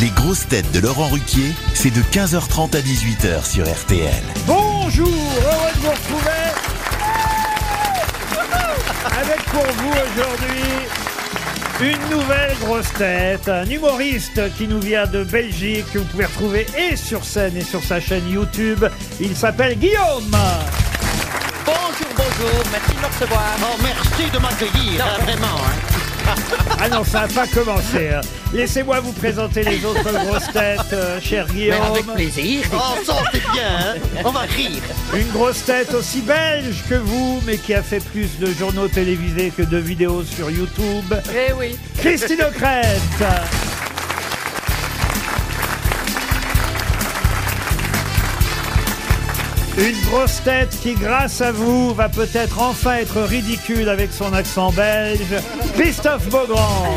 Les grosses têtes de Laurent Ruquier, c'est de 15h30 à 18h sur RTL. Bonjour, heureux de vous retrouver avec pour vous aujourd'hui une nouvelle grosse tête, un humoriste qui nous vient de Belgique, que vous pouvez retrouver et sur scène et sur sa chaîne YouTube. Il s'appelle Guillaume. Bonjour, bonjour, merci de me recevoir. Oh, merci de m'accueillir, hein, vraiment. hein. Ah non, ça n'a pas commencé. hein. Laissez-moi vous présenter les autres grosses têtes, euh, cher Guillaume. avec plaisir. Oh, ça, c'est bien, hein. on va rire. Une grosse tête aussi belge que vous, mais qui a fait plus de journaux télévisés que de vidéos sur YouTube. Eh oui. Christine O'Krent. Une grosse tête qui, grâce à vous, va peut-être enfin être ridicule avec son accent belge. Christophe Beaugrand.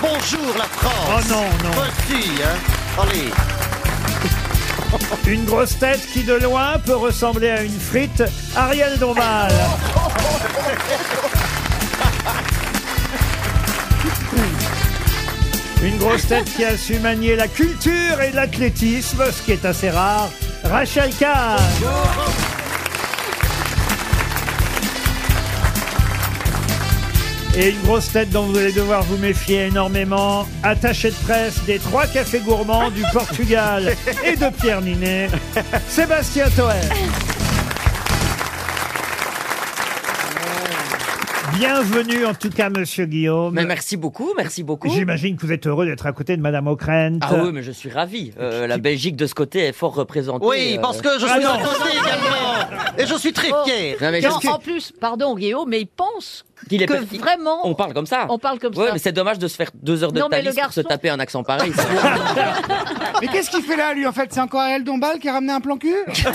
Bonjour, la Oh France. non, non. Voici, hein. Allez, Une grosse tête qui, de loin, peut ressembler à une frite. Ariel Dombal. Une grosse tête qui a su manier la culture et l'athlétisme, ce qui est assez rare. Rachel Kahn. Et une grosse tête dont vous allez devoir vous méfier énormément, attaché de presse des trois cafés gourmands du Portugal et de Pierre Ninet, Sébastien Toer. Bienvenue en tout cas, monsieur Guillaume. Mais merci beaucoup, merci beaucoup. J'imagine que vous êtes heureux d'être à côté de Madame O'Krent. Ah oui, mais je suis ravi. Euh, la Belgique de ce côté est fort représentée. oui, euh. parce que je suis non. à côté également. Et je suis très Ah Oh. fier. Non, mais Non, je- en plus, pardon Guillaume, mais il pense Qu'il est que perti- vraiment On parle comme ça. on parle comme Ouais, ça. mais c'est dommage de se faire deux heures de Non, mais Thalys le pour se garçon- taper un accent pareil. Mais qu'est-ce qu'il fait là, lui, en fait C'est encore Ariel Dombal qui a ramené un plan cul Non,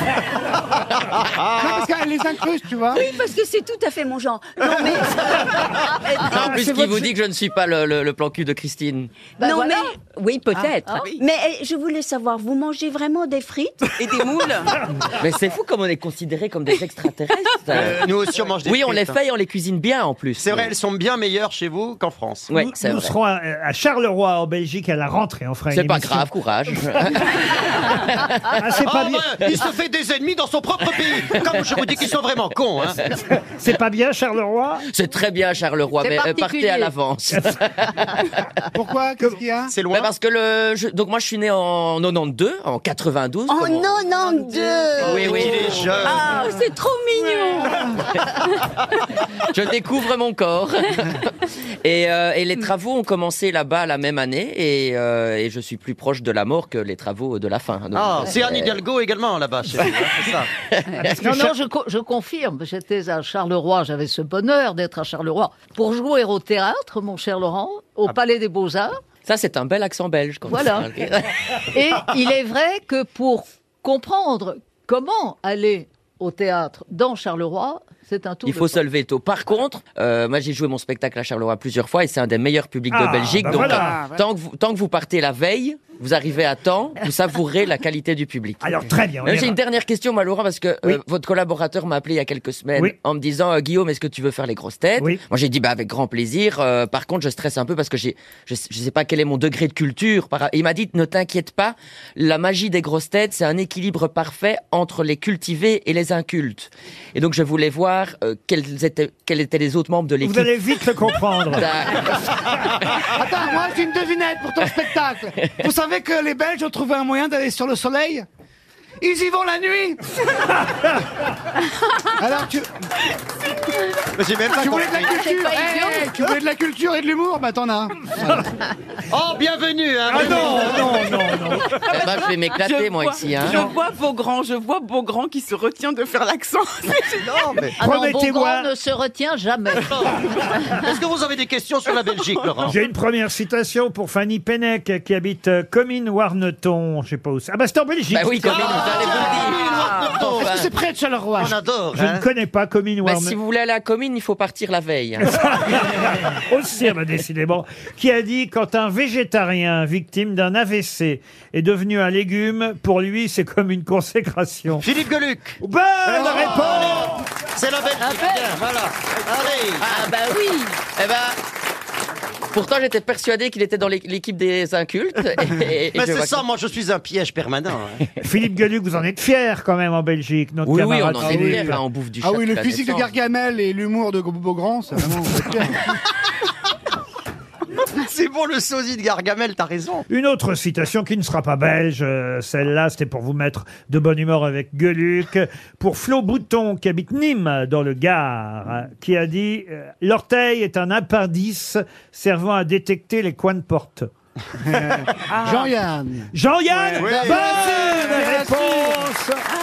parce qu'elle les incruste, tu vois. Oui, parce que c'est tout à fait mon genre. Non, mais. Ah, en plus, c'est qui votre- vous dit que je ne suis pas le, le- le plan cul de Christine Bah non, voilà. mais. Oui, peut-être. Mais eh, je voulais savoir, vous mangez vraiment des frites Et des moules Mais c'est fou comme on est considérés comme des extraterrestres. Euh, nous aussi, on mange des oui, on les frites, hein. fait et on les cuisine bien en plus. C'est vrai, elles sont bien meilleures chez vous qu'en France. Ouais, nous, c'est nous vrai. serons à, à Charleroi en Belgique à la rentrée. On fera une C'est pas émission. grave, courage. Ah, c'est pas Oh, bien. ben, il se fait des ennemis dans son propre pays. Comme je vous dis qu'ils sont vraiment cons. Hein. C'est pas bien Charleroi c'est très bien, Charleroi, C'est mais euh, partez particulier. à l'avance. Pourquoi Qu'est-ce qu'il y a C'est Ouais, loin. parce que le. je- donc moi je suis né en 92, en 92. Oh comme on- non, non, deux Oui, oui. Il est jeune. Ah, c'est trop mignon Je découvre mon corps. et, euh, et les travaux ont commencé là-bas la même année, et, euh, et je suis plus proche de la mort que les travaux de la fin. Donc, Ah, euh, c'est Anne Hidalgo également là-bas chez vous. hein, c'est ça. que Non, cha- non, je, co- je confirme. J'étais à Charleroi, j'avais ce bonheur d'être à Charleroi pour jouer au théâtre, mon cher Laurent, au Ah. Palais des Beaux-Arts. Ça, c'est un bel accent belge. Quand Voilà. même. Et il est vrai que pour comprendre comment aller au théâtre dans Charleroi, c'est un tour Il de faut se force. lever tôt. Par contre, euh, moi j'ai joué mon spectacle à Charleroi plusieurs fois et c'est un des meilleurs publics Ah, de Belgique. bah donc voilà. euh, tant, que vous, tant que vous partez la veille, vous arrivez à temps, vous savourez la qualité du public. Alors très bien. on Même, ira. J'ai une dernière question, moi, Laurent, parce que euh, Oui. votre collaborateur m'a appelé il y a quelques semaines Oui. en me disant euh, Guillaume, est-ce que tu veux faire les grosses têtes Oui. Moi, j'ai dit bah avec grand plaisir. Euh, par contre, je stresse un peu parce que j'ai, je, sais- je sais pas quel est mon degré de culture. par- Et il m'a dit ne t'inquiète pas, la magie des grosses têtes, c'est un équilibre parfait entre les cultivés et les incultes. Et donc, je voulais voir euh, quels étaient quels étaient les autres membres de Vous l'équipe. allez vite le comprendre. Attends, moi, j'ai une devinette pour ton spectacle. Vous savez que les Belges ont trouvé un moyen d'aller sur le soleil Ils y vont la nuit Alors, tu, Mais J'ai même pas tu voulais de compris. la culture pas hey, idiot. hey, Tu voulais de la culture et de l'humour Bah, t'en as. Oh, bienvenue. Hein, Ah bienvenue. non, non, non, non. Eh ben, je vais m'éclater moi vois, ici. Hein. je vois Beaugrand, je vois Beaugrand qui se retient de faire l'accent. Non, mais Ah non, Promettez-moi- Beaugrand ne se retient jamais. est-ce que vous avez des questions sur la Belgique, Laurent J'ai une première citation pour Fanny Pennec qui habite euh, Comines-Warneton. Je sais pas où c'est. Ah bah c'est en Belgique. Bah oui, comme j'allais vous le dire. Est-ce que Ah, c'est près de Charleroi On adore. Je hein. ne connais pas Bah, Comines-Warneton. si vous voulez aller à Comines, il faut partir la veille. hein. aussi, ah bah, décidément, qui a dit quand un végétarien victime d'un AVC est devenu un légume, pour lui, c'est comme une consécration. Philippe Geluc, Bonne Oh. réponse c'est la Belgique. Bien, voilà. Allez. Ah bah oui Eh ben, Pourtant, j'étais persuadé qu'il était dans l'é- l'équipe des incultes. Et, et- et Mais je vois c'est que- ça, moi je suis un piège permanent. hein. Philippe Gueluc, vous en êtes fier quand même en Belgique, notre Oui, oui, on camarade en est Philippe. fiers, hein, on bouffe du Ah chat oui, toute le la physique de naissance. Gargamel et l'humour de Beaugrand, c'est vraiment. C'est bon, le sosie de Gargamel, t'as raison. Une autre citation qui ne sera pas belge, euh, celle-là, c'était pour vous mettre de bonne humeur avec Gueluc. Pour Flo Bouton, qui habite Nîmes, dans le Gard, euh, qui a dit euh, L'orteil est un appendice servant à détecter les coins de porte. Ah. Jean-Yann. Jean-Yann, Ouais. bonne Ouais. réponse Ah.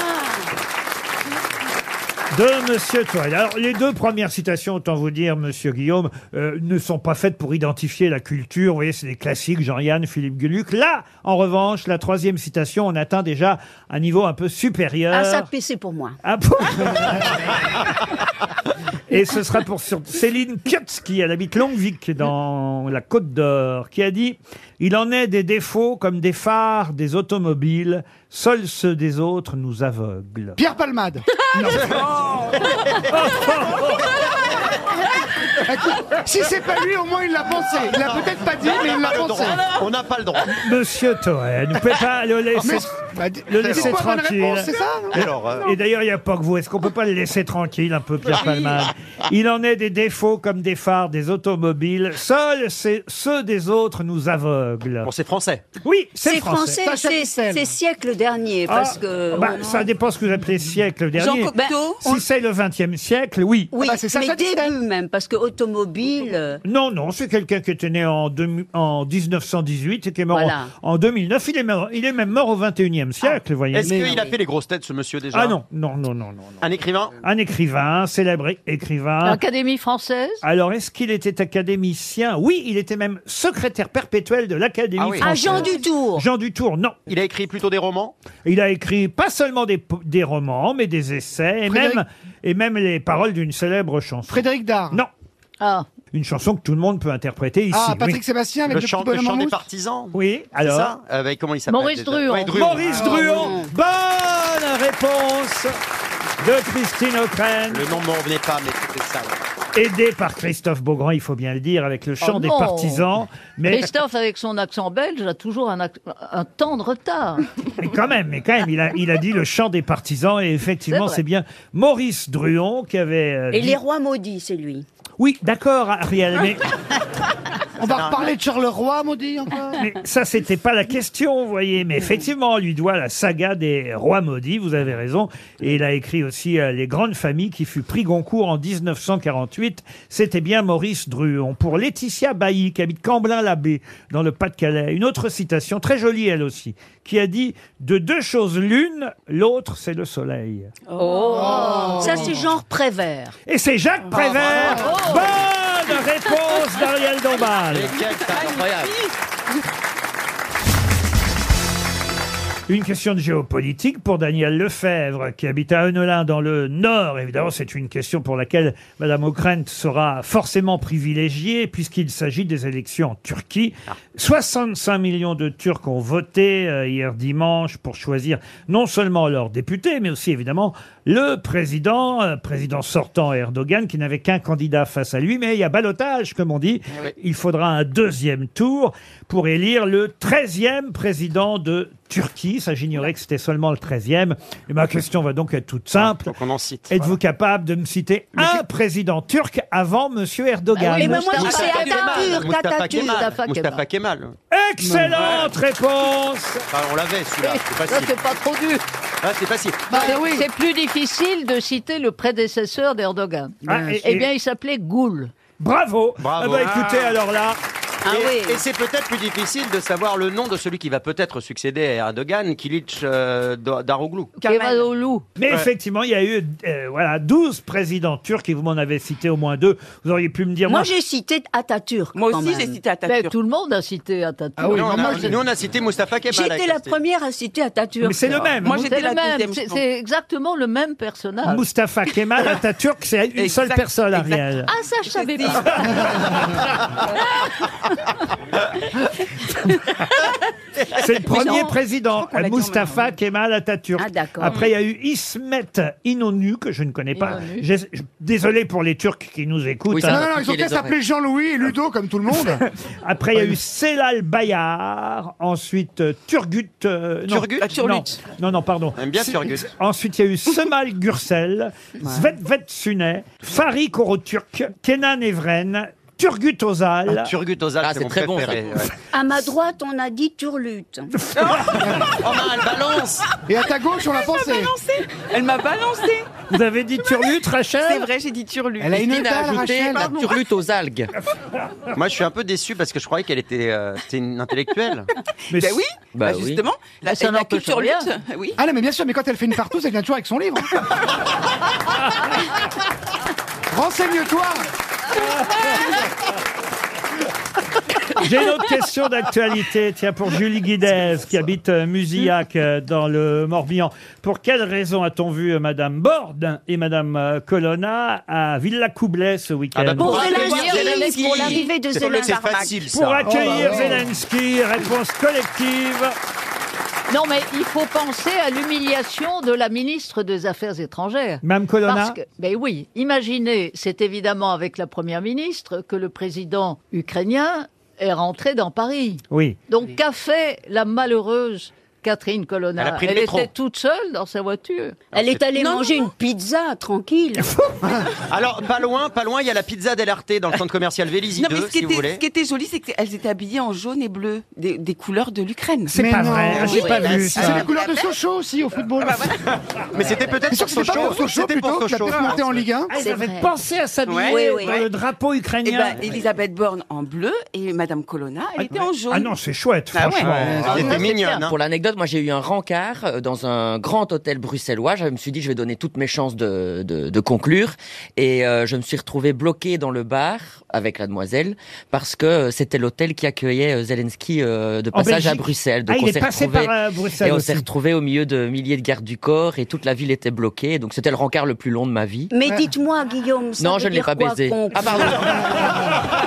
de Monsieur Tourelle. Alors, les deux premières citations, autant vous dire, Monsieur Guillaume, euh, ne sont pas faites pour identifier la culture. Vous voyez, c'est des classiques, Jean-Yann, Philippe Gueluc. Là, en revanche, la troisième citation, on atteint déjà un niveau un peu supérieur. Ah, ça, c'est pour moi. Ah bon Et ce sera pour sur- Céline Kutz, qui elle habite Longvic, dans la Côte d'Or, qui a dit « Il en est des défauts comme des phares des automobiles, seuls ceux des autres nous aveuglent. Pierre Palmade. Écoute, si c'est pas lui, au moins il l'a pensé. Il l'a peut-être pas dit, mais il l'a Pas le pensé. droit. On n'a pas le droit. » Monsieur Toen, vous pouvez pas le laisser... Mais- bah, dis- Le c'est laisser quoi, bonne tranquille. réponse, C'est ça non Alors, euh, Et d'ailleurs, il n'y a pas que vous. Est-ce qu'on peut pas le laisser tranquille un peu, Pierre Palman Il en est des défauts comme des phares des automobiles. Seuls c'est- ceux des autres nous aveuglent. bon, c'est français. Oui, C'est c'est français, Sacha c'est- Distel. c'est siècle dernier, Ah, parce que... bah, ça dépend ce que vous appelez siècle dernier. Bah, Jean Cocteau. Si c'est le 20e siècle, oui. Oui, Ah bah, c'est Sacha mais Distel. début même, parce que automobile... euh, Non, non, c'est quelqu'un qui était né en, deux- en 1918 et qui est mort Voilà. Ah. en, en 2009. Il est, mort- il est même mort au 21e siècle, vous voyez. Est-ce Mais- qu'il a fait les grosses têtes, ce monsieur déjà hein. Ah non, non, non, non, non. non. Un écrivain Un écrivain, célèbre écrivain. L'Académie française Alors, est-ce qu'il était académicien Oui, il était même secrétaire perpétuel de l'Académie Ah oui. Ah, française. Jean Dutour Jean Dutour, non. Il a écrit plutôt des romans Il a écrit pas seulement des, po- des romans, mais des essais et Frédéric- même, et même les paroles d'une célèbre chanson. Frédéric Dard. Non, Ah, une chanson que tout le monde peut interpréter ici. Ah, oui. Patrick Sébastien avec Le le chant, petit le bonhomme chant en des mousse. partisans Oui, C'est alors. ça Avec comment il s'appelle Maurice déjà Ah Druon. Ouais, Maurice Druon, non. bonne réponse de Christine O'Crane, Le nom ne me revenait pas, mais c'était ça. ouais. aidée par Christophe Beaugrand, il faut bien le dire, avec le chant Oh des non. partisans. Mais, Christophe, avec son accent belge, a toujours un, ac- un temps de retard. mais quand même, mais quand même, il a, il a dit le chant des partisans et effectivement, C'est vrai. c'est bien Maurice Druon qui avait. euh, Et dit- les rois maudits, c'est lui. Oui, d'accord, Ariel, mais, On va reparler de Charleroi, maudit, encore. mais ça, c'était pas la question, vous voyez. Mais effectivement, on lui doit la saga des rois maudits, vous avez raison. Et il a écrit aussi euh, Les grandes familles qui fut prix Goncourt en 1948. C'était bien Maurice Druon. Pour Laetitia Bailly, qui habite Camblin-l'Abbé, dans le Pas-de-Calais, une autre citation, très jolie elle aussi, qui a dit De deux choses l'une, l'autre, c'est le soleil. Ça, c'est genre Prévert. Et c'est Jacques Prévert. Bonne réponse d'Ariel Dombal. Incroyable. Une question de géopolitique pour Daniel Lefebvre, qui habite à Honolin dans le Nord. Évidemment, c'est une question pour laquelle Madame O'Krent sera forcément privilégiée, puisqu'il s'agit des élections en Turquie. 65 millions de Turcs ont voté euh, hier dimanche pour choisir non seulement leurs députés, mais aussi évidemment le président, euh, président sortant Erdogan, qui n'avait qu'un candidat face à lui. Mais il y a balotage, comme on dit. Il faudra un deuxième tour pour élire le 13e président de Turquie. Ça, j'ignorais que c'était seulement le 13e. Et ma question va donc être toute simple. Donc on en cite. Êtes-vous capable de me citer un président turc avant Monsieur Erdogan Ah oui, Et moi, Mustafa je c'est Kemal. Atatürk, Atatürk. Mustafa Kemal. Mustafa Kemal. Excellente réponse Enfin, on l'avait celui-là, c'est Ça, facile. c'est pas trop dur. Ah, c'est facile. Bah oui. C'est plus difficile de citer le prédécesseur d'Erdogan. Ah, et- Eh et- bien, il s'appelait Goul. Bravo. Bravo. Ah bah, écoutez, Ah. alors là, Ah et oui. et c'est peut-être plus difficile de savoir le nom de celui qui va peut-être succéder à Erdogan, Kilic euh, Da- Daroglu. Kemaloglu. mais Ouais. effectivement, il y a eu euh, voilà 12 présidents turcs et vous m'en avez cité au moins deux. Vous auriez pu me dire Moi, j'ai cité Atatürk. Moi quand aussi, même. j'ai cité Mais Atatürk. tout le monde a cité Atatürk. Ah oui, Nous, on non, a- moi, je- nous, on a cité Mustafa Kemal. J'étais avec la Christine. première à citer Atatürk. mais c'est le même. Moi, Mous- j'étais C'est la le même, deuxième, je c'est- pense. c'est exactement le même personnage. Mustafa Kemal Atatürk, c'est une seule Exact- personne, exact. Ariel. Ah ça, je savais pas. C'est le premier non, président, qu'on l'a dit en Mustafa Kemal Atatürk. Ah, d'accord. Après, il y a eu Ismet Inonu, que je ne connais pas. J'ai- je- Désolé pour les Turcs qui nous écoutent. Oui, ça hein. Non, non, ils ont Piquer qu'à les s'appeler Jean-Louis et Ludo comme tout le monde. Après, il y a eu Selal Bayar. Ensuite, euh, Turgut. euh, non, Turgut Ah, Turgut. non, non, non, pardon. J'aime bien Se- Turgut. Ensuite, il y a eu Semal Gürsel, Svetvet Sunet, Farid Koroturk, Kenan Evren, Turgut Ozal. Turgut Ozal, Ah, c'est c'est mon très bon, ça. préféré. ouais. À ma droite, on a dit Turlute. Oh, non, elle balance Et à ta gauche, on l'a pensé. Balancé. Elle m'a balancé. Vous avez dit Turgut, C'est Rachel vrai, j'ai dit turlu. Elle a une Christine a dalle, ajouté Rachel. la turlute aux algues. Moi, je suis un peu déçu parce que je croyais qu'elle était, euh, c'était une intellectuelle. Mais Ben oui, Bah bah oui. justement, la, ça la n'empêche culture rien. lutte, oui. Ah non, mais bien sûr, mais quand elle fait une partouze, elle vient toujours avec son livre. Renseigne-toi. J'ai une autre question d'actualité, tiens, pour Julie Guidez, qui habite euh, Musillac, euh, dans le Morbihan. Pour quelle raison a-t-on vu euh, Madame Borde et Madame euh, Colonna à Villa-Coublet ce week-end Ah bah, Pour Pour Zelensky, Zelensky. pour l'arrivée de Zelensky. C'est facile, ça. Pour accueillir Oh, bah, ouais. Zelensky, réponse collective. Non, mais il faut penser à l'humiliation de la ministre des Affaires étrangères. Madame Colonna Parce que, ben oui, imaginez, c'est évidemment avec la première ministre que le président ukrainien est rentré dans Paris. Oui. Donc qu'a fait la malheureuse Catherine Colonna Elle a pris le métro. était toute seule dans sa voiture. Elle est allée Non, manger non, une pizza tranquille. Alors, pas loin, pas loin, il y a la pizza d'Elarte dans le centre commercial Vélizy Non, mais 2, ce qui, si vous était, voulez. ce qui était joli, c'est qu'elles étaient habillées en jaune et bleu, des, des couleurs de l'Ukraine. C'est Mais pas non. vrai, j'ai Oui, pas bah, Ah, vu si, C'est ça. les couleurs de Sochaux aussi au football. Mais c'était peut-être C'est sûr pour Sochaux. que c'était pas pour Sochaux C'était plutôt pour qui a Sochaux. pu monter en Ligue 1. Ah, ils C'est avaient vrai. pensé à s'habiller Ouais, dans ouais. le drapeau Et ukrainien. ben, Elisabeth Borne en bleu et Madame Colonna, elle était en jaune. Ah non, c'est chouette, Ah ouais. franchement. Elle était mignonne. hein. Pour l'anecdote, moi j'ai eu un rencard euh, dans un grand hôtel bruxellois. Je me suis dit je vais donner toutes mes chances de, de, de conclure et euh, je me suis retrouvé bloqué dans le bar avec la demoiselle parce que euh, c'était l'hôtel qui accueillait euh, Zelensky euh, de En passage à Belgique. Bruxelles. Ah, Donc il on s'est est passé retrouvé par euh, et Bruxelles on s'est aussi. retrouvé au milieu de milliers de gardes du corps et toute la ville était bloquée. Donc c'était le rencard le plus long de ma vie. Mais dites-moi, Guillaume, ça non, veut je ne l'ai dire pas quoi, baisé. conclure Ah pardon.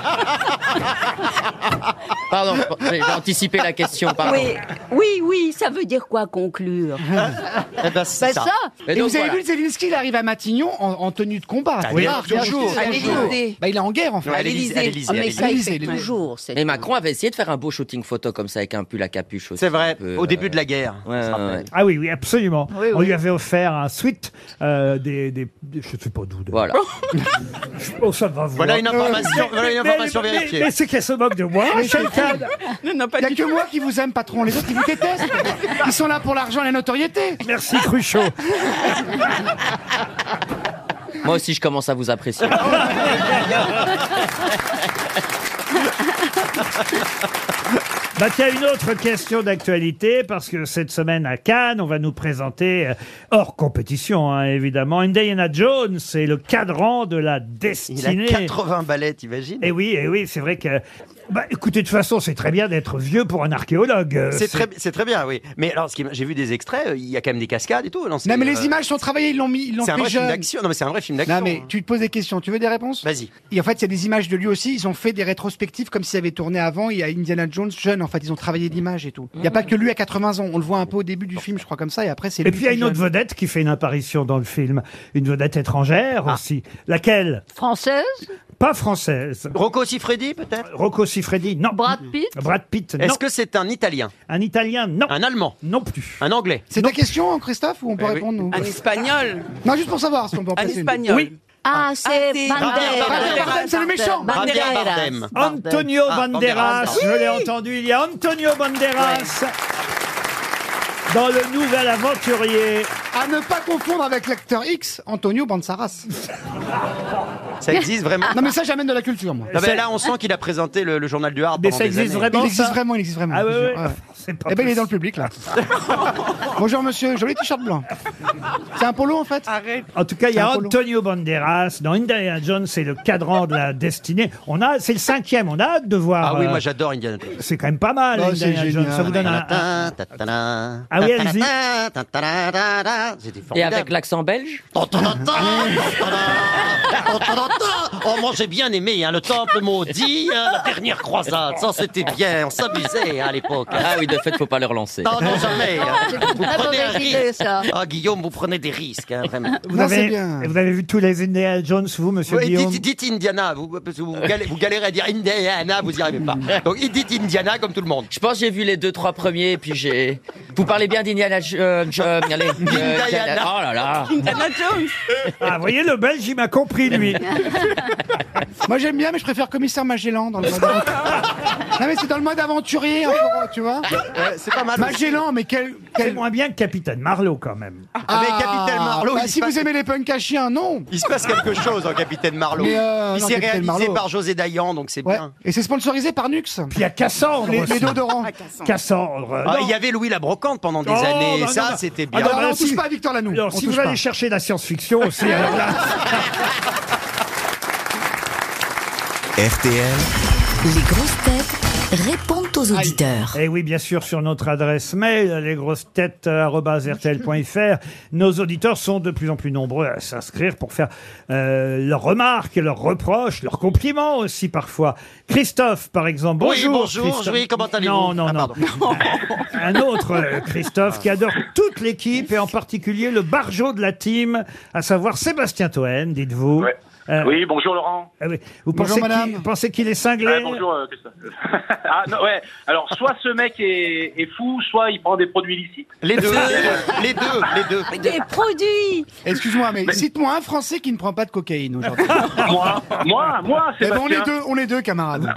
pardon, j'ai j'ai anticipé la question. Pardon. oui, oui, oui, ça veut dire quoi conclure Eh ben, Bah, c'est ça. Mais Et donc, vous avez voilà. vu, Zelensky, il arrive à Matignon en, en tenue de combat. Bah, oui, Ah, toujours. bien sûr, À toujours. l'Élysée. Bah, il est en guerre, en fait. Non, à l'Élysée, à l'Élysée, Ah, à mais l'Élysée. ça, il Élysée, fait Élysée. toujours. cette Et Macron avait essayé de faire un beau shooting photo comme ça avec un pull à capuche aussi. C'est vrai, un peu, au euh, début de la guerre. ouais, on se ouais, rappelle. ouais. Ah oui, oui, absolument. Oui, On oui. lui avait offert un suite euh, des, des, des- Je sais pas d'où. Voilà. d'ailleurs. Oh, ça va, vous. Voilà une information, voilà une information mais, vérifiée. mais c'est qu'elle se moque de moi, Hein, Rachel Kahn. Non, non, pas Il n'y a du que tout. moi qui vous aime, patron. Les autres, ils vous détestent. Ils sont là pour l'argent et la notoriété. Merci Cruchot. Moi aussi, je commence à vous apprécier. Bah tiens, une autre question d'actualité, parce que cette semaine à Cannes, on va nous présenter, euh, hors compétition hein, évidemment, Indiana Jones, c'est le cadran de Il la a destinée. 80 balais, t'imagines Et oui, et oui, c'est vrai que... Bah écoutez, de toute façon, c'est très bien d'être vieux pour un archéologue. euh, C'est très, c'est très bien, oui. Mais alors, ce qui m'a- j'ai vu des extraits, euh, il y a quand même des cascades et tout. Non, c'est, Non, mais les euh, images sont travaillées, ils l'ont mis, ils l'ont C'est un fait vrai film jeune. d'action. Non, mais c'est un vrai film Non, d'action. hein. mais tu te poses des questions. Tu veux des réponses Vas-y. Et en fait, il y a des images de lui aussi. Ils ont fait des rétrospectives comme s'il avait tourné avant. Il y a Indiana Jones jeune, en fait. Ils ont travaillé l'image et tout. Il n'y a pas que lui à 80 ans. On le voit un peu au début du film, je crois, comme ça. Et après, c'est Et lui puis il y a plus une autre jeune. vedette qui fait une apparition dans le film, une vedette étrangère Ah. aussi. Laquelle Française, Pas française. Rocco Siffredi, peut-être Rocco Siffredi, non. Brad Pitt, Brad Pitt, non. Est-ce que c'est un Italien, Un Italien, non. un Allemand, Non plus. un Anglais C'est ta question, Christophe, ou on peut Eh oui. répondre, nous Un espagnol. Non, juste pour savoir si on peut en Un placer une. espagnol. Ah, c'est c'est- Bandera. Bardem, Bardem, c'est le méchant. Javier Bardem. Antonio Ah, Banderas, Banderas, je l'ai entendu, il y a Antonio Banderas dans le Nouvel Aventurier. À ne pas confondre avec l'acteur X, Antonio Bansaras. Ça existe vraiment Non, mais ça, j'amène de la culture, moi. Non, mais là, on sent qu'il a présenté le, le journal du Hard Mais pendant ça des existe années. vraiment il existe ça vraiment, il existe vraiment. Ah je ouais, te ouais. jure, ouais. C'est pas Eh ben, il est dans le possible. public, là. Bonjour, monsieur. Joli t-shirt blanc. C'est un polo, en fait Arrête. En tout cas, il y C'est a un polo. Antonio Banderas dans Indiana Jones, c'est le cadran de la destinée. On a, c'est le cinquième, on a hâte de voir. Ah oui, euh, moi j'adore Indiana Jones. c'est quand même pas mal, Oh, c'est Indiana Jones. génial. Ça vous donne un- un, Ah Ah oui, allez-y. C'était Et avec formidable. l'accent belge Oh, moi j'ai bien aimé, hein, le temple maudit, hein, la dernière croisade. Ça, c'était bien, on s'amusait hein, à l'époque. Ah oui, de fait, faut pas le relancer. Non, non, jamais. hein. Vous très prenez un mauvaise idée, risque. ça. Ah, Guillaume, vous prenez des risques, hein, vraiment. Vous, Non, avez, c'est bien. vous avez vu tous les Indiana Jones, vous, monsieur Ouais, Guillaume dites, dites Indiana, vous, parce que vous, galé- vous galérez à dire Indiana, vous n'y arrivez pas. Donc dites Indiana comme tout le monde. Je pense que j'ai vu les deux trois premiers, puis j'ai. Vous parlez bien d'Indiana Jones. euh, allez, euh, Indiana. Oh là là. Indiana Jones. Ah, vous voyez, le Belge, il m'a compris, lui. Moi j'aime bien, mais je préfère Commissaire Magellan dans le mode. non mais c'est dans le mode aventurier, hein, pour- tu vois. c'est pas mal. Magellan, mais quel. C'est quel... moins bien que Capitaine Marlowe, quand même. Ah, mais Capitaine Marlowe, bah, il si passe- vous aimez les punks à chiens, non. Il se passe quelque chose en Capitaine Marlowe. Mais, euh, il non, s'est Capitaine réalisé Marlowe. par José Dayan, donc c'est Ouais. bien. Et c'est sponsorisé par Nux. Puis il y a Cassandre. Les, aussi. les déodorants. Ah, Cassandre. Cassandre. Ah, Non. il y avait Louis la Brocante pendant des Oh, années, bah, non, ça bah. c'était Ah, bien. bah, Alors, on si- touche pas à Victor Lanoux. Alors, on si touche vous allez pas. chercher la science-fiction aussi, alors là, RTL, Les grosses têtes répondent aux auditeurs. Et oui, bien sûr, sur notre adresse mail, lesgrossetêtes.fr, nos auditeurs sont de plus en plus nombreux à s'inscrire pour faire euh, leurs remarques, leurs reproches, leurs compliments aussi parfois. Christophe, par exemple. Oui, Bonjour. bonjour, Christophe. oui, comment allez-vous Non, non, Ah, non. pardon. Un autre euh, Christophe qui adore toute l'équipe et en particulier le barjot de la team, à savoir Sébastien Toen, dites-vous. Ouais. Euh, Oui, bonjour Laurent. ah oui. Vous Bonjour, pensez qu'il- madame. pensez qu'il est cinglé Ah, bonjour euh, Christophe. ah, non, ouais. Alors, soit ce mec est, est fou, soit il prend des produits illicites. Les deux, les deux, les deux. Des produits Excuse-moi, mais cite-moi un Français qui ne prend pas de cocaïne aujourd'hui. Moi, moi, Ah, moi, Eh ben, Sébastien. on est deux, on est deux, camarades.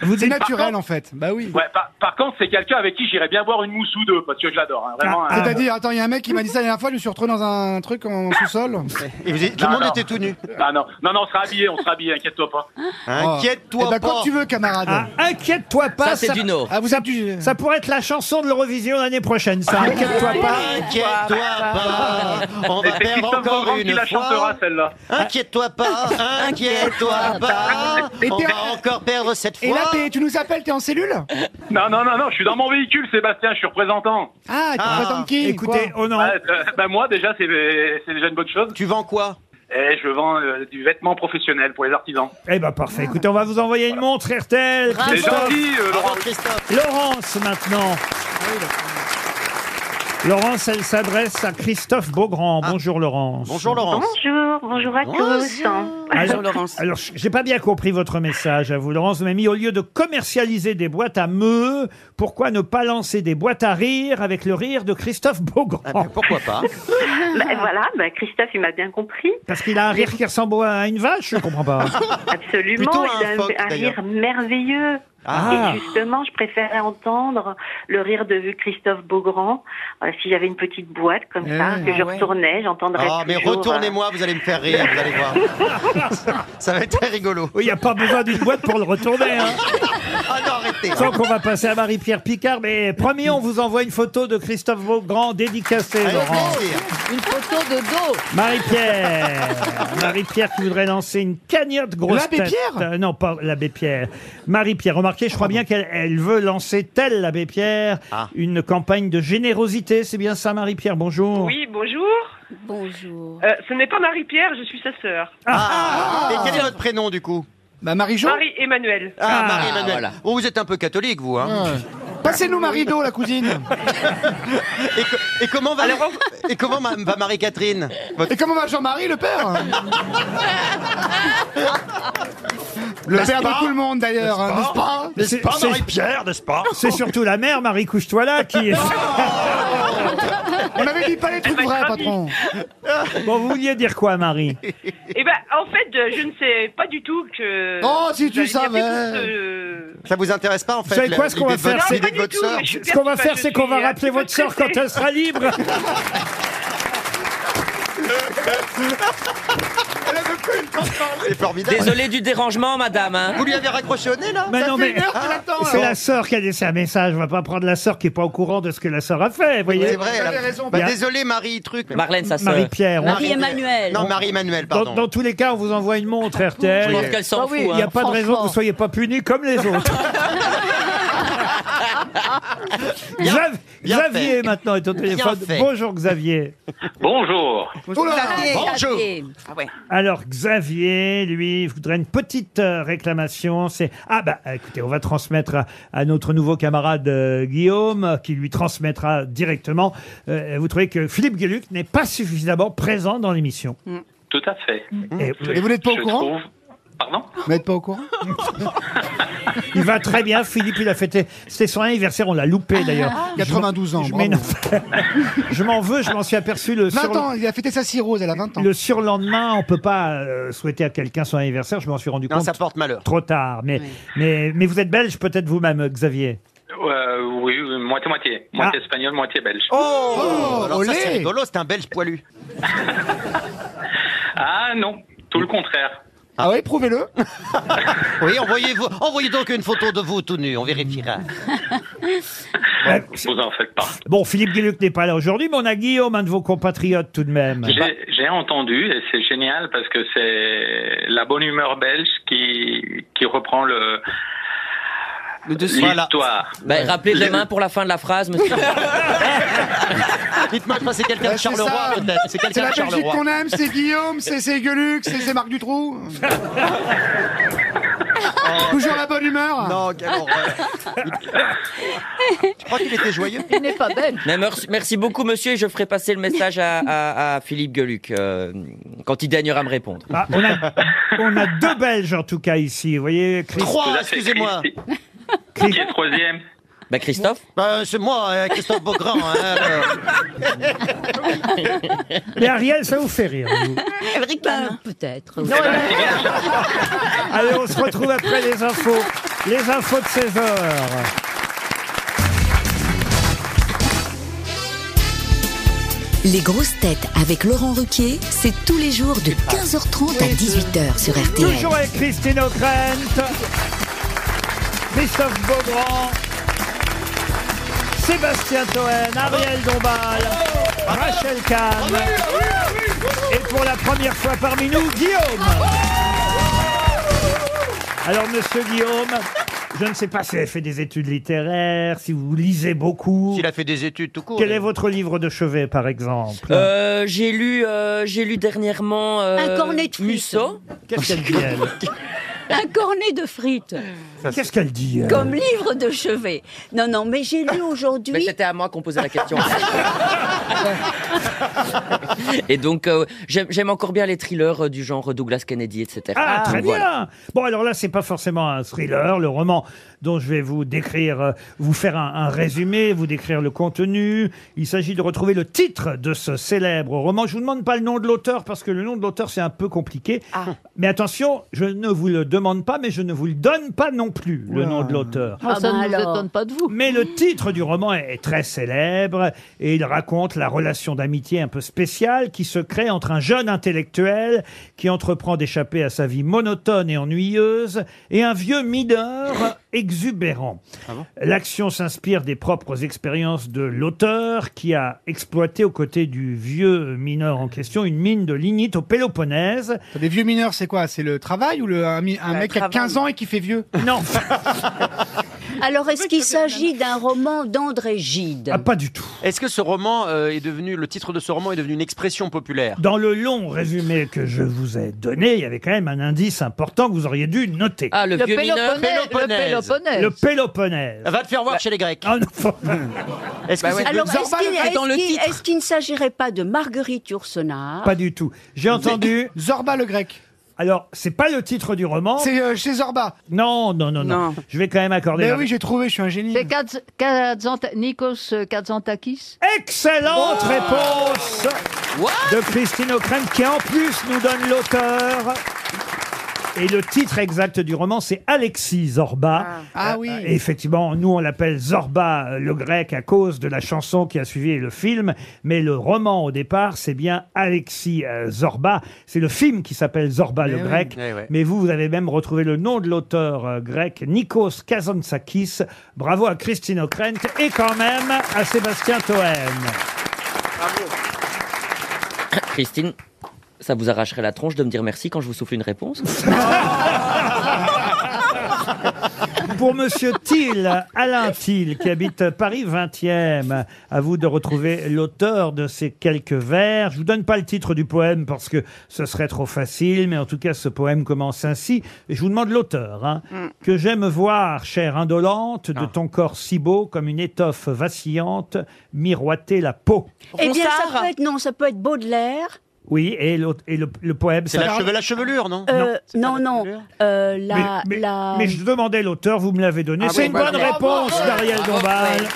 Vous C'est dites- naturel en fait. Bah oui. Ouais, par, par contre, c'est quelqu'un avec qui j'irais bien boire une mousse ou deux, parce que je l'adore. hein, vraiment. Ah, hein. C'est-à-dire, attends, il y a un mec qui m'a dit ça la dernière fois, je me suis retrouvé dans un truc en sous-sol. Et vous- tout le Non, monde non. était tout nu. Ah, non. non, non, on sera habillé, on sera habillé, inquiète-toi pas. Inquiète-toi Eh ben, pas. quand tu veux, camarade. Ah, inquiète-toi pas. Ça, c'est du Nord. Ah, vous êtes du- Ça pourrait être la chanson de l'Eurovision l'année prochaine, ça. Inquiète-toi pas. Inquiète-toi pas, on Et va c'est perdre Christophe Beaugrand encore qui une la chantera, fois. celle-là. Inquiète-toi pas, inquiète-toi pas, Et on t'es- va encore perdre cette Et là, fois. t'es- tu nous appelles, t'es en cellule Non, non, non, non, je suis dans mon véhicule, Sébastien, je suis représentant. Ah, tu Ah. représentes qui Écoutez, quoi oh non. Ouais, euh, bah, moi, déjà, c'est c'est déjà une bonne chose. Tu vends quoi Eh, Et je vends euh, du vêtement professionnel pour les artisans. Eh ben parfait. Écoutez, on va vous envoyer une montre RTL. C'est Christophe. gentil, euh, Laurent. Bravo, Christophe. Laurence maintenant. Laurence, elle s'adresse à Christophe Beaugrand. Bonjour Laurence. Bonjour Laurence. Bonjour, bonjour à Alors, Bonjour Laurence. alors, j- j'ai pas bien compris votre message à vous, Laurence. Vous m'avez mis au lieu de commercialiser des boîtes à meux, pourquoi ne pas lancer des boîtes à rire avec le rire de Christophe Ah ben, Beaugrand pourquoi pas Bah, voilà, bah, Christophe, il m'a bien compris. Parce qu'il a un rire qui ressemble à une vache, je comprends pas. Absolument. Plutôt il un a un, phoque, un rire d'ailleurs. merveilleux. Ah. Et justement, je préférais entendre le rire de Christophe Beaugrand. Euh, si j'avais une petite boîte comme ça, que je retournais, j'entendrais. Ah mais toujours, euh, retournez-moi, vous allez me faire rire, vous allez voir. Ça va être très rigolo. Oui, il n'y a pas besoin d'une boîte pour le retourner. Hein. Ah non, arrêtez. Je sens qu'on va passer à Marie-Pierre Picard, mais promis, on vous envoie une photo de Christophe Beaugrand dédicacée, Allez, Laurent. plaisir. Une photo de dos. Marie-Pierre Marie-Pierre qui voudrait lancer une cagnotte grosse L'abbé tête. Pierre Euh, Non, pas l'abbé Pierre. Marie-Pierre, remarquez, je crois bien qu'elle elle veut lancer, telle l'abbé Pierre, Ah. une campagne de générosité. C'est bien ça, Marie-Pierre Bonjour. Oui, bonjour. Bonjour. Euh, ce n'est pas Marie-Pierre, je suis sa sœur. Ah, et quel est votre prénom du coup Bah, Marie-Jo Marie-Emmanuel. Ah, Ah, Marie-Emmanuelle. voilà. Bon, vous êtes un peu catholique, vous. Hein. Passez-nous Marie-Do, la cousine. Et, co- et comment va, et comment ma- va Marie-Catherine Et comment va Jean-Marie, le père Le père de tout le monde, d'ailleurs, hein, n'est-ce pas C'est- c'est- Marie-Pierre, n'est-ce pas C'est surtout la mère, Marie Couche-toi là, qui est... On avait dit pas les Eh ben, trucs vrais, patron. Bon, vous vouliez dire quoi, Marie Eh ben, en fait, je ne sais pas du tout que. Oh, si tu savais. Ça vous intéresse pas en fait Vous savez quoi, ce qu'on va l'idée de votre- faire, c'est- l'idée de votre sœur Ce qu'on va faire, c'est qu'on va rappeler votre sœur quand elle sera libre. C'est formidable. Désolé du dérangement, madame. hein. Vous lui avez raccroché au nez là Mais Ça Bah non, fait mais- une heure qu'il attend, C'est alors. la sœur qui a laissé un message. On va pas prendre la sœur qui est pas au courant de ce que la sœur a fait. Vous voyez C'est vrai. Vous avez elle a- raison, Bah, Pierre. désolé Marie, truc. Marlène, sa sœur. Marie-Pierre. on- Marie-Emmanuel. Non, Marie-Emmanuelle, Dans, pardon. dans tous les cas, on vous envoie une montre RTL. Je Oui. pense qu'elle s'en Bah oui, fout. Il n'y a hein. pas de raison que franchement. vous soyez pas punis comme les autres. Xav- bien Xavier fait. maintenant est au Bien téléphone. fait. Bonjour Xavier. Bonjour. Ah. Xavier, Bonjour. Xavier. Ah ouais. Alors Xavier, lui, voudrait une petite euh, réclamation. C'est ah bah écoutez, on va transmettre à, à notre nouveau camarade euh, Guillaume, euh, qui lui transmettra directement. Euh, vous trouvez que Philippe Gueluc n'est pas suffisamment présent dans l'émission. Tout à fait. Eh, Et vous- Mm. et vous n'êtes pas au Je courant trouve- Pardon Vous n'êtes pas au courant Il va très bien, Philippe, il a fêté. C'était son anniversaire, on l'a loupé d'ailleurs. Ah, 92 ans, Je, mais non. Je m'en veux, je m'en suis aperçu le, 20 sur- ans, il a fêté sa cirrhose, elle a 20 ans. le surlendemain. On peut pas euh, souhaiter à quelqu'un son anniversaire, je m'en suis rendu Non, compte. ça porte malheur. Trop tard. Mais, mais, mais vous êtes belge peut-être vous-même, euh, Xavier. Euh, Oui, oui, moitié-moitié. Moitié Ah. espagnol, moitié belge. Oh, Alors ça, olé c'est rigolo, c'est un belge poilu. Ah non, tout le contraire. Ah oui, prouvez-le. oui, envoyez-vous, envoyez donc une photo de vous tout nu, on vérifiera. Bon, vous en faites pas. Bon, Philippe Gueluc n'est pas là aujourd'hui, mais on a Guillaume, un de vos compatriotes tout de même. J'ai j'ai entendu et c'est génial parce que c'est la bonne humeur belge qui, qui reprend le l'histoire. Bah, rappelez Le- demain pour la fin de la phrase, monsieur. Dites-moi, je pense que c'est quelqu'un Bah, de c'est Charleroi, ça. peut-être. C'est C'est quelqu'un la de Belgique Charleroi. qu'on aime, c'est Guillaume, c'est c'est Gueluc, c'est c'est Marc Dutroux. Toujours la bonne humeur. Non, quelle horreur. Je crois qu'il était joyeux. Il n'est pas belle. Mais merci, merci beaucoup, monsieur, et je ferai passer le message à, à- à Philippe Gueluc euh, quand il daignera me répondre. Ah, on, a, on a deux Belges en tout cas ici. Vous voyez, Christ- Trois, excusez-moi. Christ- troisième Bah, Christophe Bah, c'est moi, euh, Christophe Beaugrand. hein, alors. Mais Ariel, ça vous fait rire. vous Euh, Elle ricane. Peut-être. Allez, on se retrouve après les infos. Les infos de 16 heures. Les grosses têtes avec Laurent Ruquier, c'est tous les jours de 15h30 à 18h sur RTL. Toujours avec Christine O'Krent, Christophe Beaugrand, Sébastien Toen, Ariel Dombal, Rachel Kahn. Et pour la première fois parmi nous, Guillaume. Alors, monsieur Guillaume, je ne sais pas si vous avez fait des études littéraires, si vous lisez beaucoup. S'il a fait des études tout court. Quel est votre livre de chevet, par exemple Euh, j'ai lu, euh, j'ai lu dernièrement euh, Un cornet de frites. Musso. Qu'est-ce qu'elle dit, elle Un cornet de frites. Qu'est-ce qu'elle dit elle Comme livre de chevet. Non, non, mais j'ai lu aujourd'hui. Mais c'était à moi qu'on posait la question. Et donc, euh, j'aime j'aime encore bien les thrillers euh, du genre Douglas Kennedy, etc. Ah, très Donc, voilà. bien. Bon, alors là, c'est pas forcément un thriller. Le roman dont je vais vous décrire, euh, vous faire un, un résumé, vous décrire le contenu. Il s'agit de retrouver le titre de ce célèbre roman. Je vous demande pas le nom de l'auteur parce que le nom de l'auteur c'est un peu compliqué. Mais attention, je ne vous le demande pas, mais je ne vous le donne pas non plus le nom de l'auteur. Ah, ça ne nous alors. étonne pas de vous. Mais le titre du roman est est très célèbre et il raconte la relation d'amitié un peu spéciale qui se crée entre un jeune intellectuel qui entreprend d'échapper à sa vie monotone et ennuyeuse et un vieux mineur exubérant. L'action s'inspire des propres expériences de l'auteur qui a exploité aux côtés du vieux mineur en question une mine de lignite au Péloponnèse. Les vieux mineurs, c'est quoi C'est le travail ou le, un, mi- un mec qui a 15 ans et qui fait vieux Non Alors, est-ce qu'il s'agit d'un roman d'André Gide Ah, pas du tout. Est-ce que ce roman euh, est devenu, le titre de ce roman est devenu une expression populaire Dans le long résumé que je vous ai donné, il y avait quand même un indice important que vous auriez dû noter. Ah, le, Le vieux mineur. Péloponnèse. Le Péloponnèse. Le Péloponnèse. Va te faire Bah- voir chez les Grecs. Ah, non. Est-ce que c'est- Bah Alors, est-ce Zorba, qu'il le- dans le est-ce qu'il- titre est-ce qu'il ne s'agirait pas de Marguerite Yourcenar Pas du tout. J'ai entendu. Zorba le grec. Alors, c'est pas le titre du roman. C'est euh, chez Zorba. Non, non, non, non, Non. Je vais quand même accorder. Mais la- oui, j'ai trouvé, je suis un génie. C'est Kaz- Kazanta- Nikos euh, Kazantakis Excellente Oh. réponse de Christine O'Krent qui en plus nous donne l'auteur. Et le titre exact du roman, c'est Alexis Zorba. Ah oui. Et effectivement, nous on l'appelle Zorba euh, le grec à cause de la chanson qui a suivi le film, mais le roman au départ, c'est bien Alexis euh, Zorba. C'est le film qui s'appelle Zorba le oui. grec. Eh ouais. Mais vous, vous avez même retrouvé le nom de l'auteur euh, grec, Nikos Kazantzakis. Bravo à Christine O'Krent et quand même à Sébastien Toen. Christine, ça vous arracherait la tronche de me dire merci quand je vous souffle une réponse Vous Pour Monsieur Thiel, Alain Thiel, qui habite Paris 20e, à vous de retrouver l'auteur de ces quelques vers. Je vous donne pas le titre du poème parce que ce serait trop facile, mais en tout cas, ce poème commence ainsi. Et je vous demande l'auteur. hein. Mm. Que j'aime voir, chère indolente, Ah. de ton corps si beau comme une étoffe vacillante, miroiter la peau. Eh bien, ça peut être, non, ça peut être Baudelaire. Oui, et, l'autre- et le, le poème... C'est ça- la, cheve- la chevelure, non Euh, non, non, euh, la, mais, la- mais je demandais l'auteur, vous me l'avez donné. Ah C'est oui, une bah bonne oui. réponse Bravo, d'Ariel bravo, Dombal. ouais.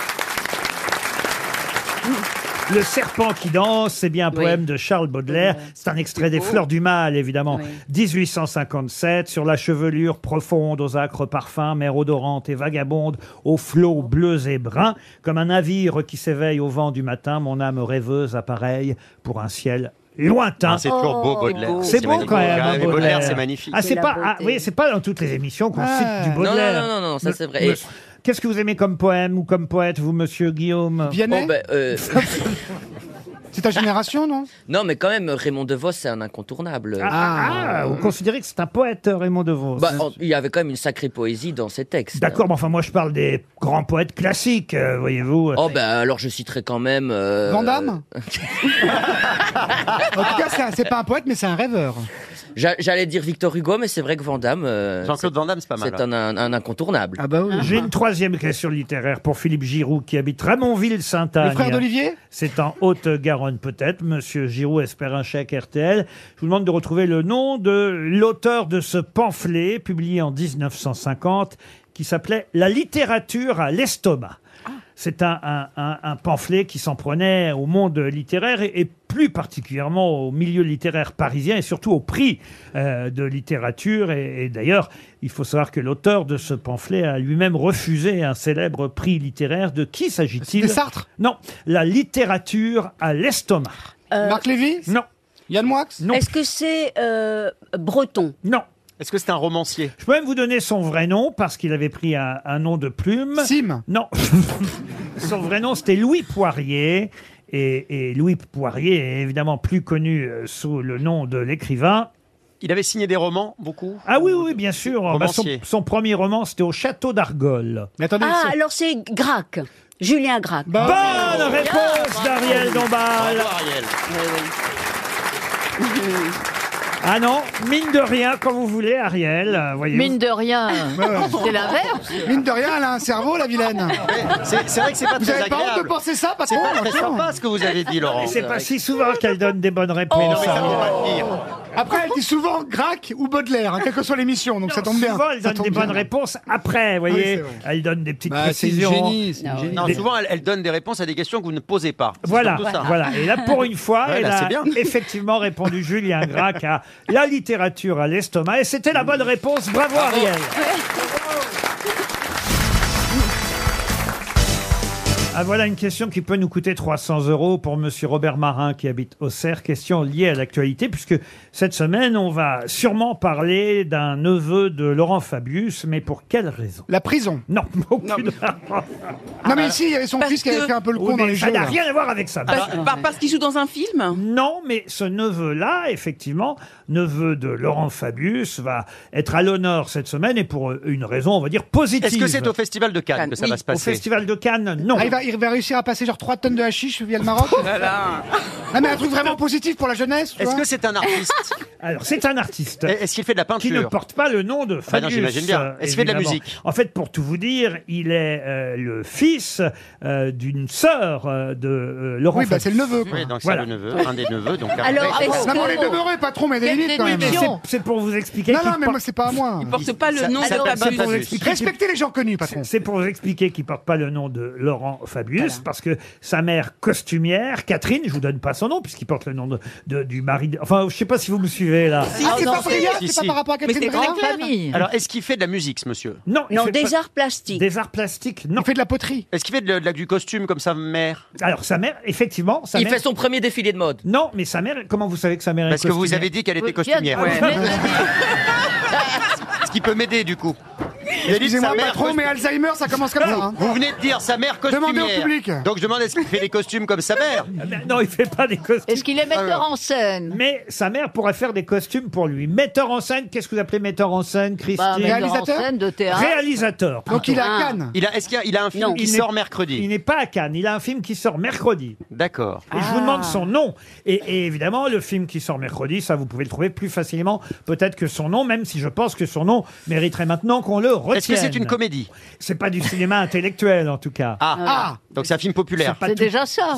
Le serpent qui danse, c'est bien un poème de Charles Baudelaire. C'est un extrait des Fleurs du Mal, évidemment. 1857, sur la chevelure profonde, aux acres parfums, mer odorante et vagabonde, aux flots bleus et bruns, comme un navire qui s'éveille au vent du matin, mon âme rêveuse appareille pour un ciel lointain. Ah, c'est toujours beau, Oh, Baudelaire. C'est c'est beau magnifique. quand même. hein, Ah, mais Baudelaire, c'est magnifique. Ah, c'est C'est la pas, beauté. ah, oui, c'est pas dans toutes les émissions qu'on Ah. cite du Non, non, Baudelaire. non, non, non, ça, Me- c'est vrai. me- Et- Qu'est-ce que vous aimez comme poème ou comme poète, vous, monsieur Guillaume Oh, ben, euh, C'est ta génération, non non, mais quand même, Raymond DeVos, c'est un incontournable. Ah, ah, ah, vous considérez que c'est un poète, euh, Raymond DeVos hein Bah, en- il y avait quand même une sacrée poésie dans ses textes. hein. D'accord, mais enfin, moi, je parle des grands poètes classiques, euh, voyez-vous. Oh, ben alors je citerai quand même. euh, Van Damme En tout cas, c'est un- c'est pas un poète, mais c'est un rêveur. j'a- J'allais dire Victor Hugo, mais c'est vrai que Van Damme. euh, Jean-Claude c'est- Van Damme, c'est pas mal, hein. C'est un, un- un incontournable. Ah, bah oui. J'ai une troisième question littéraire pour Philippe Giroud qui habite Ramonville-Saint-Anne. Le frère d'Olivier C'est en Haute-Garonne peut-être. Monsieur Giroud espère un chèque RTL. Je vous demande de retrouver le nom de l'auteur de ce pamphlet publié en 1950 qui s'appelait La littérature à l'estomac. C'est un, un- un- un pamphlet qui s'en prenait au monde littéraire et, et plus particulièrement au milieu littéraire parisien et surtout au prix euh, de littérature. Et, et d'ailleurs, il faut savoir que l'auteur de ce pamphlet a lui-même refusé un célèbre prix littéraire. De qui s'agit-il C'était Sartre Non, la littérature à l'estomac. Marc Lévy Non. Yann Moix Non. Euh, Est-ce que c'est euh, breton Non. Est-ce que c'est un romancier Je peux même vous donner son vrai nom parce qu'il avait pris un, un nom de plume. Sim Non. son vrai nom, c'était Louis Poirier. Et, et Louis Poirier est évidemment plus connu euh, sous le nom de l'écrivain. Il avait signé des romans, beaucoup Ah oui, oui, bien sûr. Bah, son, Romancier. son premier roman, c'était au château d'Argol. Ah, alors c'est Grac, Julien Grac. Bonne réponse d'Ariel Dombal. Bravo, Ariel. Ah non, mine de rien, quand vous voulez, Ariel, euh, voyez. Mine de rien. C'est l'inverse. Mine de rien, elle a un cerveau, la vilaine. C'est c'est vrai que c'est pas Vous très avez pas honte de agréable. penser ça, patron C'est pas très attention. sympa ce que vous avez dit, Laurent. Mais C'est pas si souvent qu'elle donne des bonnes réponses. Mais non, mais ça Ariel. faut pas le dire. Après, elle dit souvent Grac ou Baudelaire, hein, quelle que soit l'émission, donc ça tombe bien. Souvent, elle Ça donne tombe des bien. Ah bonnes réponses après, vous Oui, voyez. c'est vrai. elle donne des petites Bah, c'est une précisions. génie, c'est une Ah, génie. Non, Des- souvent, elle, elle donne des réponses à des questions que vous ne posez pas. C'est Voilà, surtout ça. voilà. Et là, pour une fois, Ouais, elle là, a c'est bien. effectivement répondu Julien Grac à la littérature à l'estomac. Et c'était la bonne réponse. Bravo, Ariel. Ah, voilà une question qui peut nous coûter 300 euros pour Monsieur Robert Marin qui habite Auxerre. Question liée à l'actualité puisque cette semaine, on va sûrement parler d'un neveu de Laurent Fabius, mais pour quelle raison La prison. Non, aucune Non, mais ici, il y avait son Parce fils qui avait que- fait un peu le Oui, con dans mais les ça jeux. n'a là. rien à voir avec ça. Parce, par- parce qu'il joue dans un film Non, mais ce neveu-là, effectivement, neveu de Laurent Fabius, va être à l'honneur cette semaine et pour euh, une raison, on va dire, positive. Est-ce que c'est au Festival de Cannes, que ça Oui, va se Au passer Festival de Cannes, non. Ah, il, va, il va réussir à passer genre 3 tonnes de hashish via le Maroc Ah, Non, mais un truc vraiment positif pour la jeunesse. tu Est-ce vois. que c'est un artiste Alors, c'est un artiste. Est-ce qu'il fait de la qui ne peinture porte pas le nom de bah non, Fabius. j'imagine bien. euh, Est-ce qu'il fait de la évidemment. musique En fait, pour tout vous dire, il est euh, le fils euh, d'une sœur euh, de euh, Laurent Oui, bah, Fabius. c'est le neveu, quoi. Oui, donc c'est Voilà. le neveu, un des neveux. Donc Alors, arrête. est-ce Non, mais on que- est demeuré, patron, mais il y a des Quelle limites quand même. déduction Non, C'est- C'est pour vous expliquer qu'il non, mais porte- moi, c'est pas à moi. Il porte pas le nom ça- de ça- la c'est pour vous Fabius. expliquer qu'il- Respectez les gens connus, patron. C'est- C'est pour vous expliquer qu'il porte pas le nom de Laurent Fabius, parce que sa mère costumière, Catherine, je vous donne pas son nom, puisqu'il porte le nom de, de- du mari. de- Enfin, je sais pas si vous me suivez là. Ah, c'est non, pas c'est- Briard, si, c'est pas si. par rapport à Mais Catherine c'est Briard très clair. Famille. Alors, est-ce qu'il fait de la musique, ce monsieur Non, il Non, fait des pas- arts plastiques. des arts plastiques, non. Ah, Il fait de la poterie. Est-ce qu'il fait de la- de la- du costume comme sa mère Alors sa mère, effectivement, sa Il mère. fait son premier défilé de mode. Non, mais sa mère, comment vous savez que sa mère est Parce que vous costumière avez dit qu'elle était Tiens, costumière. je voulais te le dire. Ce qui peut m'aider, du coup. Excusez-moi, patron, mais Alzheimer, ça commence comme ça. hein. Vous venez de dire sa mère costumière. Demandez au public. Donc je demande est-ce qu'il fait des costumes comme sa mère Ah, Non, il fait pas des costumes. Est-ce qu'il est metteur en scène Mais sa mère pourrait faire des costumes pour lui. Metteur en scène, qu'est-ce que vous appelez metteur en scène, Christine Bah, metteur en Réalisateur scène de théâtre. Réalisateur. Donc il est à pardon. Cannes. Il a, est-ce qu'il y a, il a un film qui Il n'est- sort mercredi Il n'est pas à Cannes, il a un film qui sort mercredi. D'accord. Et je vous Ah. demande son nom. Et, et évidemment, le film qui sort mercredi, ça vous pouvez le trouver plus facilement peut-être que son nom, même si je pense que son nom mériterait maintenant qu'on le retienne. Est-ce que c'est une comédie C'est pas du cinéma intellectuel en tout cas. Ah, donc c'est un film populaire. pas tout-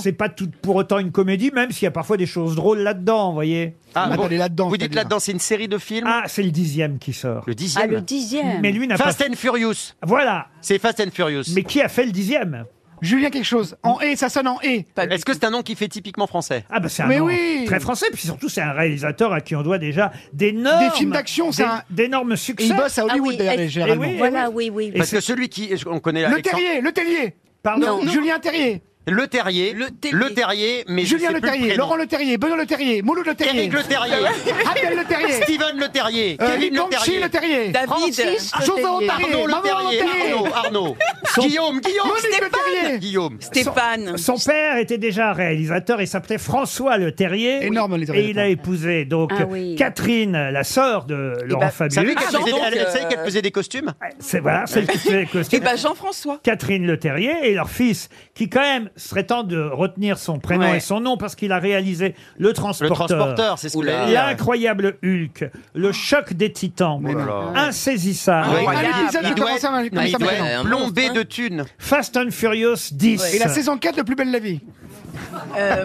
C'est pas tout pour autant une comédie, même s'il y a parfois des choses drôles là-dedans, vous voyez. Ah, bon, Vous dites là-dedans, c'est une série de films Ah, c'est le dixième qui sort. Le dixième. Ah, dixième. Mais lui n'a pas. Fast and Furious. Voilà. C'est Fast and Furious. Mais qui a fait le dixième Julien quelque chose. En et, ça sonne en E. et. Est-ce que c'est un nom qui fait typiquement français Ah bah c'est un Mais nom oui. très français, puis surtout c'est un réalisateur à qui on doit déjà d'énormes Des films d'action, c'est d'é- un- d'énormes succès. Et il bosse à Hollywood, d'ailleurs, et- généralement. et oui, et Ah Voilà, oui. oui, oui. Parce que celui qui. On connaît Le Alexandre- Terrier, le Terrier. Pardon. Non. Julien Terrier. Le Terrier. Le Terrier. mais je Julien sais Le plus Terrier, prénom. Laurent Le Terrier, Benoît Le Terrier, Mouloud Le Terrier. Éric Le Terrier. Abdel Le Terrier. Steven Le Terrier. Euh, Kevin Le Banksy Terrier. Le Terrier. Francis Le Joseph Terrier. Terrier. Arnaud Maman Le Terrier. Terrier. Arnaud. Arnaud. Guillaume. Guillaume. Monique Le Terrier. Guillaume. Stéphane. Son père était déjà réalisateur, il s'appelait François Le Terrier. Énorme, les Et il a épousé donc Ah oui. Catherine, la sœur de Laurent Bah, vous Fabius. savez qu'elle Ah, faisait- donc, elle- elle savait qu'elle euh, faisait des costumes C'est voilà, c'est le les Et costumes. ben Jean-François. Catherine Le Terrier et leur fils, qui quand même serait temps de retenir son prénom Ouais. et son nom parce qu'il a réalisé Le Le Transporteur, transporteur, c'est ce que Oula. L'incroyable Hulk, Oh. Le Choc des Titans, Mais non. Insaisissable, Ouais, Ah, il- l'épisode il a doit commencé à m'in- être- commencé il à doit m'intéresser. être plombé de thunes. Fast and Furious 10. hein. Et la saison 4, le plus belle la vie.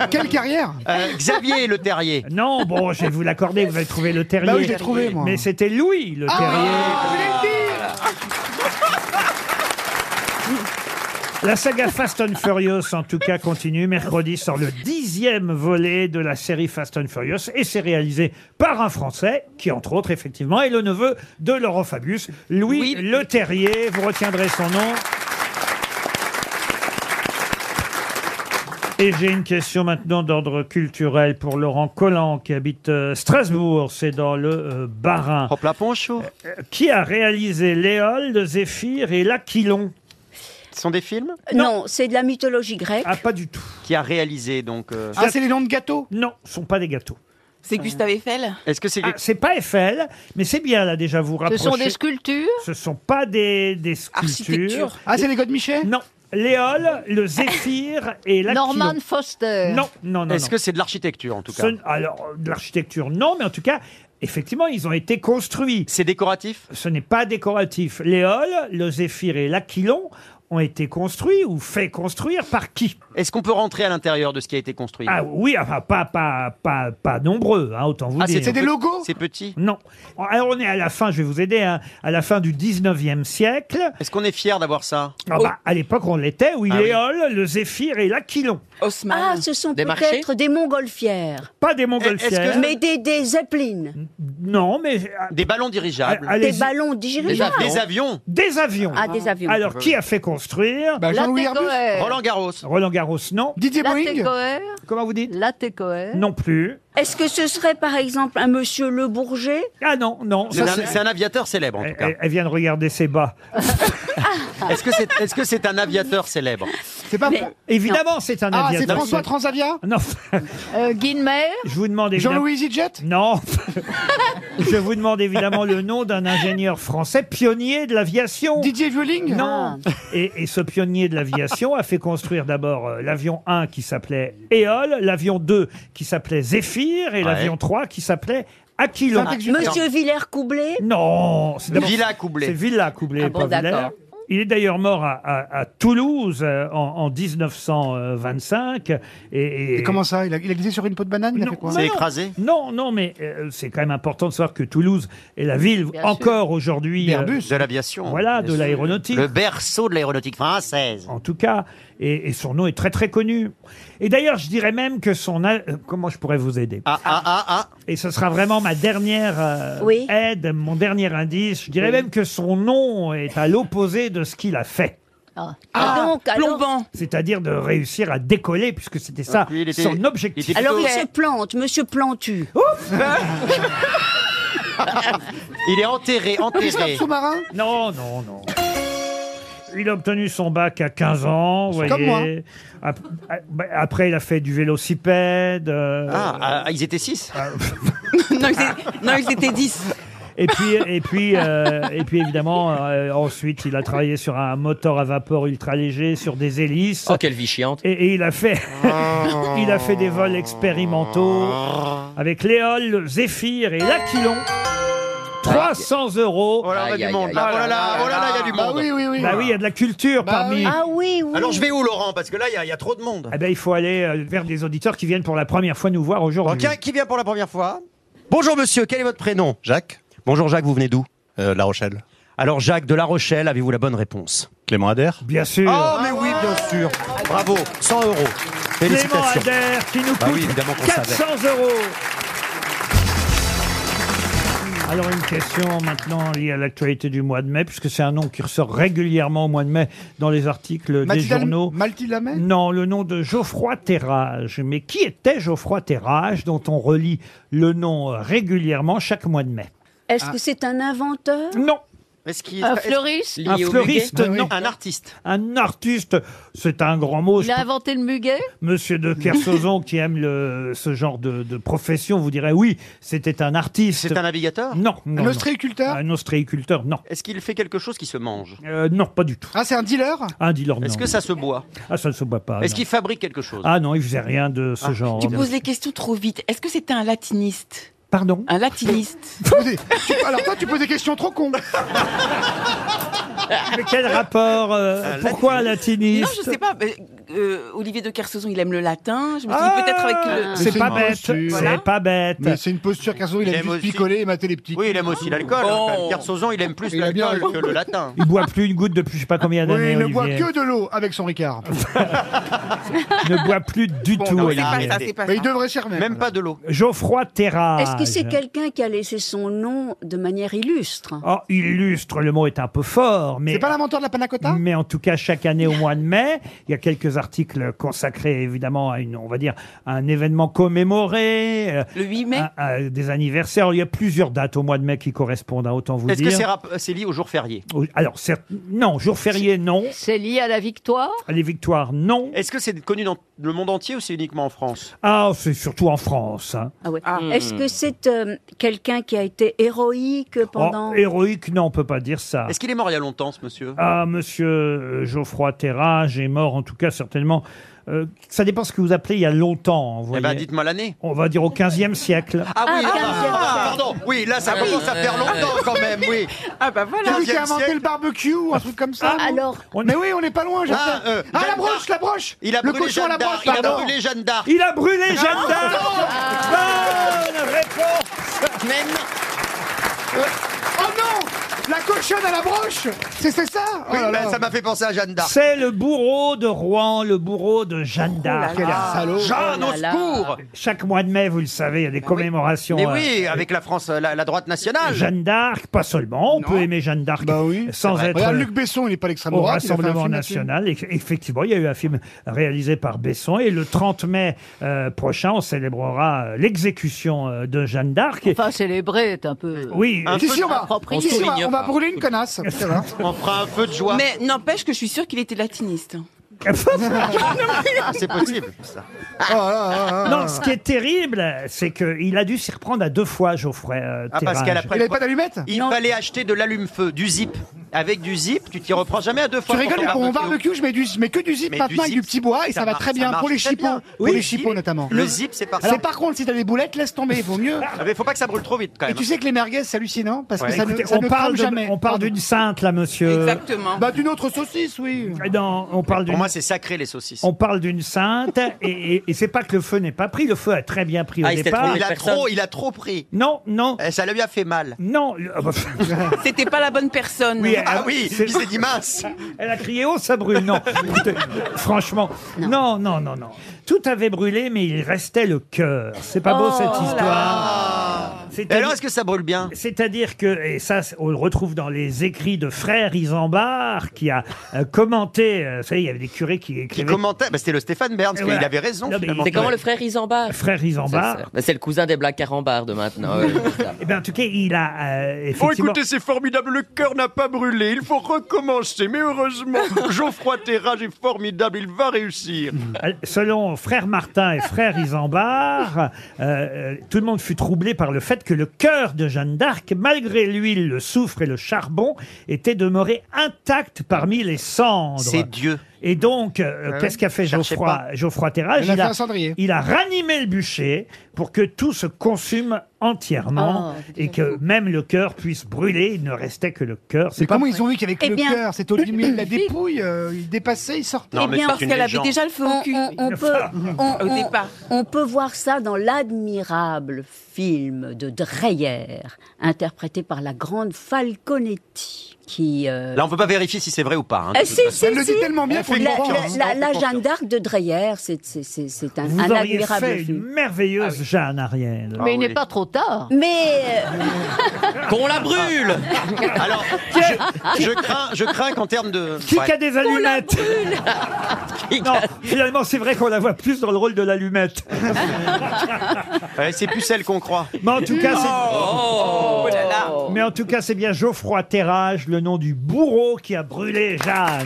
Quelle carrière Euh, Xavier Le Terrier. Non, bon, je vais vous l'accorder, vous allez trouver Le Terrier. Bah oui, je l'ai trouvé, moi. Mais c'était Louis Le Terrier. Ah, je voulais le dire. La saga Fast and Furious, en tout cas, continue. Mercredi sort le dixième volet de la série Fast and Furious et c'est réalisé par un Français qui, entre autres, effectivement, est le neveu de Laurent Fabius, Louis Le Terrier. Vous retiendrez son nom. Et j'ai une question maintenant d'ordre culturel pour Laurent Collant qui habite euh, Strasbourg, c'est dans le euh, Bas-Rhin. Euh, Hop la poncho. Qui a réalisé Léol, Zéphyr et l'Aquilon Ce sont des films Non, c'est de la mythologie grecque. Ah, pas du tout. qui a réalisé donc. euh, Ah, c'est les noms de gâteaux. Non, ce sont pas des gâteaux. Euh, C'est Gustave Eiffel. Est-ce que c'est Ah, c'est pas Eiffel, mais c'est bien là déjà vous Ce rapprocher. sont des sculptures Ce sont pas des, des sculptures. Architecture. Ah, c'est les God Michet Non, l'éole, le zéphyr et la Norman Foster. Non, non, non. Est-ce non. que c'est de l'architecture en tout cas Ce- alors euh, de l'architecture non, mais en tout cas, effectivement, ils ont été construits. C'est décoratif Ce n'est pas décoratif. L'éole, le zéphyr et l'aquilon ont été construits ou fait construire par qui Est-ce qu'on peut rentrer à l'intérieur de ce qui a été construit Ah oui, enfin pas pas pas pas nombreux, hein, autant vous Ah, dire. C'est des logos C'est petit Non. Alors on est à la fin, je vais vous aider, hein, à la fin du 19e siècle. Est-ce qu'on est fier d'avoir ça Ah bah, à l'époque on l'était, où il Ah oui. l'éole, le zéphyr et l'aquilon. Haussmann. Ah, ce sont Des marchés peut-être des montgolfières. Pas des Est-ce montgolfières. que- Mais des, des zeppelins. Non, mais... ah, Oh. Des ballons ah, dirigeables Des allez-y. ballons dirigeables. Des avions Des avions. Ah, des avions. Alors qui a fait construire Bah, La Jean-Louis Herbus. Roland Garros Roland Garros, non. Didier La Boeing. Técoère. Comment vous dites La Técoère. Non plus. Est-ce que ce serait par exemple un monsieur Le Bourget Ah non, non. C'est ça, un, c'est un aviateur célèbre en tout elle, cas. elle- elle vient de regarder ses bas. Est-ce que c'est est-ce que c'est un aviateur célèbre C'est pas. Évidemment, c'est un Ah, c'est aviateur. François Transavia. Non, Euh, Guinmer. je vous demande évidemment... Jean-Louis EasyJet. Non. Je vous demande évidemment le nom d'un ingénieur français pionnier de l'aviation. Didier Violing. Non. Et, et ce pionnier de l'aviation a fait construire d'abord euh, l'avion 1 qui s'appelait Éole, l'avion 2 qui s'appelait Zéphyr et l'avion 3 qui s'appelait Aquilon. Saint-Exupéry. Monsieur Villers-Coublé Non, Oh, c'est d'abord- Villa c'est Coublé. Villa Coublé, Ah bon, pas Villers. d'accord. Il est d'ailleurs mort à, à- à Toulouse euh, en, en 1925. Et, et- Et comment ça Il a, il a glissé sur une peau de banane Il a Non, fait quoi mais C'est non. écrasé Non, non, mais euh, c'est quand même important de savoir que Toulouse est la ville Bien sûr. encore aujourd'hui. euh, D'Airbus. De l'aviation. voilà, bien de sûr. l'aéronautique. Le berceau de l'aéronautique française. en tout cas, et, et son nom est très très connu. Et d'ailleurs, je dirais même que son... a- euh, Comment je pourrais vous aider Ah ah ah ah. Et ce sera vraiment ma dernière euh, Oui. aide, mon dernier indice. Je dirais même que son nom est à l'opposé de ce qu'il a fait. Ah. Ah, donc, alors, Plombant. C'est-à-dire de réussir à décoller, puisque c'était ça Donc, lui, il était- son il objectif. était- alors il Plutôt- se plante, monsieur Plantu. Ah, Il est enterré, enterré. sous-marin Non, non, non. Il a obtenu son bac à 15 ans, vous Comme voyez. Ap- a- bah, Après, il a fait du vélocipède. euh, Ah, ah, ils étaient 6 non, ils étaient- non, ils étaient 10. Et puis, et puis, euh, et puis évidemment, euh, ensuite, il a travaillé sur un moteur à vapeur ultra léger, sur des hélices. Oh, quelle vie chiante. Et, et il a fait, il a fait des vols expérimentaux avec l'éole, Zéphyr et l'Aquilon. 300 euros. Oh là, on a du monde, là. Oh là là, oh là là, il y a du Ah, monde. Bah oui, il y a de la culture parmi. Ah Ah oui, Alors je vais où, Laurent Parce que là, il y a- il y, a trop de monde. Eh ben, il faut aller euh, vers des auditeurs qui viennent pour la première fois nous voir aujourd'hui. Quelqu'un qui vient pour la première fois Bonjour monsieur, quel est votre prénom Jacques. Bonjour Jacques, vous venez d'où La Rochelle. Alors Jacques de La Rochelle, avez-vous la bonne réponse Clément Adair Bien sûr. Oh mais oui, bien sûr. Bravo, 100 euros. Clément Félicitations. Adair qui nous coûte Bah oui, évidemment qu'on 400 savait. euros. Alors une question maintenant liée à l'actualité du mois de mai, puisque c'est un nom qui ressort régulièrement au mois de mai dans les articles des Mathilde Alm- journaux. Mathilde Lamel Non, le nom de Geoffroy Terrage. Mais qui était Geoffroy Terrage, dont on relit le nom euh, régulièrement chaque mois de mai Est-ce Ah. que c'est un inventeur Non. Est-ce qu'il Un fleuriste Un fleuriste, non. Un artiste. Un artiste, c'est un grand mot. je Il a inventé le muguet Monsieur de Kersauzon, qui aime le, ce genre de, de profession, vous dirait oui, c'était un artiste. C'est un navigateur Non. non, Un non. ostréiculteur Un ostréiculteur, non. Est-ce qu'il fait quelque chose qui se mange Euh, non, pas du tout. Ah, c'est un dealer Un dealer, non. Est-ce que ça se boit Ah, ça ne se boit pas. Est-ce non. qu'il Ah, fabrique quelque chose Ah non, il faisait rien de ce genre. Tu poses les questions trop vite. Est-ce que c'était un latiniste Pardon Un latiniste. Alors toi, tu poses des questions trop cons. Mais quel rapport euh, Pourquoi un Non, latiniste je sais pas. mais, euh, Olivier de Kersauzon, il aime le latin. Je me suis dit Ah, peut-être avec le. C'est pas bête, c'est Voilà. pas bête. Mais c'est une posture, Carson, il, Il aime aime juste aussi- picoler et mater les petits. Oui, il aime aussi l'alcool. Oh. hein. Carsozon, il aime plus Il a bien l'alcool que raison. le latin. Il boit plus une goutte depuis je sais pas combien Oui, d'années. il ne boit Olivier. que de l'eau avec son Ricard. Ne boit plus du tout. Olivier. Mais il devrait s'y remettre. Même pas de l'eau. Geoffroy Terrage. Est-ce que c'est quelqu'un qui a laissé son nom de manière illustre Oh, illustre, le mot est un peu fort, mais. C'est pas l'inventeur de la panacota Mais en tout cas, chaque année au mois de mai, il y a quelques articles consacrés évidemment à une, on va dire, à un événement commémoré. euh, Le 8 mai Des anniversaires. Il y a plusieurs dates au mois de mai qui correspondent, à autant vous Est-ce dire. que c'est rap- c'est lié au jour férié Alors, certes- non, jour férié, non. C'est lié à la victoire Les victoires, non. Est-ce que c'est connu dans le monde entier ou c'est uniquement en France Ah, c'est surtout en France. hein. Ah ouais. Hmm. Est-ce que c'est euh, quelqu'un qui a été héroïque Oh, pendant héroïque, non, on peut pas dire ça. Est-ce qu'il est mort il y a longtemps, ce monsieur Ah, monsieur euh, Geoffroy Terrage est mort, en tout cas, certainement. Euh, ça dépend ce que vous appelez il y a longtemps. vous Eh ben, voyez. dites-moi l'année. On va dire au 15e siècle. Ah oui, Ah, ah, quinzième bah, siècle. pardon. Oui, là, ça commence à faire longtemps quand même, oui. Ah bah voilà. Celui qui a inventé le barbecue, un truc comme ça. Ah, non alors. Mais oui, on n'est pas loin, j'ai Ah, fait- euh, Ah, la Jeanne broche, la broche Il a Le brûlé cochon à la Jeanne broche, d'Arc. Il a pardon. brûlé Jeanne d'Arc. Ah, Il a brûlé Jeanne d'Arc Bonne réponse Mais Oh non La cochonne à la broche C'est c'est ça Oh là là. ben, ça m'a fait penser à Jeanne d'Arc. C'est le bourreau de Rouen, le bourreau de Jeanne d'Arc. Quel salaud. Ah, Jeanne, Oh au là là. secours Chaque mois de mai, vous le savez, il y a des commémorations. Mais euh, oui, avec la France, euh, la, la droite nationale. Jeanne d'Arc, pas seulement, on peut aimer Jeanne d'Arc Bah sans être Regarde, euh, Luc Besson, il n'est pas l'extrême au droite. il a fait un Rassemblement film National. Et effectivement, il y a eu un film réalisé par Besson. Et le 30 mai euh, prochain, on célébrera euh, l'exécution euh, de Jeanne d'Arc. Et- Enfin, célébrer est un peu. Oui, un Si, peu si, on va, approprié. si, si, on va- on va pas. brûler une connasse. Ça va. On fera un peu de joie. Mais n'empêche que je suis sûre qu'il était latiniste. C'est possible, ça. Ah, Non, ce qui est terrible, c'est qu'il a dû s'y reprendre à deux fois, Geoffrey. euh, Ah, parce Terrage. qu'elle après. d'allumettes Il fallait acheter de l'allume-feu, du zip. Avec du zip, tu t'y reprends jamais à deux Tu fois. rigoles, mais pour mon barbecue, je mets, du, je mets que du zip Mais du maintenant avec zip, du petit bois et ça, ça va marche- très ça bien marche pour les très chipots. bien. Pour Oui, les le chipots zip- notamment. le zip, c'est parfait. Alors par contre, si t'as des boulettes, laisse tomber, vaut mieux. Il faut pas que ça brûle trop vite, quand Et même. tu sais que les merguez, c'est hallucinant parce que Ouais. ça ne, Écoutez, ça on ne parle crame de- jamais. on parle d'une sainte, là, monsieur. Exactement. Bah d'une autre saucisse, oui. Non, on parle Pour d'une moi, c'est sacré, les saucisses. On parle d'une sainte, et, et- et c'est pas que le feu n'est pas pris, le feu a très bien pris au Ah, il s'était départ. trompé de Il a personne. trop- il a trop pris. Non, non. Eh, ça lui a fait mal. Non. le- C'était pas la bonne personne. Oui, ah elle- oui, c'est- il s'est dit mince. Elle a crié Oh, ça brûle Non. Écoutez, Franchement, non. non, non, non, Tout avait brûlé, mais il restait le cœur. C'est pas beau Oh cette là histoire. alors, est-ce que ça brûle bien C'est-à-dire que, et ça, c'est- on le retrouve dans les écrits de frère Isambard, qui a euh, commenté, euh, vous savez, il y avait des curés qui Qui écrivaient... commentait bah, C'était le Stéphane Bern, parce Et voilà. qu'il avait raison. Non, mais finalement. C'est comment le frère Isambard Frère Isambard. C'est- C'est c'est le cousin des Black Carambar de maintenant. euh, Eh ben, en tout cas, il a euh, Oh, effectivement... écoutez, c'est formidable, le cœur n'a pas brûlé, il faut recommencer, mais heureusement, Geoffroy Terrage est formidable, il va réussir. Euh, Selon frère Martin et frère Isambard, euh, euh, tout le monde fut troublé par le fait que le cœur de Jeanne d'Arc, malgré l'huile, le soufre et le charbon, était demeuré intact parmi les cendres. C'est Dieu. Et donc, euh, Ah ouais. qu'est-ce qu'a fait Cherchez Geoffroy, pas. Geoffroy Terrage Il a fait un cendrier. il a ranimé le bûcher pour que tout se consume entièrement Ah, et que même le cœur puisse brûler. Il ne restait que le cœur. C'est comment ils ont vu qu'avec Eh le bien- cœur, c'était au milieu de la dépouille, euh, il dépassait, il sortait. Eh bien, on, on- on peut, on- Au on- départ. on peut voir ça dans l'admirable film de Dreyer, interprété par la grande Falconetti, qui... euh, Là, on peut pas vérifier si c'est vrai ou pas. hein, de Eh, toute si, façon. si, si. La, la- la- la Jeanne d'Arc de Dreyer, c'est c'est- c'est- c'est un, Vous un auriez admirable fait Ah film. une merveilleuse Jeanne Ariel. Mais il n'est pas trop tard. Mais Qu'on la brûle Alors, je, je crains, je crains qu'en termes de... Qui Ouais. a des allumettes Non, finalement, c'est vrai qu'on la voit plus dans le rôle de l'allumette. Ouais, c'est plus celle qu'on croit. Mais en tout cas, c'est. Oh. Oh là là. Mais en tout cas, c'est bien Geoffroy Terrage, le nom du bourreau qui a brûlé Jeanne.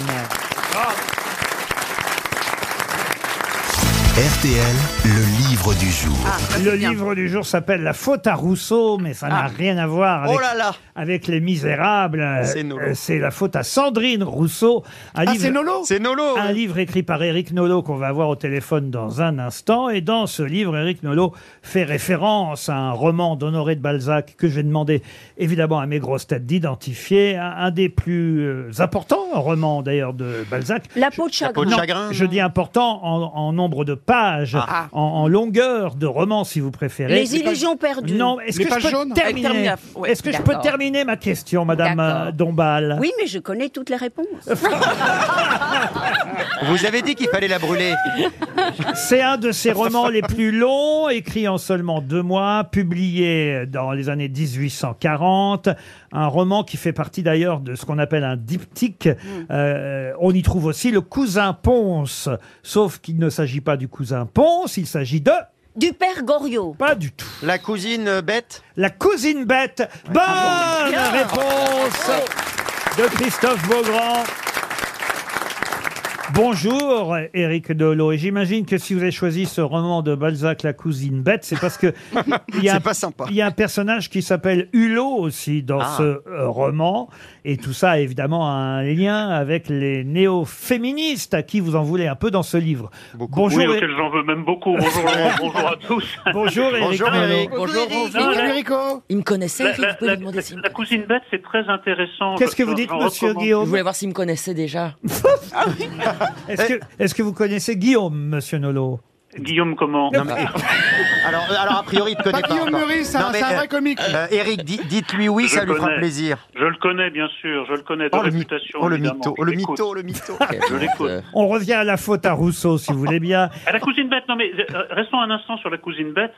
RTL, le livre du jour. Ah, Le livre du jour s'appelle La faute à Rousseau, mais ça n'a Ah. rien à voir avec, Oh là là. avec Les Misérables. Euh, C'est Nolo. euh, C'est la faute à Sandrine Rousseau. Un Ah, c'est Nolo C'est Nolo, Un ouais. livre écrit par Éric Nolo qu'on va avoir au téléphone dans un instant. Et dans ce livre, Éric Nolo fait référence à un roman d'Honoré de Balzac que j'ai demandé évidemment à mes grosses têtes d'identifier. Un, un des plus euh, importants romans d'ailleurs de Balzac. La peau de chagrin. Ah. Non, Je dis important en, en nombre de pages, en, en longueur de roman, si vous préférez. Les illusions perdues. Non, est-ce Les que je pages jaunes peux Elle termine terminer la- ouais, Est-ce que je peux d'accord. terminer ma question, Madame euh, Dombal Oui, mais je connais toutes les réponses. Vous avez dit qu'il fallait la brûler. C'est un de ses romans les plus longs, écrit en seulement deux mois, publié dans les années 1840. Un roman qui fait partie d'ailleurs de ce qu'on appelle un diptyque. Mm. Euh, on y trouve aussi le cousin Ponce, sauf qu'il ne s'agit pas du cousin Ponce, il s'agit de... Du père Goriot. Pas du tout. La cousine euh, bête La cousine bête. Bonne Bien. réponse de Christophe Beaugrand. Bonjour Éric Dolo et j'imagine que si vous avez choisi ce roman de Balzac La cousine bête, c'est parce que il y a C'est un- pas sympa. Il y a un personnage qui s'appelle Hulot aussi dans Ah. ce euh, roman et tout ça a évidemment un lien avec les néo-féministes à qui vous en voulez un peu dans ce livre. Bonjour. oui, Éric- auquel j'en veux même beaucoup. Bonjour, Laurent, bonjour à tous. Bonjour, Éric Bonjour, Nolot. Éric. Bonjour, Éric. Non, Bonjour, la- Il me connaissait, la- Eric, la- vous pouvez la- lui demander s'il me La cousine bête, c'est très intéressant. Qu'est-ce que Je- vous dites, j'en monsieur recommande. Guillaume Ah Je voulais voir s'il me connaissait déjà. Est-ce que, est-ce que vous connaissez Guillaume, monsieur Nolo Guillaume comment Alors, euh, alors, a priori, il ne connaît pas. Guillaume encore. Meurice, c'est Non, un- mais, c'est un euh, vrai comique. euh, Eric, di- dites-lui oui, Je ça le lui fera connais. plaisir. Je le connais, bien sûr. Je le connais de Oh, le mytho, réputation. oh, le évidemment. mytho, Je oh, le l'écoute. mytho, le mytho. Je l'écoute. On revient à la faute à Rousseau, si vous voulez bien. À la cousine bête, non mais euh, restons un instant sur la cousine bête.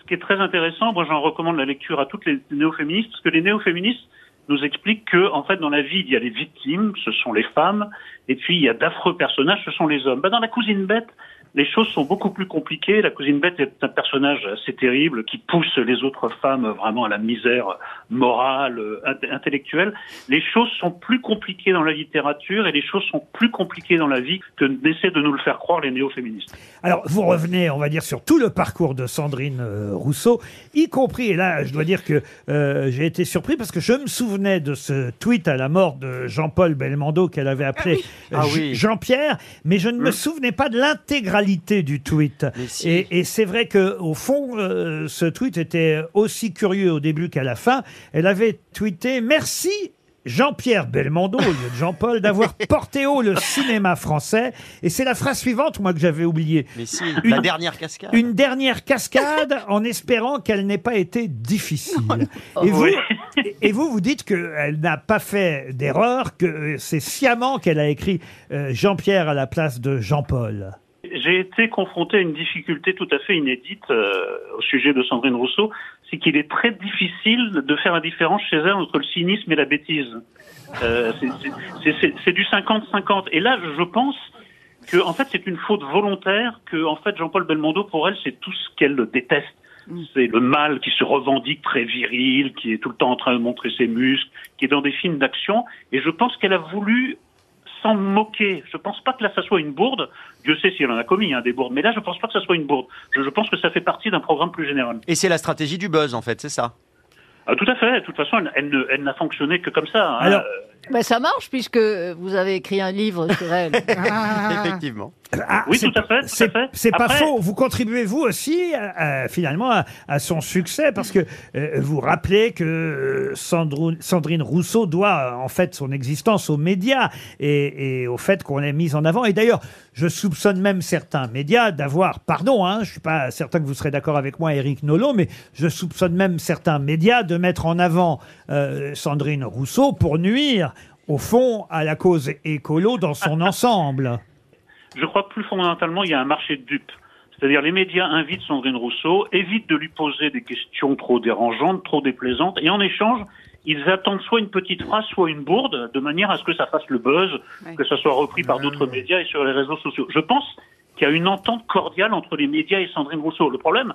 Ce qui est très intéressant, moi j'en recommande la lecture à toutes les néo-féministes, parce que les néo-féministes nous expliquent que, en fait, dans la vie, il y a les victimes, ce sont les femmes, et puis il y a d'affreux personnages, ce sont les hommes. Bah, dans la cousine bête, les choses sont beaucoup plus compliquées. La cousine bête est un personnage assez terrible qui pousse les autres femmes vraiment à la misère morale, euh, int- intellectuelle. Les choses sont plus compliquées dans la littérature et les choses sont plus compliquées dans la vie que n'essaient de nous le faire croire les néo-féministes. Alors, vous revenez, on va dire, sur tout le parcours de Sandrine euh, Rousseau, y compris, et là, je dois dire que euh, j'ai été surpris parce que je me souvenais de ce tweet à la mort de Jean-Paul Belmondo qu'elle avait Ah appelé oui. euh, Ah oui. Hein Je- Jean-Pierre, mais je ne me souvenais pas de l'intégralité du tweet. si. Et, et c'est vrai que au fond, euh, ce tweet était aussi curieux au début qu'à la fin. Elle avait tweeté Merci. Jean-Pierre Belmondo, au lieu de Jean-Paul, d'avoir porté haut le cinéma français. Et c'est la phrase suivante, moi, que j'avais oubliée. Mais si, la dernière cascade. Une dernière cascade en espérant qu'elle n'ait pas été difficile. Et vous, Oui. et vous, vous dites qu'elle n'a pas fait d'erreur, que c'est sciemment qu'elle a écrit euh, Jean-Pierre à la place de Jean-Paul. J'ai été confronté à une difficulté tout à fait inédite euh, au sujet de Sandrine Rousseau. c'est qu'il est très difficile de faire la différence chez elle entre le cynisme et la bêtise. Euh, c'est- c'est- c'est c'est- c'est du 50-50. Et là, je pense que en fait, c'est une faute volontaire que en fait, Jean-Paul Belmondo, pour elle, c'est tout ce qu'elle déteste. C'est le mâle qui se revendique très viril, qui est tout le temps en train de montrer ses muscles, qui est dans des films d'action. Et je pense qu'elle a voulu s'en moquer. Je pense pas que là, ça soit une bourde. Dieu sait si elle en a commis, hein, des bourdes. Mais là, je pense pas que ça soit une bourde. Je, je pense que ça fait partie d'un programme plus général. Et c'est la stratégie du buzz, en fait, c'est ça Ah, tout à fait. De toute façon, elle, elle ne- elle n'a fonctionné que comme ça. hein. Alors- Mais Ben, ça marche puisque vous avez écrit un livre sur elle. Effectivement. oui, tout à fait. tout à C'est fait. c'est pas Après- faux. Vous contribuez vous aussi à- à- finalement à, à son succès parce que euh, vous rappelez que euh, Sandrou- Sandrine Rousseau doit euh, en fait son existence aux médias et, et au fait qu'on l'ait mise en avant. Et d'ailleurs, je soupçonne même certains médias d'avoir, pardon, hein, je suis pas certain que vous serez d'accord avec moi, Eric Nolot, mais je soupçonne même certains médias de mettre en avant euh, Sandrine Rousseau pour nuire au fond à la cause écolo dans son ensemble. Je crois que plus fondamentalement, il y a un marché de dupes. C'est-à-dire, les médias invitent Sandrine Rousseau, évitent de lui poser des questions trop dérangeantes, trop déplaisantes, et en échange, ils attendent soit une petite phrase, soit une bourde, de manière à ce que ça fasse le buzz, que ça soit repris par d'autres médias et sur les réseaux sociaux. Je pense qu'il y a une entente cordiale entre les médias et Sandrine Rousseau. Le problème,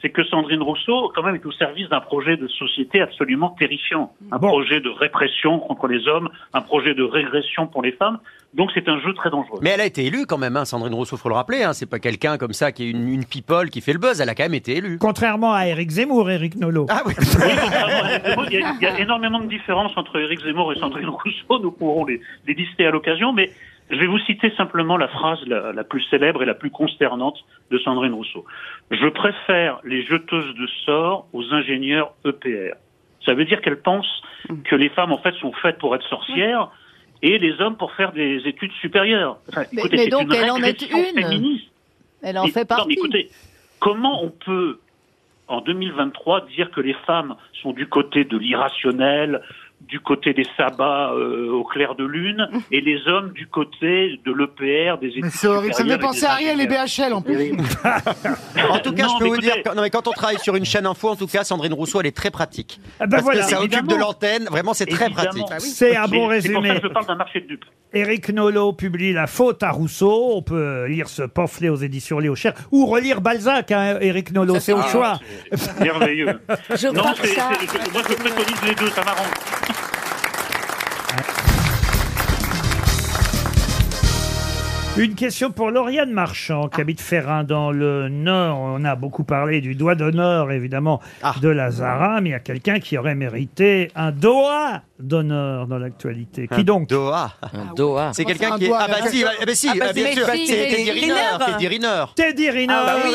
c'est que Sandrine Rousseau, quand même, est au service d'un projet de société absolument terrifiant. Un projet de répression contre les hommes, un projet de régression pour les femmes. Donc, c'est un jeu très dangereux. Mais elle a été élue quand même, hein, Sandrine Rousseau, faut le rappeler. hein, c'est pas quelqu'un comme ça qui est une, une people qui fait le buzz. Elle a quand même été élue. Contrairement à Eric Zemmour, Eric Nolot. Oui, contrairement à Éric Zemmour, il, y a, il y a énormément de différences entre Éric Zemmour et Sandrine Rousseau. Nous pourrons les, les lister à l'occasion, mais je vais vous citer simplement la phrase la, la plus célèbre et la plus consternante de Sandrine Rousseau. Je préfère les jeteuses de sorts aux ingénieurs EPR. Ça veut dire qu'elle pense que les femmes, en fait, sont faites pour être sorcières et les hommes pour faire des études supérieures. Enfin, Mais- écoutez, mais c'est donc une elle en est régression une. féministe. Elle en Mais- fait non, mais partie. écoutez, comment on peut, en 2023, dire que les femmes sont du côté de l'irrationnel, du côté des sabbats euh, au clair de lune, et les hommes du côté de l'EPR, des études Mais c'est horrible. Ça me fait supérieures et penser des à Ariel et ingénieurs. BHL en plus. En tout cas, Non, je peux mais vous écoutez- dire, que- non, mais quand on travaille sur une chaîne info, en tout cas, Sandrine Rousseau, elle est très pratique. Ah ben Parce voilà. que ça occupe Évidemment. de l'antenne, vraiment, c'est très Évidemment. pratique. Bah oui. C'est un bon Mais C'est pour ça résumé. que je parle d'un marché de dupes. Éric Nolot publie La faute à Rousseau. On peut lire ce pamphlet aux éditions Léo Cher ou relire Balzac, hein, Éric Nolot. C'est au Ah, choix. c'est Merveilleux. Je non, crois c'est- que ça- c'est- c'est- moi, je préconise les deux, ça m'arrange. Une question pour Lauriane Marchand, qui habite Ferrin dans le Nord. On a beaucoup parlé du doigt d'honneur, évidemment, de Lazara, mais il y a quelqu'un qui aurait mérité un doigt d'honneur dans l'actualité. Qui donc Doha. Ah, Doha. C'est quelqu'un qui est. Ah bah si, ah bah si, Ah bah ah, bien si, sûr, mais si, c'est mais Teddy Riner. Riner. Teddy Riner. Teddy Riner, Ah bah oui,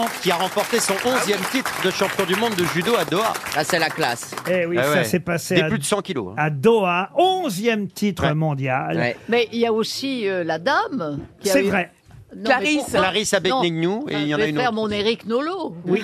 bah oui. Qui a remporté son 11e titre de champion du monde de judo à Doha. Ah, c'est la classe. Eh oui, Ah ça ouais. s'est passé Des à, plus de 100 kilos. hein. à Doha, 11e titre mondial. Mais il y a aussi euh, la dame. qui a C'est eu- vrai. Non, mais Clarisse. pourquoi- Clarisse Abetnegnou, Non, et il y en je a vais une faire autre. mon Eric Nolo. Oui.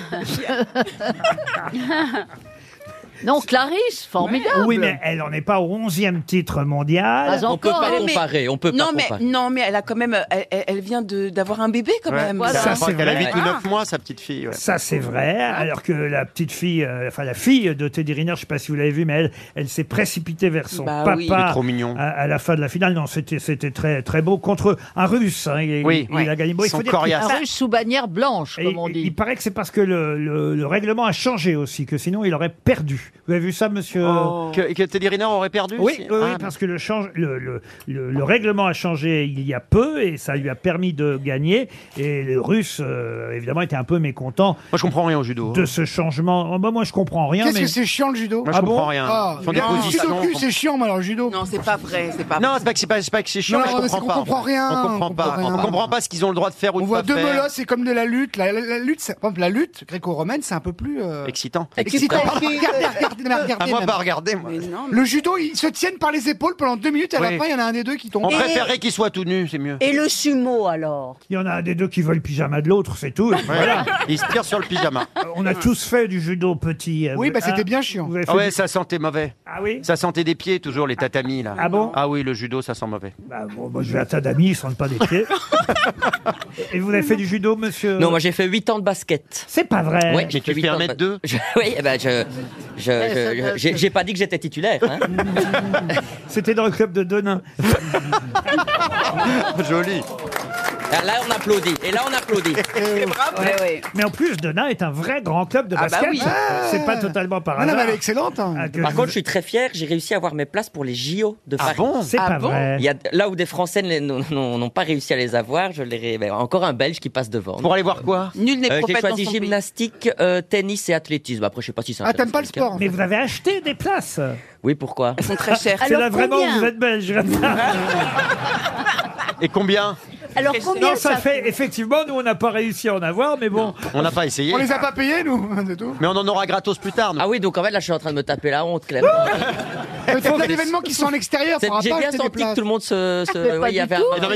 non, Clarisse, formidable. Oui, mais elle n'en est pas au 11e titre mondial. Pas On peut encore, pas hein, Mais- non, mais, Non, mais elle a quand même. Elle, elle- elle vient de- d'avoir un bébé quand même. Ça, c'est Elle a vrai. 8 ou 9 mois, sa petite fille. ouais. Ah. Ça, c'est vrai. Hein Alors que la petite fille, euh, enfin la fille de Teddy Riner, je ne sais pas si vous l'avez vu, mais elle, elle s'est précipitée vers son Bah papa oui. Il est trop mignon. À, à la fin de la finale. Non, c'était c'était très très beau contre un Russe. hein. Il, Oui, il, ouais. il a gagné. Bon, il Son faut dire qu'il- coriace. Un russe sous bannière blanche, Et comme on il- dit. Il paraît que c'est parce que le, le- le règlement a changé aussi, que sinon il aurait perdu. Vous avez vu ça, monsieur Oh. Que, que Teddy Riner aurait perdu Oui, si- oui, oui, Ah, parce que le, change, le, le- le- le règlement a changé il y a peu et ça lui a permis de gagner. Et les Russes, euh, évidemment, étaient un peu mécontents Moi, je comprends rien au judo. hein. de ce changement. Oh, bah, moi, je comprends rien. Qu'est-ce mais... que c'est chiant le judo Moi, je Ah comprends bon rien. Ah, Ils font des non, positions. le judo, c'est chiant, mais alors le judo. Non, c'est pas vrai. Eh, C'est pas Non, c'est pas que c'est pas, c'est pas que c'est chiant, Non, mais je mais c'est comprends qu'on pas. comprend rien, On on comprend comprend pas. rien. On comprend pas ce qu'ils ont le droit de faire ou On de voit pas deux faire. molosses, c'est comme de la lutte. La, la- la lutte, c'est- par exemple, la lutte gréco-romaine, c'est un peu plus. euh, Excitant. Excitant. Excitant. Regardez, regardez, regardez, non, mais regardez Ah, moi, même. pas regarder, moi. Le judo, ils se tiennent par les épaules pendant deux minutes, à Oui. la fin, il y en a un des deux qui tombe. On préférait qu'il soit tout nu, c'est mieux. Et le sumo alors Il y en a un des deux qui veut le pyjama de l'autre, c'est tout. Voilà. Il se tire sur le pyjama. Euh, On a tous fait du judo petit. euh, Oui, bah, c'était hein. bien chiant. Vous avez Ah fait ouais, du- ça sentait mauvais. Ah oui Ça sentait des pieds, toujours, les tatamis, là. Ah bon Ah oui, le judo, ça sent mauvais. Bah, bon, moi, je vais à Tadami, ils sentent pas des pieds. Et vous avez fait du judo, monsieur Non, moi j'ai fait 8 ans de basket. C'est pas vrai. Ouais, Mais j'ai tu fait fais 8 ans de 1m2? ba- Je- Oui, eh ben, je, je- je- je- j'ai- j'ai pas dit que j'étais titulaire. hein. C'était dans le club de Denain. Joli. Ah, Là, on applaudit. Et là, on applaudit. Ouais. Mais en plus, Denain est un vrai grand club de Ah bah basket. oui. C'est pas totalement par hasard. excellente. hein. Ah, que Par je- contre, je suis très fier, j'ai réussi à avoir mes places pour les JO de Paris. bon C'est Ah pas bon vrai. Il y a, là où des Français ne les- n'ont- n'ont n'ont pas réussi à les avoir, je les, ré- ben, encore un Belge qui passe devant. Euh, Pour aller voir quoi Nul n'est J'ai prophète choisi dans son pays. gymnastique, euh, tennis et athlétisme. Après, je sais pas si ça. Ah, intéresse quelqu'un. Mais vous avez acheté des places. Oui, pourquoi sont très chères. C'est là vraiment où vous êtes belge. Et combien Alors combien non, ça, ça fait Eh, effectivement nous on n'a pas réussi à en avoir mais bon On n'a pas essayé. pas payés nous, c'est tout. Mais on en aura gratos plus tard. Ah oui, donc en fait là je suis en train de me taper la honte, Clément. Mais t'as plein d'événements qui sont en extérieur, C'est- faudra J'ai pas bien acheter des senti que places. tout le monde se. se- Mais oui, pas il y du avait un- tout. un- un moment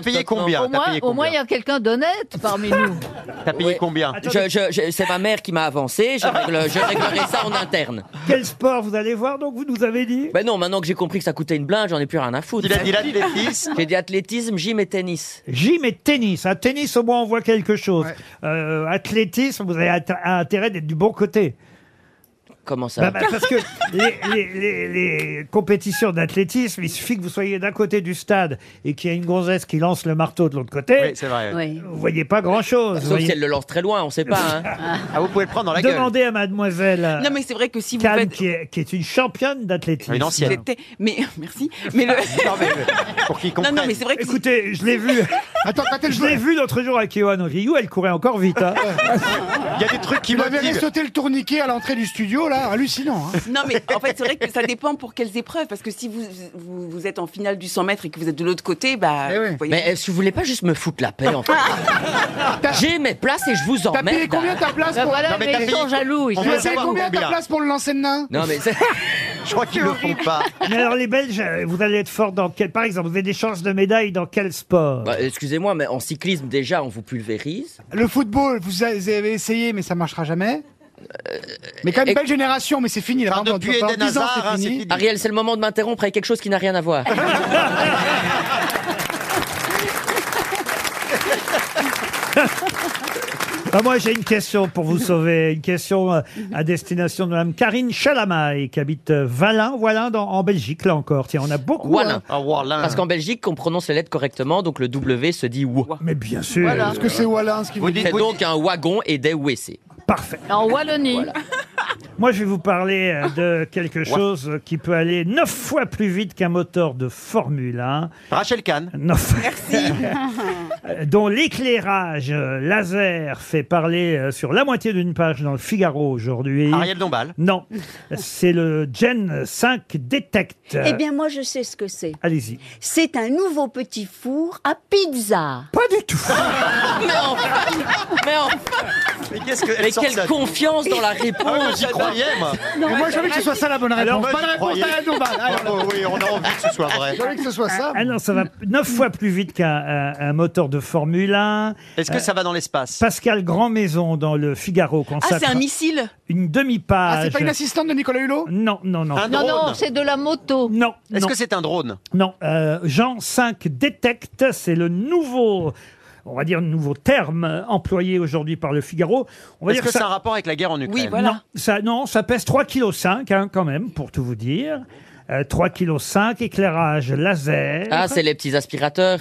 de stock, non. Au moins, au moins, il y a quelqu'un d'honnête parmi nous. T'as payé combien Je- je- je- C'est ma mère qui m'a avancé, je, règle- je réglerai ça en interne. Quel sport vous allez voir donc vous nous avez dit Ben non, maintenant que j'ai compris que ça coûtait une blinde, j'en ai plus rien à foutre. Il a dit l'athlétisme. J'ai dit athlétisme, gym et tennis. Gym et tennis. À tennis, au moins, on voit quelque chose. Euh, athlétisme, vous avez at- intérêt d'être du bon côté. Comment ça Bah, bah, Parce que les, les- les- les compétitions d'athlétisme, il suffit que vous soyez d'un côté du stade et qu'il y a une gonzesse qui lance le marteau de l'autre côté. Oui, c'est vrai. oui. Vous voyez pas Ah, grand-chose. vous Bah, Sauf si voyez. elle le lance très loin, on sait pas. hein. Ah, vous pouvez le prendre dans la gueule. Demandez à mademoiselle euh, Non, mais c'est vrai que si vous Kahn, faites. qui, est, qui est une championne d'athlétisme. Une ancienne. J'étais- Mais euh, merci. Mais le. Non, mais pour qu'ils comprennent. Non, non, mais c'est vrai que. si- Écoutez, je l'ai vu. Attends, quand elle je l'ai vu l'autre jour avec Yohan Ryu, elle courait encore vite. hein. Il y a des trucs qui Il avait motivent. sauté le tourniquet à l'entrée du studio, là, hallucinant. hein. Non, mais en fait, c'est vrai que ça dépend pour quelles épreuves. Parce que si vous, vous, vous êtes en finale du 100 mètres et que vous êtes de l'autre côté, bah. vous voyez. Mais est-ce que Eh, vous voulez pas juste me foutre la paix en fait J'ai mes places et je vous emmerde. payé combien ta place Ben pour- voilà, Non, mais mais t'as ils payé- sont jaloux. ils Tu sont as jaloux. payé combien ta place pour le lancer de nain Non mais c'est- Je crois qu'ils le font pas. Mais alors les Belges, euh, vous allez être fort dans quel Par exemple, vous avez des chances de médaille dans quel sport Bah, excusez-moi, mais en cyclisme déjà on vous pulvérise. Le football, vous avez essayé, mais ça marchera jamais. Mais quand même, Euh, et- belle génération, mais c'est fini. Là, pendant- pendant 10 ans, hein, hein, c'est fini. Ariel, c'est le moment de m'interrompre avec quelque chose qui n'a rien à voir. Ah, Moi, j'ai une question pour vous sauver. Une question euh, à destination de Mme Karine Chalamaille, qui habite euh, Valin, Valin dans- en Belgique, là encore. Tiens, on a beaucoup. Wallin. hein. Ah, Parce qu'en Belgique, on prononce les lettres correctement, donc le W se dit WO. Mais bien sûr. Parce que c'est Wallin, ce qui C'est donc un wagon et des WC. Parfait. En Wallonie. Moi, je vais vous parler euh, de quelque chose qui peut aller neuf fois plus vite qu'un moteur de Formule 1. Rachel Kahn. Neuf. Euh, dont l'éclairage euh, laser fait parler euh, sur la moitié d'une page dans le Figaro aujourd'hui. Ariel Dombal. Non, c'est le Gen 5 Detect. Eh bien moi je sais ce que c'est. Allez-y. C'est un nouveau petit four à pizza. Pas du tout. Mais enfin Mais enfin Mais qu'est-ce que. Mais quelle confiance dans la Ah, moi, réponse j'y croyais, moi. Mais moi, j'ai envie que ce soit ça la bonne réponse. Pas la réponse d'Ariel Dombal. Allez, Oh, oui, on a envie que ce soit vrai. J'ai envie que ce soit ça. Ah non, ça va neuf fois plus vite qu'un un- un moteur de Formule 1. Est-ce que ça va dans l'espace Pascal Grand-Maison dans le Figaro consacre Ah, c'est un missile une demi-page. Ah, c'est pas une assistante de Nicolas Hulot Non, non, non. Un Non, non, drone. c'est de la moto. Non. Est-ce non. que c'est un drone Non, euh, Jean 5 détecte, c'est le nouveau, on va dire, nouveau terme euh, employé aujourd'hui par le Figaro. On va Est-ce dire que c'est ça- Euh, un rapport avec la guerre en Ukraine Non, ça, non, ça pèse 3,5 kg hein, quand même, pour tout vous dire. Euh, 3,5 kg, éclairage laser. Ah, c'est les petits aspirateurs.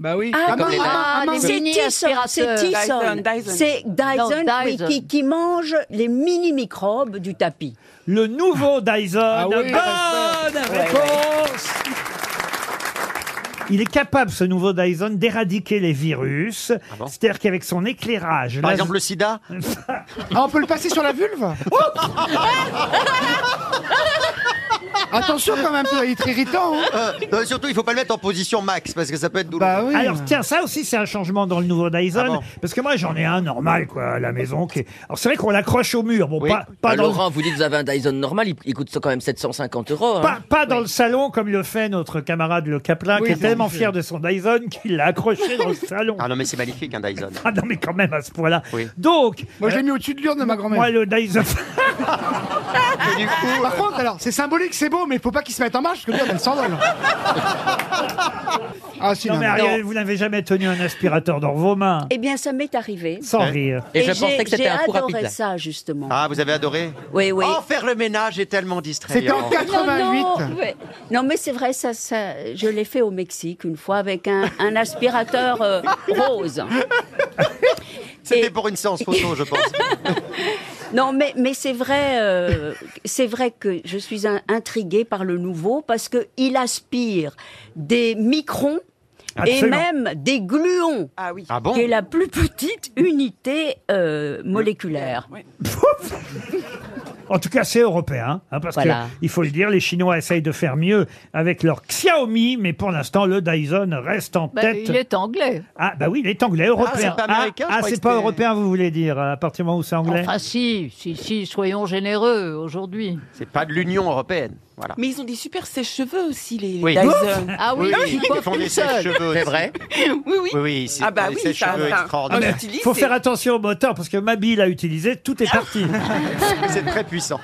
Bah oui. Ah, comme les Ah, les c'est mini Tyson, c'est aspirateurs. Tyson. Dyson, Dyson. C'est Dyson, Non, oui, Dyson. qui, qui mange les mini microbes du tapis. Le nouveau Dyson. Ah oui, Bonne Dyson. réponse Il est capable, ce nouveau Dyson, d'éradiquer les virus. Ah bon C'est-à-dire qu'avec son éclairage... Par laser- exemple, le sida Ah, on peut le passer sur la vulve Attention hein. quand même, il est très irritant. Euh, surtout, il faut pas le mettre en position max parce que ça peut être douloureux. Bah Alors tiens, ça aussi c'est un changement dans le nouveau Dyson, parce que moi j'en ai un normal quoi à la maison. Qui... est- Alors c'est vrai qu'on l'accroche au mur, bon pas, pas Bah, Ah, dans le- Laurent, vous dites vous avez un Dyson normal, il, il coûte ça quand même 750 euros. hein. Pas, pas dans le salon comme le fait notre camarade le Caplin Oui, qui est non, tellement je- fier de son Dyson qu'il l'a accroché dans le salon. Ah non, mais c'est magnifique un Dyson. Ah non mais quand même à ce point-là. Donc Moi, je l'ai euh, mis au-dessus de l'urne de ma grand-mère. Moi le Dyson. Par contre, alors, c'est symbolique, c'est beau, mais il faut pas qu'il se mette en marche, parce que l'urne, elle s'envole. Ah, si, non non, mais non. Ariel, vous n'avez jamais tenu un aspirateur dans vos mains. Eh bien, ça m'est arrivé. Sans rire. Et, je pensais que c'était un coup rapide. J'ai adoré ça, justement. Ah, vous avez adoré Oui, oui. Oh, faire le ménage est tellement distrayant. Non, non, mais, non, mais c'est vrai, ça, ça, je l'ai fait au Mexique une fois avec un, un aspirateur euh, rose. C'était pour une séance photo, je pense. Non, mais, mais c'est vrai, euh, c'est vrai que je suis un- intriguée par le nouveau parce que il aspire des microns et Absolument. même des gluons, ah oui. Ah bon qui est la plus petite unité euh, moléculaire. En tout cas, c'est européen, hein, parce Voilà. que il faut le dire, les Chinois essayent de faire mieux avec leur Xiaomi, mais pour l'instant, le Dyson reste en Bah, tête. il est anglais. Ah bah oui, il est anglais, européen. c'est pas américain, je ah, croyais c'est que pas c'était- européen, vous voulez dire, à partir du moment où c'est anglais. Enfin, si, si, si, soyons généreux aujourd'hui. C'est pas de l'Union européenne. Voilà. Mais ils ont des super sèche-cheveux aussi, les Oui. Dyson. Ah oui, ils font des sèches-cheveux. C'est aussi. vrai Oui, oui. Oui, oui, c'est Ah bah des oui, sèches-cheveux ça- ça- Ah, mais extraordinaires. faut faire attention au moteur parce que Mabi l'a utilisé, tout est parti. C'est très puissant.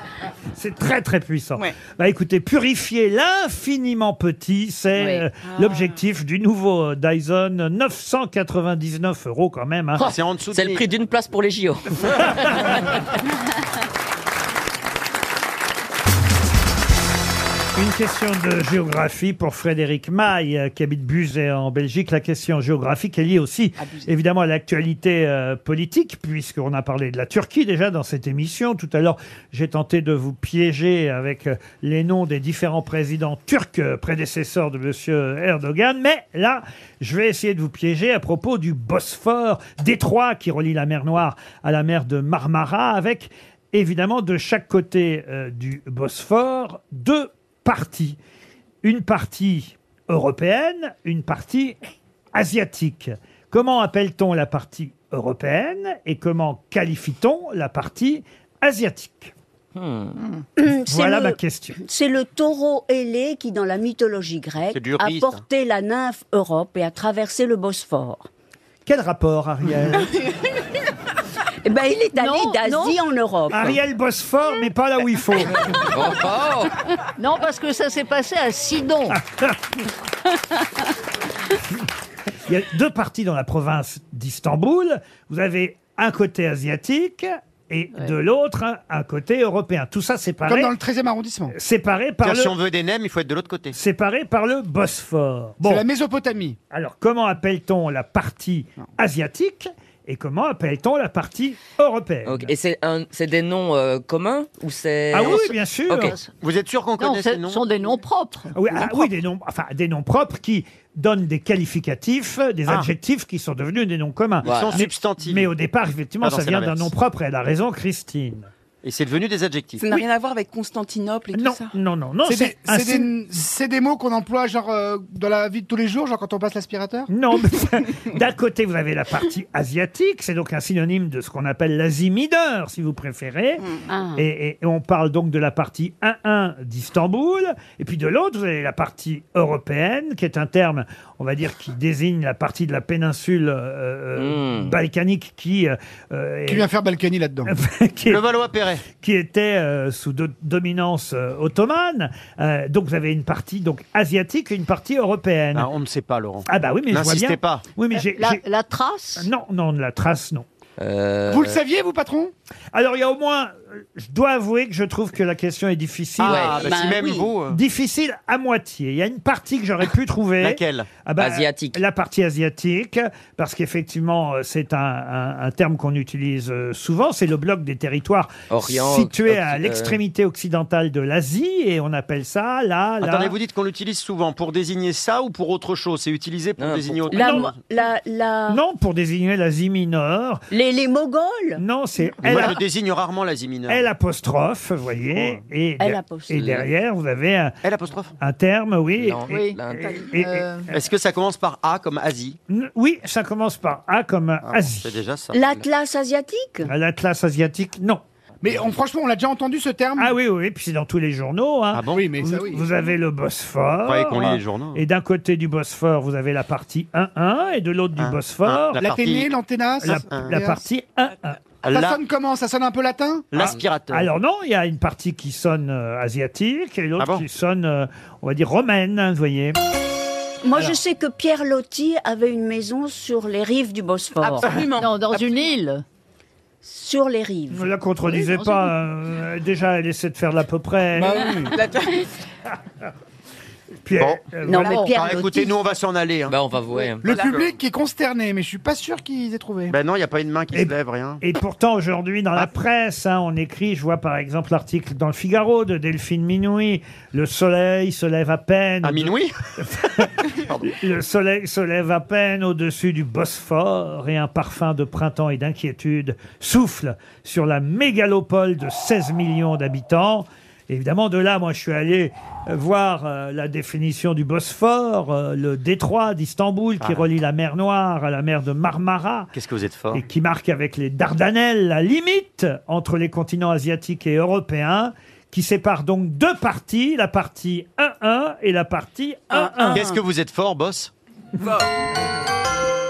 C'est très très puissant. Bah écoutez, purifier l'infiniment petit, c'est Oui. euh, l'objectif du nouveau euh, Dyson, 999 euros quand même. hein. C'est le prix d'une place pour les JO. Une question de géographie pour Frédéric Maille, euh, qui habite Buzet en Belgique. La question géographique est liée aussi, évidemment, à l'actualité euh, politique, puisqu'on a parlé de la Turquie déjà dans cette émission. Tout à l'heure, j'ai tenté de vous piéger avec euh, les noms des différents présidents turcs euh, prédécesseurs de M. Erdogan. Mais là, je vais essayer de vous piéger à propos du Bosphore, détroit qui relie la mer Noire à la mer de Marmara, avec évidemment de chaque côté euh, du Bosphore deux parties. Une partie européenne, une partie asiatique. Comment appelle-t-on la partie européenne et comment qualifie-t-on la partie asiatique Hmm. C'est Voilà le- ma question. C'est le taureau ailé qui, dans la mythologie grecque, C'est du a rubis, ça. porté la nymphe Europe et a traversé le Bosphore. Quel rapport, Ariel Eh ben, il est allé Non, d'Asie non. en Europe. Ariel Bosphore, mais pas là où il faut. Oh. Non, parce que ça s'est passé à Sidon. Il y a deux parties dans la province d'Istanbul. Vous avez un côté asiatique et de l'autre un, un côté européen. Tout ça séparé, Comme dans le 13e arrondissement. séparé par Car le si on veut des nems, il faut être de l'autre côté. séparé par le Bosphore. C'est la Mésopotamie. Alors comment appelle-t-on la partie asiatique et comment appelle-t-on la partie européenne Ok. Et c'est un- c'est des noms euh, communs ou c'est Ah oui, bien sûr. Ok. Vous êtes sûr qu'on Non, ce sont des noms propres. Ah Oui, ah oui, des noms, enfin des noms propres qui donnent des qualificatifs, euh, des Ah. adjectifs qui sont devenus des noms communs. Ils sont Mais- substantifs. Mais au départ, effectivement, Pardon, ça Ah c'est vient d'un l'inverse. nom propre. Elle a raison, Christine. Et c'est devenu des adjectifs. Ça n'a rien à voir avec Constantinople et tout ça. Non, non, non. C'est des, un c'est des- c'est des mots qu'on emploie genre euh, dans la vie de tous les jours, genre quand on passe l'aspirateur Non, mais d'un côté, vous avez la partie asiatique, c'est donc un synonyme de ce qu'on appelle l'Asie mineure, si vous préférez. Ah. Et, et- et on parle donc de la partie 1-1 d'Istanbul. Et puis de l'autre, vous avez la partie européenne, qui est un terme, on va dire, qui désigne la partie de la péninsule euh, euh, balkanique qui... euh, euh, Mm. Qui est- vient faire Balkany là-dedans le qui était euh, sous do- dominance euh, ottomane. Euh, donc vous avez une partie donc asiatique et une partie européenne. Ah, on ne sait pas, Laurent. Ah bah oui, mais je vois N'insistez bien. pas. Oui, mais j'ai, La- j'ai- la trace Ah, Non, non, la trace, non. Euh, Vous le saviez, vous, patron Alors il y a au moins, euh, je dois avouer que je trouve que la question est difficile. Ah, Ouais, bah, si bah même oui. vous, euh. Difficile à moitié. Il y a une partie que j'aurais pu trouver. Laquelle Asiatique. La partie asiatique, parce qu'effectivement euh, c'est un, un- un terme qu'on utilise euh, souvent. C'est le bloc des territoires Orient, situés Occ- à euh. l'extrémité occidentale de l'Asie, et on appelle ça là, là. Attendez, vous dites qu'on l'utilise souvent pour désigner ça ou pour autre chose C'est utilisé pour désigner autre La, chose la, la- Non, pour désigner l'Asie mineure. Les, les Mogols Non, c'est Mais elle- Moi, je désigne rarement l'Asie féminin. L apostrophe, vous voyez. Et, L apostrophe. et derrière, vous avez un, un terme, oui. et- et- et- et- Est-ce que ça commence par A comme Asie N- Oui, ça commence par A comme Asie. C'est déjà ça. L'Atlas asiatique À L'Atlas asiatique, non. Mais on- franchement, on l'a déjà entendu ce terme Ah oui, oui, et puis c'est dans tous les journaux. Ah bon oui, mais vous, ça, oui. vous avez le Bosphore. Vous croyez qu'on lit les journaux Et d'un côté du Bosphore, vous avez la partie 1-1, et de l'autre du Ah, Bosphore... La L'Athénée, l'Antenna ça- La, la ça- partie 1-1. Ça sonne comment Ça sonne un peu latin Ah, Alors non, il y a une partie qui sonne euh, asiatique et l'autre qui sonne, euh, on va dire, romaine, hein, vous voyez. Moi, Alors. je sais que Pierre Loti avait une maison sur les rives du Bosphore. Absolument. Non, dans une île. Sur les rives. Ne la contredisez Oui, pas. euh, déjà, elle essaie de faire l'à peu près. Bah Pierre, euh, Non, voilà. mais Pierre Ah, écoutez, nous on va s'en aller. hein. Bah, on va voir. Le public est consterné, mais je suis pas sûr qu'ils aient trouvé. Ben non, il n'y a pas une main qui se lève, rien. Et pourtant, aujourd'hui, dans la presse, hein, on écrit, je vois par exemple l'article dans le Figaro de Delphine Minoury, le soleil se lève à peine. À Minoury Le soleil se lève à peine au-dessus du Bosphore et un parfum de printemps et d'inquiétude souffle sur la mégalopole de 16 millions d'habitants. Évidemment, de là, moi, je suis allé euh, voir euh, la définition du Bosphore, euh, le détroit d'Istanbul qui Ah. relie la mer Noire à la mer de Marmara Qu'est-ce que vous êtes fort et qui marque avec les Dardanelles la limite entre les continents asiatiques et européens, qui sépare donc deux parties, la partie 1-1 et la partie 1-1. Qu'est-ce que vous êtes fort, boss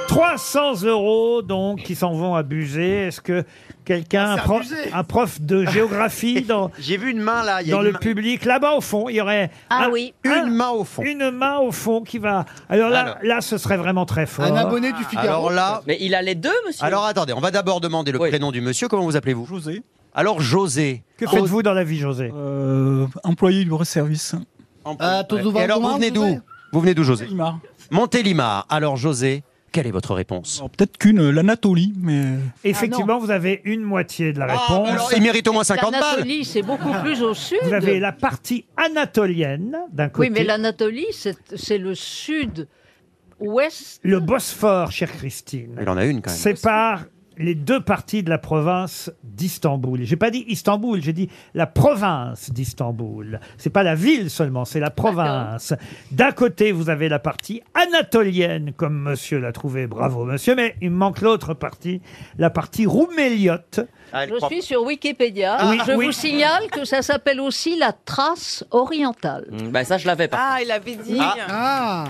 300 euros donc qui s'en vont abuser. Est-ce que quelqu'un, un, C'est prof- abusé. un prof de géographie dans, J'ai vu une main là. il y a dans une le main- public, là-bas au fond, il y aurait Ah un- oui. un- Une main au fond. une main au fond qui va. Alors là, Alors. là, ce serait vraiment très fort. Alors là. Mais il a les deux, monsieur. Alors attendez, on va d'abord demander le prénom du monsieur. Comment vous appelez-vous José. Alors José. que faites-vous dans la vie, José Euh, Employé libre service. Et alors vous venez d'où Vous venez d'où, José Montélimar. Alors José, quelle est votre réponse Peut-être qu'une, l'Anatolie, mais. Ah, Effectivement, vous avez une moitié de la réponse. Ah, Ah. alors, il mérite au moins L'Anatolie, c'est beaucoup plus au sud. Vous avez la partie anatolienne d'un côté. Oui, mais l'Anatolie, c'est c'est le sud-ouest. Le Bosphore, chère Christine. Il en a une quand même. Sépare les deux parties de la province d'Istanbul. J'ai pas dit Istanbul, j'ai dit la province d'Istanbul. C'est pas la ville seulement, c'est la province. D'un côté, vous avez la partie anatolienne, comme monsieur l'a trouvé, bravo monsieur, mais il me manque l'autre partie, la partie rouméliote. Je suis sur Wikipédia. Oui, je Ah, oui. vous signale que ça s'appelle aussi la Thrace orientale. Ben ça, je l'avais pas. Ah, il avait dit.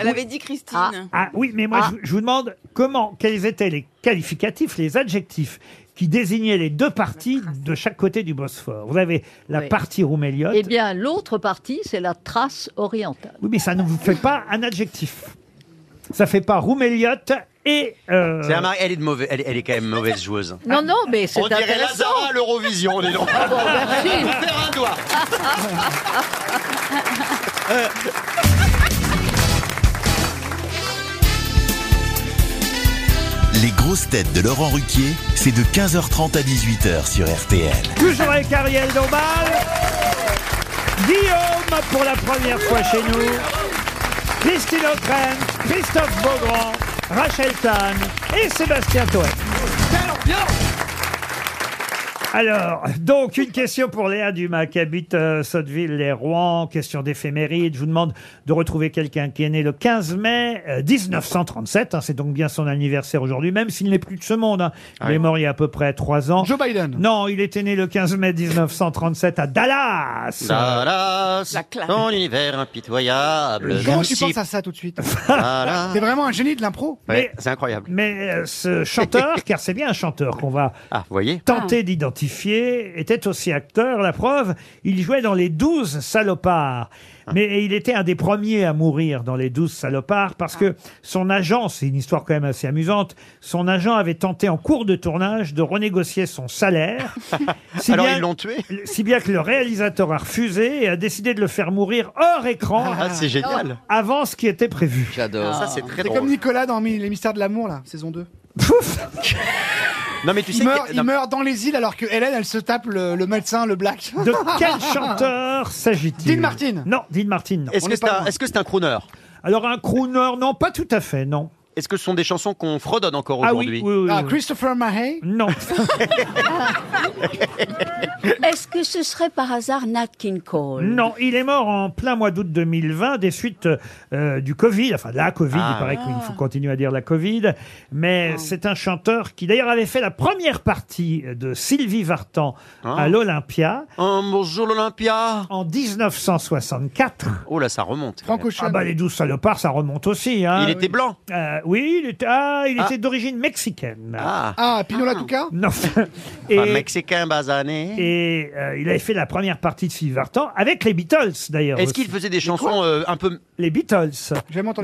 Elle avait dit Christine. Ah oui, mais moi, je, je vous demande comment, quels étaient les qualificatifs, les adjectifs qui désignaient les deux parties de chaque côté du Bosphore. Vous avez la Oui. partie rouméliote. Eh bien, l'autre partie, c'est la Thrace orientale. Oui, mais ça ne vous fait pas un adjectif. Ça fait pas rouméliote et... euh, C'est la mar- Elle est de mauvais. Elle, est- elle est quand même mauvaise joueuse. Ah. Non, non, mais c'est On dirait intéressant. Lazara à l'Eurovision, dis donc. Ah bon, merci. Faire un doigt. Les grosses têtes de Laurent Ruquier, c'est de 15h30 à 18h sur RTL. Toujours avec Ariel Dombal. Guillaume pour la première fois chez nous. Christine O'Krent, Christophe Beaugrand, Rachel Tan et Sébastien Toet. Alors, donc, une question pour Léa Dumas qui habite euh, Sotteville, les Rouen. Question d'éphéméride. Je vous demande de retrouver quelqu'un qui est né le 15 mai euh, 1937. hein, c'est donc bien son anniversaire aujourd'hui, même s'il n'est plus de ce monde. Hein. Il est mort il y a à peu près trois ans. Joe Biden. Non, il était né le 15 mai 1937 à Dallas. Dallas, La classe. ton univers impitoyable. Comment Merci. tu penses à ça tout de suite Voilà. T'es vraiment un génie de l'impro Ouais, C'est incroyable. Mais euh, ce chanteur, car c'est bien un chanteur qu'on va Ah, voyez. Ah. tenter d'identifier, était aussi acteur. La preuve, il jouait dans Les Douze Salopards. Ah. Mais il était un des premiers à mourir dans Les Douze Salopards parce que son agent, c'est une histoire quand même assez amusante, son agent avait tenté en cours de tournage de renégocier son salaire. Alors, ils l'ont tué Si bien que le réalisateur a refusé et a décidé de le faire mourir hors écran. Ah, c'est génial. Avant ce qui était prévu. J'adore. Ça, Ah. c'est très Ah. C'est drôle. comme Nicolas dans Mi- Les Mystères de l'amour, là, saison 2. Non, mais tu Il, sais meurt, que- il non, meurt dans les îles alors que Hélène, elle se tape le, le médecin, le black. De quel chanteur s'agit-il Dean Martin. Non, Dean Martin. non. Est-ce On que n'est c'est pas un, loin. est-ce que c'est un crooner Alors un crooner, non, pas tout à fait, non. Est-ce que ce sont des chansons qu'on fredonne encore Ah aujourd'hui oui, oui, oui, Ah, oui. Christopher Mahay Non. Est-ce que ce serait par hasard Nat King Cole Non, il est mort en plein mois d'août 2020 des suites euh, du Covid, enfin de la Covid, Ah, il paraît oui. qu'il faut continuer à dire la Covid, mais c'est un chanteur qui d'ailleurs avait fait la première partie de Sylvie Vartan à l'Olympia. Ah, bonjour l'Olympia En 1964. Oh là, ça remonte. Ah bah les douze salopards, ça remonte aussi. hein. Il était blanc Euh, Oui, il était, ah, il Ah. était d'origine mexicaine. Ah. Ah, Pinola Tuca Non. Pas mexicain basané. Et euh, il avait fait la première partie de Sylvie Vartan avec les Beatles d'ailleurs. Est-ce aussi. qu'il faisait des chansons euh, un peu... Les Beatles.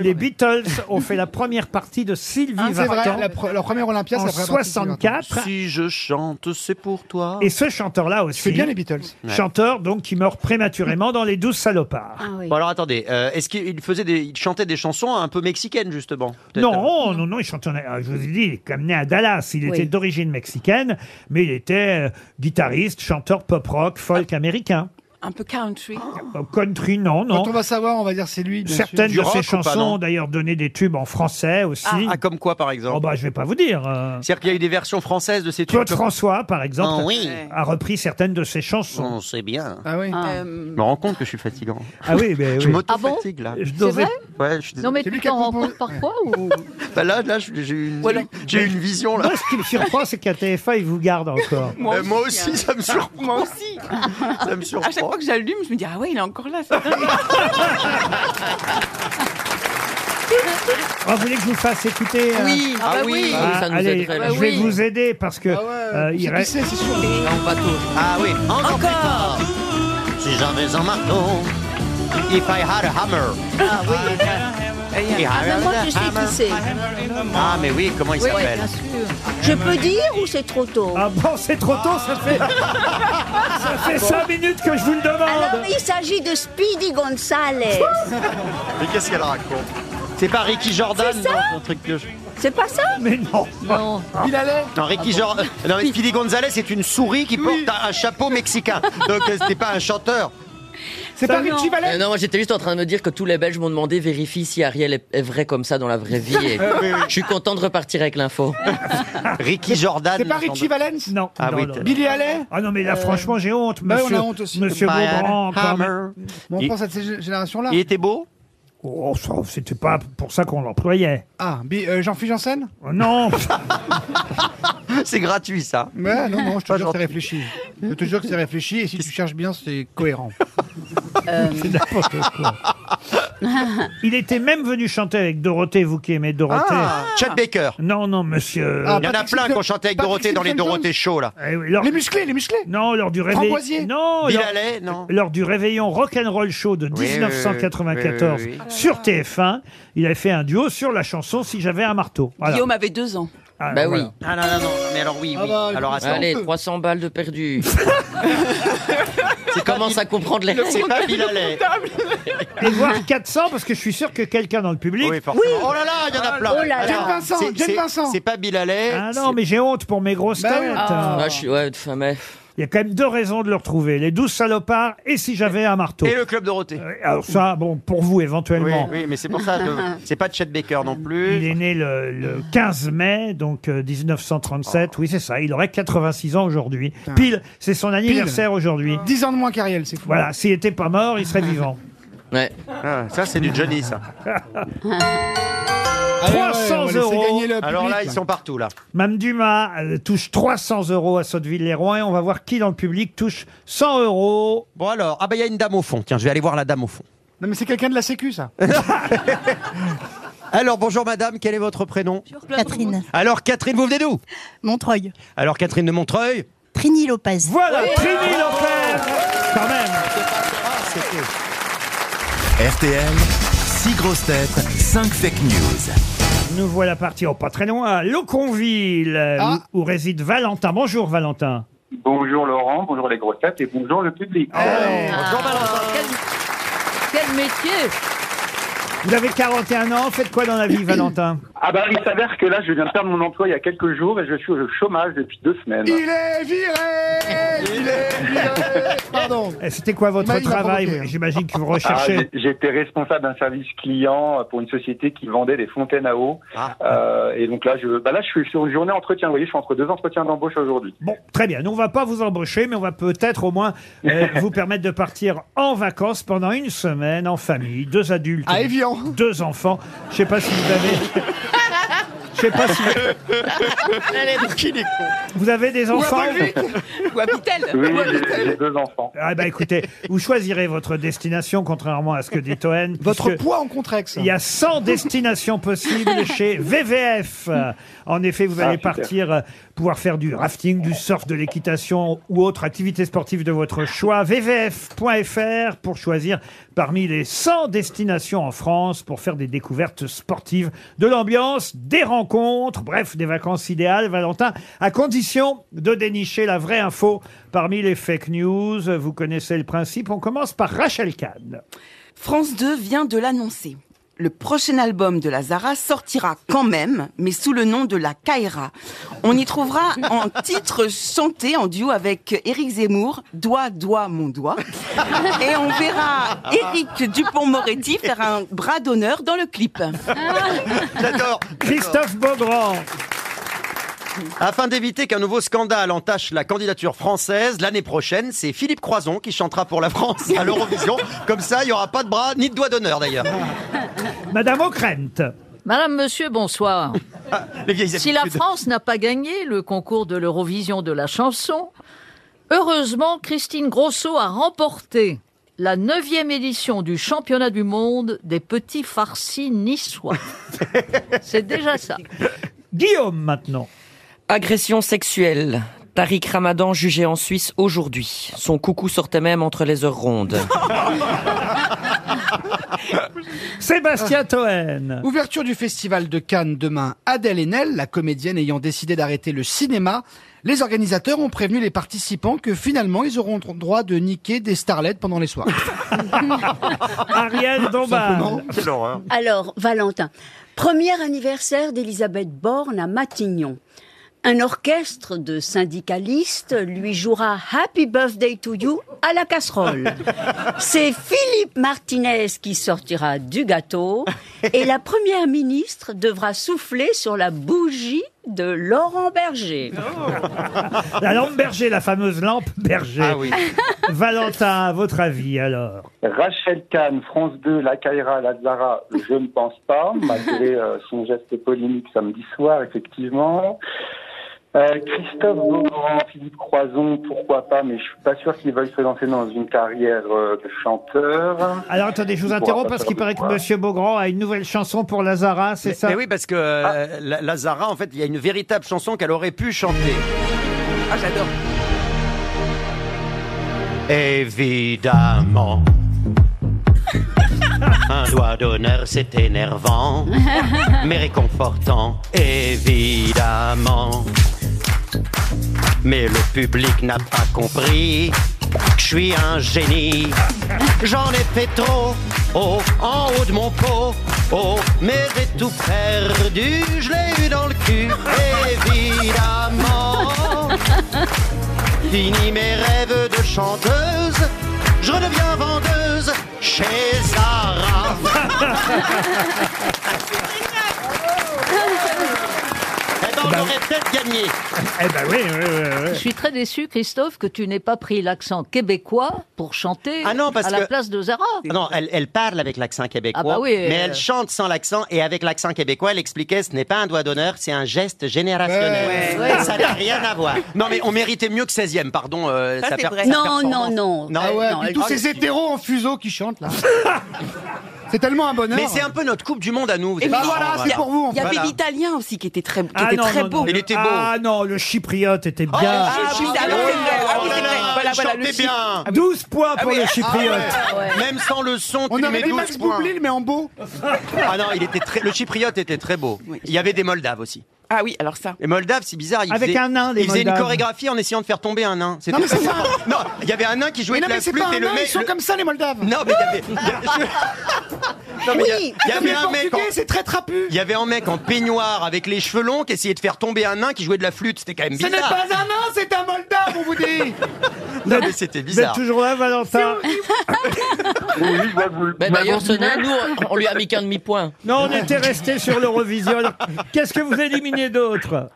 Les Beatles ont fait la première partie de Sylvie Ah, c'est vrai, Vartan la pre- leur première Olympia, c'est en la première partie de Sylvie Vartan. 64. Si je chante, c'est pour toi. Et ce chanteur-là aussi. C'est bien les Beatles. Ouais. Chanteur donc qui meurt prématurément dans Les Douze Salopards. Bon alors attendez, euh, est-ce qu'il faisait des, il chantait des chansons un peu mexicaines justement peut-être Non, non, non, il chantait, euh, je vous ai dit, il est quand même né à Dallas. Il Oui. était d'origine mexicaine, mais il était euh, guitariste, chanteur pop-rock, Ah. folk américain. Un peu country. Euh, Country, non, non. Quand on va savoir, on va dire c'est lui. bien sûr. Certaines de ses chansons ont d'ailleurs donné des tubes en français aussi. Ah, ah, comme quoi par exemple Oh bah je vais pas vous dire. euh, C'est-à-dire qu'il y a eu des versions françaises de ces tubes Claude François, par exemple, Ah oui. a repris certaines de ses chansons. On sait bien. Ah oui. Je me rends compte que je suis fatigant. Ah oui, mais Je oui. m'auto-fatigue là. Je devrais- Ouais, je suis désolé. Non, mais tu t'en rends compte parfois ou Bah là, là j'ai j'ai Euh, une, j'ai une vision là. Moi, ce qui me surprend, c'est qu'à TFA, ils vous gardent encore. Moi aussi, Ben, moi aussi, ça me surprend. hein. Moi aussi. Ça me surprend. À chaque fois que j'allume, je me dis ah ouais, il est encore là. c'est dingue. Ah, vous voulez que je vous fasse écouter euh, Oui, ah Ah bah oui. oui. Ah, ça nous allez, aiderait, là. je vais Oui. vous aider parce que euh, il reste. Ah oui, encore, plus fort. Ah, Si j'avais un marteau, if I had a hammer. Ah oui. If I bah, Ah, had mais moi, a je sais hammer. qui c'est. Ah mais oui, comment il Oui, s'appelle bien sûr. Je peux dire ou c'est trop tôt Ah bon, c'est trop tôt, ça fait. ça fait 5 minutes que je vous le demande. Alors, il s'agit de Speedy Gonzales. Mais qu'est-ce qu'elle raconte C'est pas Ricky Jordan C'est ça non, son truc de... C'est pas ça Mais non. Non. Ah Il allait Non, Ricky Jordan. Non, mais Speedy Gonzalez, c'est une souris qui porte un- un chapeau mexicain. Donc euh, c'était pas un chanteur. C'est pas Richie Valens Euh, Non, moi j'étais juste en train de me dire que tous les Belges m'ont demandé vérifie si Ariel est, est vrai comme ça dans la vraie vie. Et Ah, oui, oui. Je suis content de repartir avec l'info. Ricky Jordan. C'est pas Richie Valens Non. Ah non, oui, non, t'as- non. Billy Haley Ah non, mais là, Euh, franchement, j'ai honte. bah, on a Monsieur, honte aussi. Monsieur Bad Beaugrand, quand hammer. même. Bon, on Il- pense à cette génération-là. Il était beau Oh, ça, c'était pas pour ça qu'on l'employait. Ah, Bi- euh, Jean-Philippe Janssen Oh, non. C'est gratuit ça. Ouais, non, non, je te Pas jure que gentil. c'est réfléchi. Je te jure que c'est réfléchi et si tu cherches bien, c'est cohérent. C'est n'importe quoi. Il était même venu chanter avec Dorothée, vous qui aimez Dorothée. Ah, Chet Baker. Non, non, monsieur. Euh, Ah, Il y en a Patrick plein Simpson- qui ont chanté avec Patrick Dorothée dans les Simpson Dorothées Show là. Eh oui, lors- Les musclés, les musclés Non, lors du réveillon. Framboisier Non, Bill lors- Haley, non lors du réveillon Rock'n'Roll Show de oui, Ah oui, 1994 oui, oui, oui. sur TF1, il avait fait un duo sur la chanson Si j'avais un marteau. Voilà. Guillaume avait deux ans. Ah, bah oui. voilà. Ah non, non, non, mais alors oui, Ah oui. bah, alors écoute, attends, Allez, peut. 300 balles de perdu. Tu commences à comprendre les c'est règles. pas Bill Haley. Et voir 400 parce que je suis sûr que quelqu'un dans le public. Oui, forcément. Oh là là, il y en a plein. Oh là là. Alors, Jane Vincent, c'est- Jane c'est- Vincent. C'est pas Bill Haley. Ah non, mais j'ai honte pour mes grosses Bah oui. têtes. hein. Ah, je suis, ouais, enfin, mais- Il y a quand même deux raisons de le retrouver les 12 salopards et Si j'avais un marteau. Et le club Dorothée. Alors ça, bon, pour vous Oui, éventuellement. oui, mais c'est pour ça. je- C'est pas Chet Baker non Il plus. est né le, le 15 mai, donc euh, 1937. Oui, c'est ça. Il aurait 86 ans aujourd'hui. Pile, c'est son anniversaire aujourd'hui. 10 ans de moins qu'Ariel, c'est fou. Voilà, s'il était pas mort, il serait vivant. Ouais. Ah, ça, c'est du Johnny, ça. 300 euros. Alors là, ils sont partout, là. Mme Dumas euh, touche 300 euros à Sotteville-les-Rouen et on va voir qui dans le public touche 100 euros. Bon alors, ah bah il y a une dame au fond. Tiens, je vais aller voir la dame au fond. Non, mais c'est quelqu'un de la Sécu, ça. Alors bonjour madame, quel est votre prénom Catherine. Alors Catherine, vous venez d'où Montreuil. Alors Catherine de Montreuil. Trini Lopez. Voilà, Trini Lopez Quand même Ah, RTL, 6 grosses têtes, 5 fake news. Nous voilà partis, oh, pas très loin, à Loconville, euh, Ah. où, où réside Valentin. Bonjour Valentin. Bonjour Laurent, bonjour les grosses têtes et bonjour le public. Ah Bonjour, Valentin. quel, quel métier Vous avez 41 ans, faites quoi dans la vie Valentin Ah bah, il s'avère que là, je viens de perdre mon emploi il y a quelques jours et je suis au chômage depuis deux semaines. Il est viré Il est viré Pardon. Eh, C'était quoi votre Maï m'a travail provoqué. hein. J'imagine que vous Ah, recherchez. j'ai- J'étais responsable d'un service client pour une société qui vendait des fontaines à eau. Ah. Euh, et donc là, je, bah là, je suis sur une journée entretien. Vous voyez, je suis entre deux entretiens d'embauche aujourd'hui. Bon, très bien. Nous, on va pas vous embaucher, mais on va peut-être au moins euh, vous permettre de partir en vacances pendant une semaine en famille, deux adultes, deux enfants. Je sais pas si vous avez. Je sais pas si vous avez des enfants. Ou à Pitel. Oui, j'ai j'ai deux enfants. Ah bah écoutez, vous choisirez votre destination contrairement à ce que dit Toen. Votre puisque- poids en contrex. Il y a 100 destinations possibles chez VVF. Euh, En effet, vous Ah, allez super. partir euh, pouvoir faire du rafting, du surf, de l'équitation ou autre activité sportive de votre choix. VVF.fr pour choisir parmi les 100 destinations en France pour faire des découvertes sportives, de l'ambiance, des rencontres, bref, des vacances idéales, Valentin, à condition de dénicher la vraie info parmi les fake news. Vous connaissez le principe. On commence par Rachel Kahn. France 2 vient de l'annoncer. Le prochain album de la Zara sortira quand même, mais sous le nom de la Kaira. On y trouvera en titre chanté en duo avec Éric Zemmour, Doigt, doigt, mon doigt. Et on verra Éric Dupont-Moretti faire un bras d'honneur dans le clip. J'adore. Christophe Beaugrand. Afin d'éviter qu'un nouveau scandale entache la candidature française, l'année prochaine, c'est Philippe Croison qui chantera pour la France à l'Eurovision. Comme ça, il n'y aura pas de bras ni de doigts d'honneur d'ailleurs. Madame O'Krent. Madame, monsieur, bonsoir. Ah, Les vieilles si la habitudes. France n'a pas gagné le concours de l'Eurovision de la chanson, heureusement, Christine Grosso a remporté la neuvième édition du championnat du monde des petits farcis niçois. C'est déjà ça. Guillaume maintenant. Agression sexuelle. Tariq Ramadan jugé en Suisse aujourd'hui. Son coucou sortait même entre les heures rondes. Sébastien Toen. Ah. Ouverture du festival de Cannes demain. Adèle Haenel, la comédienne ayant décidé d'arrêter le cinéma, les organisateurs ont prévenu les participants que finalement ils auront droit de niquer des starlets pendant les soirées. Ariel Dombard. Quelle horreur. Alors, Valentin, premier anniversaire d'Elisabeth Borne à Matignon. Un orchestre de syndicalistes lui jouera Happy Birthday to You à la casserole. C'est Philippe Martinez qui sortira du gâteau et la première ministre devra souffler sur la bougie de Laurent Berger. Oh. La lampe berger, la fameuse lampe berger. Ah oui. Valentin, à votre avis alors Rachel Kahn, France 2, La Caïra, La Zara, je ne pense pas, malgré euh, son geste polémique samedi soir, effectivement. Euh, Christophe Beaugrand, Philippe Croison, pourquoi pas, mais je suis pas sûr qu'ils veuillent se lancer dans une carrière euh, de chanteur. Alors attendez, je vous Il pourra interromps pas parce faire qu'il de paraît que quoi. Monsieur Beaugrand a une nouvelle chanson pour Lazara, c'est Mais- ça mais oui, parce que euh, Ah. la, la Zara, en fait, il y a une véritable chanson qu'elle aurait pu chanter. Ah, j'adore. Évidemment. Un doigt d'honneur, c'est énervant, Ah, mais réconfortant, évidemment. Mais le public n'a pas compris que je suis un génie. J'en ai fait trop, oh, en haut de mon pot, oh, mais j'ai tout perdu, je l'ai eu dans le cul, évidemment. Fini mes rêves de chanteuse, je redeviens vendeuse chez Zara. Eh ben, on aurait peut-être gagné. Eh ben oui, oui, oui, oui. Je suis très déçu, Christophe, que tu n'aies pas pris l'accent québécois pour chanter Ah non, parce à la que- place de Zara. Ah Non, elle, elle parle avec l'accent québécois, Ah bah oui, mais euh. elle chante sans l'accent et avec l'accent québécois, elle expliquait ce n'est pas un doigt d'honneur, c'est un geste générationnel. Ouais, ouais. Ça n'a rien à voir. Non, mais on méritait mieux que 16e, pardon. euh, Ça, sa c'est per- vrai. sa Non, performance. non, non. Ah ouais, puis elle- tous Ah, ces si. hétéros en fuseau qui chantent là. C'est tellement un bonheur. bah Mais c'est un peu notre Coupe du Monde à nous. vous Et êtes hein. puis, marrants, il y a- voilà. Il y avait Voilà. l'Italien aussi qui était très, qui Ah était non, très non, beau. non, le- Ah non, le chypriote était bien. Ah, oui, alors, Oh c'est vrai. Ah oui, c'est vrai. Voilà, Il voilà, chantait le Chypre. bien. 12 points pour Ah le oui. chypriote. Ah ouais. Même sans le son, tu On lui aurait mets mis 12 Max points. Boublil mais en beau. Ah non, il était très, le chypriote était très beau. Il y avait des Moldaves aussi. Ah oui, alors ça. Les Moldaves, c'est bizarre. Ils Avec faisaient, un nain, les Ils faisaient une Moldaves. chorégraphie en essayant de faire tomber un nain. C'était Non, mais c'est pas- ça. Non, il y avait un nain qui jouait Mais non, de la mais c'est flûte pas un et le nain, mec. ils sont le- comme ça, les Moldaves. Non, mais il y avait. il y a- je- Non, mais il y a- Oui, il y comme avait les un mec. Portugais, C'est très trapu. Il y avait un mec en peignoir avec les cheveux longs qui essayait de faire tomber un nain qui jouait de la flûte. C'était quand même Ce n'est bizarre. pas un nain, c'est un Moldave, on vous dit Non, mais c'était Vous êtes bizarre. toujours là, Valentin Mais Bah, d'ailleurs, ce nain, nous, on- on lui a mis qu'un demi-point. Non, on était resté sur l'Eurovision. Alors, Qu'est-ce que vous éliminez d'autre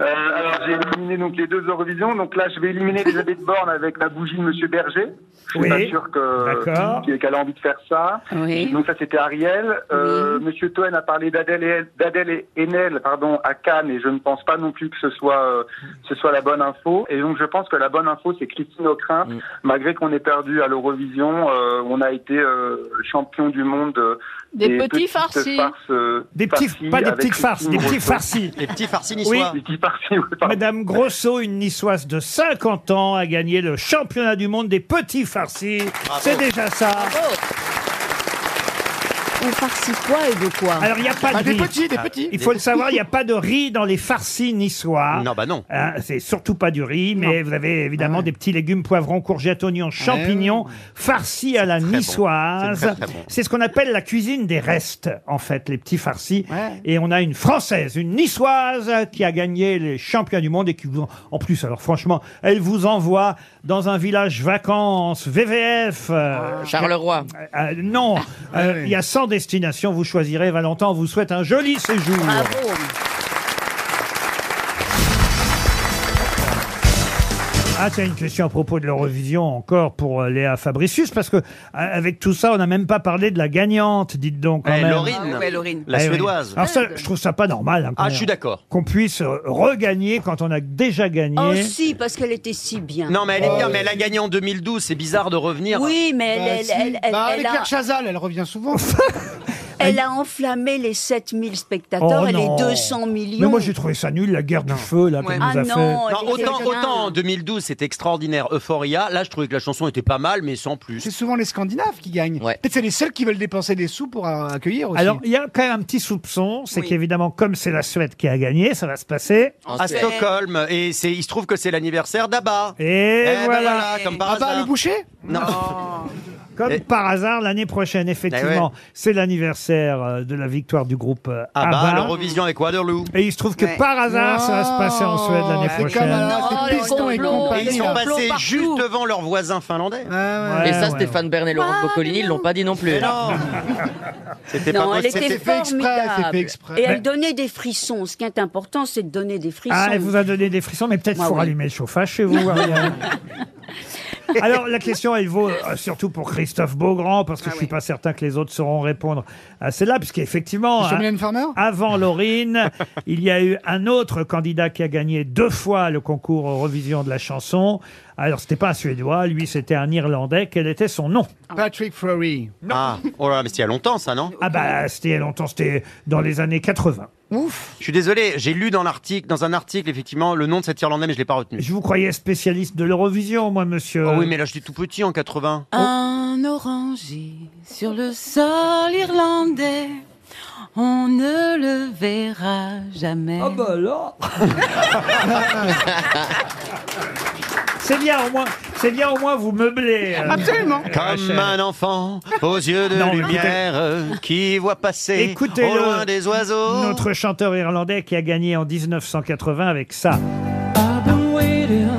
Euh, alors j'ai éliminé donc les deux Eurovisions. Donc là, je vais éliminer Elisabeth Borne avec la bougie de Monsieur Berger. Je suis Oui. pas sûr que- D'accord. qu'elle a envie de faire ça. Oui. Donc ça, c'était Ariel. Euh, Monsieur Toen a parlé d'Adèle et, d'Adèle et Enel, pardon, à Cannes, et je ne pense pas non plus que ce soit euh, ce soit la bonne info. Et donc je pense que la bonne info, c'est Christine O'Crin. Mm. Malgré qu'on ait perdu à l'Eurovision, euh, on a été euh, champion du monde. euh, Des petits farcis. euh, Des petits- farcis pas des avec petites farces, Christine des petits Rousseau. farcis. Des petits farcis niçois. Oui. Des petits farcis, oui, pardon. Madame Grosso, une niçoise de 50 ans, a gagné le championnat du monde des petits farcis. C'est déjà ça. On farcit quoi et de quoi Alors, il n'y a pas Ah, de des riz. petits, des petits. Il Des faut le petits. savoir, il n'y a pas de riz dans les farcis niçois. Non, bah non. c'est surtout pas du riz, mais vous avez évidemment des petits légumes, poivrons, courgettes, oignons, champignons, farcis à la niçoise. C'est très, très bon. C'est ce qu'on appelle la cuisine des restes, en fait, les petits farcis. Et on a une Française, une Niçoise, qui a gagné les championnats du monde et qui vous, en- en plus, alors franchement, elle vous envoie dans un village vacances, VVF. euh, Charleroi. euh, euh, non, euh, il y a 100 destinations, vous choisirez, Valentin, on vous souhaite un joli séjour. Ah, tiens, une question à propos de l'Eurovision encore pour euh, Léa Fabricius, parce que euh, avec tout ça, on n'a même pas parlé de la gagnante, dites donc. Quand Eh, même. Laurine. Ah ouais, Laurine. La Eh oui. Suédoise. Alors ça, je trouve ça pas normal. hein, Ah, qu'on- je suis d'accord. Qu'on puisse euh, regagner quand on a déjà gagné. Oh si, parce qu'elle était si bien. Non, mais elle est bien, mais elle a gagné en 2012. C'est bizarre de revenir. Oui, mais Bah, elle, si. elle, elle, elle, Bah, elle avec a... Claire Chazal, elle revient souvent. Elle a enflammé les 7000 spectateurs Oh, et non. les 200 Mais millions. moi, j'ai trouvé ça nul, la guerre du feu, là, Ouais. qu'elle Ah nous a non, fait. elle Non, était autant, bien. autant en 2012 c'était extraordinaire, Euphoria. Là, je trouvais que la chanson était pas mal, mais sans plus. C'est souvent les Scandinaves qui gagnent. Peut-être c'est les seuls qui veulent dépenser des sous pour euh, accueillir aussi. Alors, il y a quand même un petit soupçon, c'est qu'évidemment, comme c'est la Suède qui a gagné, ça va se passer. À Stockholm, et c'est, il se trouve que c'est l'anniversaire d'Abba. Ah, Et ben voilà. comme par Abba hasard. le boucher Non. Comme Et- par hasard, l'année prochaine, effectivement, Eh c'est l'anniversaire euh, de la victoire du groupe euh, Abba, ABBA. l'Eurovision avec Waterloo. Et il se trouve que par hasard, ça va se passer en Suède l'année C'est prochaine. comme euh, Oh, c'est Piston et compagnie. Ils sont là. passés juste devant leurs voisins finlandais. Et ça, ouais, Stéphane Bern et Laurent Boccolini, ils l'ont pas dit non plus. Mais non. C'était Non, pas elle possible. était formidable. exprès. Et elle Mais- donnait des frissons. Ce qui est important, c'est de donner des frissons. Ah, elle vous a donné des frissons, mais Ah peut-être Moi, faut oui. rallumer le chauffage chez vous. Ariel. Alors la question, elle vaut euh, surtout pour Christophe Beaugrand, Ah parce que je suis pas certain que les autres sauront répondre à celle-là, puisqu'effectivement, Sur hein, Mylène Farmer avant Laurine, il y a eu un autre candidat qui a gagné deux fois le concours Eurovision de la chanson. Alors c'était pas un Suédois, lui c'était un Irlandais. Quel était son nom Patrick Fleury. Ah, oh là, là, mais c'était il y a longtemps ça, non Ah bah c'était il y a longtemps, c'était dans les années 80. Ouf. Je suis désolé, j'ai lu dans l'article, dans un article effectivement le nom de cet Irlandais, mais je l'ai pas retenu. Je vous croyais spécialiste de l'Eurovision, moi monsieur. Oh oui, mais là j'étais tout petit en 80. Oh. Un oranger sur le sol irlandais, on ne le verra jamais. Oh bah là C'est bien au moins, c'est bien au moins vous meublez. euh, Absolument. ma Comme chère. un enfant aux yeux de Non, mais lumière euh, qui voit passer Écoutez au loin des oiseaux. Notre chanteur irlandais qui a gagné en 1980 avec ça. I've been waiting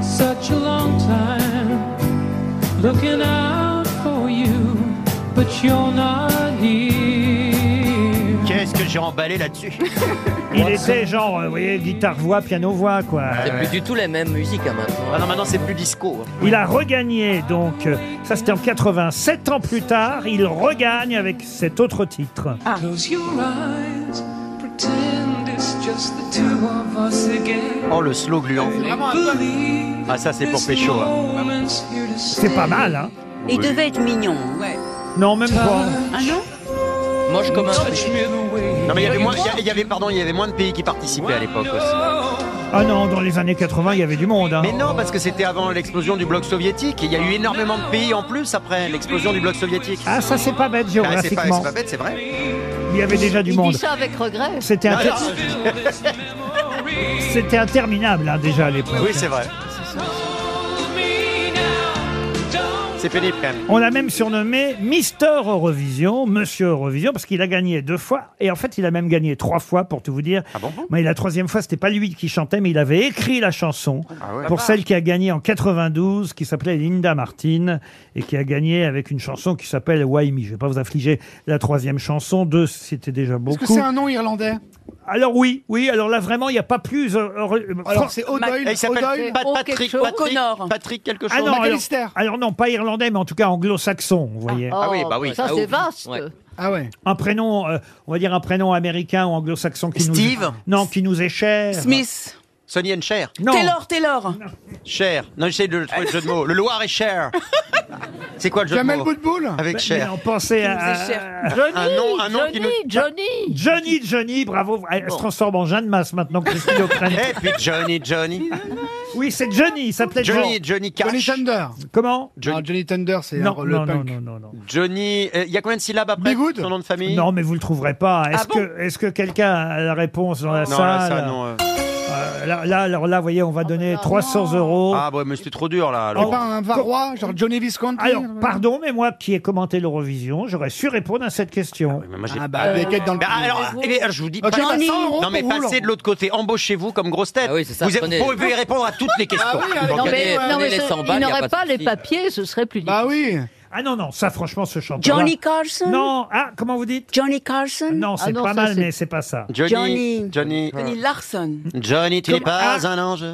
such a long time, looking out for you, but you're not here. Qu'est-ce que j'ai emballé là-dessus Il était genre, euh, vous voyez, guitare-voix, piano-voix, quoi. C'est plus du tout les mêmes musiques hein, maintenant. Ah non, maintenant c'est plus disco. Il a regagné, donc, euh, ça c'était en 87 ans plus tard, il regagne avec cet autre titre. Ah. Close your eyes, pretend it's just the two of us again. Oh le slow gluant. Believe Ah ça c'est pour this pécho. hein. moment's here to C'est pas mal, hein Il devait être mignon. Non, même pas. Ah non Mange comme un Touch me the way. Non mais il y avait moins, il y a- il y avait pardon, il y avait moins de pays qui participaient à l'époque aussi. Ah non, dans les années 80, il y avait du monde, hein. Mais non parce que c'était avant l'explosion du bloc soviétique. et Il y a eu énormément de pays en plus après l'explosion du bloc soviétique. Ah, ça c'est pas bête Ah, c'est pas, géographiquement. c'est pas bête, c'est vrai. Il y avait déjà du Il monde. dit ça avec regret. C'était inter- C'était interminable hein, déjà à l'époque. Oui, c'est vrai. C'est pénible quand même. On l'a même surnommé Mister Eurovision, Monsieur Eurovision, parce qu'il a gagné deux fois. Et en fait, il a même gagné trois fois, pour tout vous dire. Ah mais la troisième fois, c'était pas lui qui chantait, mais il avait écrit la chanson Ah ouais. pour Papa. celle qui a gagné en 92, qui s'appelait Linda Martin, et qui a gagné avec une chanson qui s'appelle Why Me. Je vais pas vous affliger la troisième chanson. Deux, c'était déjà Est-ce que beaucoup. c'est un nom irlandais Alors oui, oui, alors là, vraiment, il n'y a pas plus... euh, heureux- Alors Fran- c'est O'Doyle. O'Doyle. Oh, Patrick quelque Ah non, alors, McAllister. alors non, pas irlandais, mais en tout cas anglo-saxon, vous voyez. Ah Oh, bah Ça, c'est vaste. Ah ouais. Un prénom, euh, on va dire un prénom américain ou anglo-saxon qui nous... Steve. Non, qui nous est cher. Smith. Sonny and Cher. Non. Taylor, Taylor. Cher. Non, j'essaie de trouver le jeu de mots. Le Loir est Cher. C'est quoi le jeu Jamel de mots Avec Mais- mais Cher. on pensait Qui nous à... est cher. à- Johnny, Un nom- un nom qui Johnny, nous- Johnny Johnny, Johnny, bravo. Elle se transforme en Jeanne Masse maintenant, Christine O'Crane. Et Eh, puis Johnny, Johnny. Oui, c'est Johnny, il s'appelait Johnny, Johnny Cash. Johnny Thunder. Comment Johnny... Thunder, c'est Non, un- le non, non, punk. non, Johnny. euh, Il y a combien de syllabes après son nom de famille Non, mais vous le trouverez pas. Est-ce Ah bon que, est-ce que quelqu'un a la réponse dans la Non, salle là, ça, non. euh. Euh, là, là, alors là, vous voyez, Ah, on va donner bah, 300 euros. Ah, ouais, mais c'était trop dur là. Oh. alors. Pas Eh ben, un Varrois, genre Johnny Visconti euh, Alors, pardon, mais moi qui ai commenté l'Eurovision, j'aurais su répondre à cette question. Ah bah, avec être dans le Bah, alors, eh bien, je vous dis, Ok, passez- Johnny. non mais pour vous, passez de l'autre côté, embauchez-vous comme grosse tête. oui, c'est ça, vous, êtes- prenez- vous pouvez répondre à toutes les questions. Ah oui, allez, Donc, Non, allez, mais, euh, non, mais les ce- 100 balles, il y a n'aurait pas pas, de les souci. papiers, ce serait plus difficile. Bah oui Ah non, non, ça franchement, ce chanteur. Johnny Carson Non, ah, comment vous dites Johnny Carson Non, Ah c'est pas mal, mais c'est pas ça. Johnny, Johnny, Johnny Johnny, Larson. tu n'es pas un ange.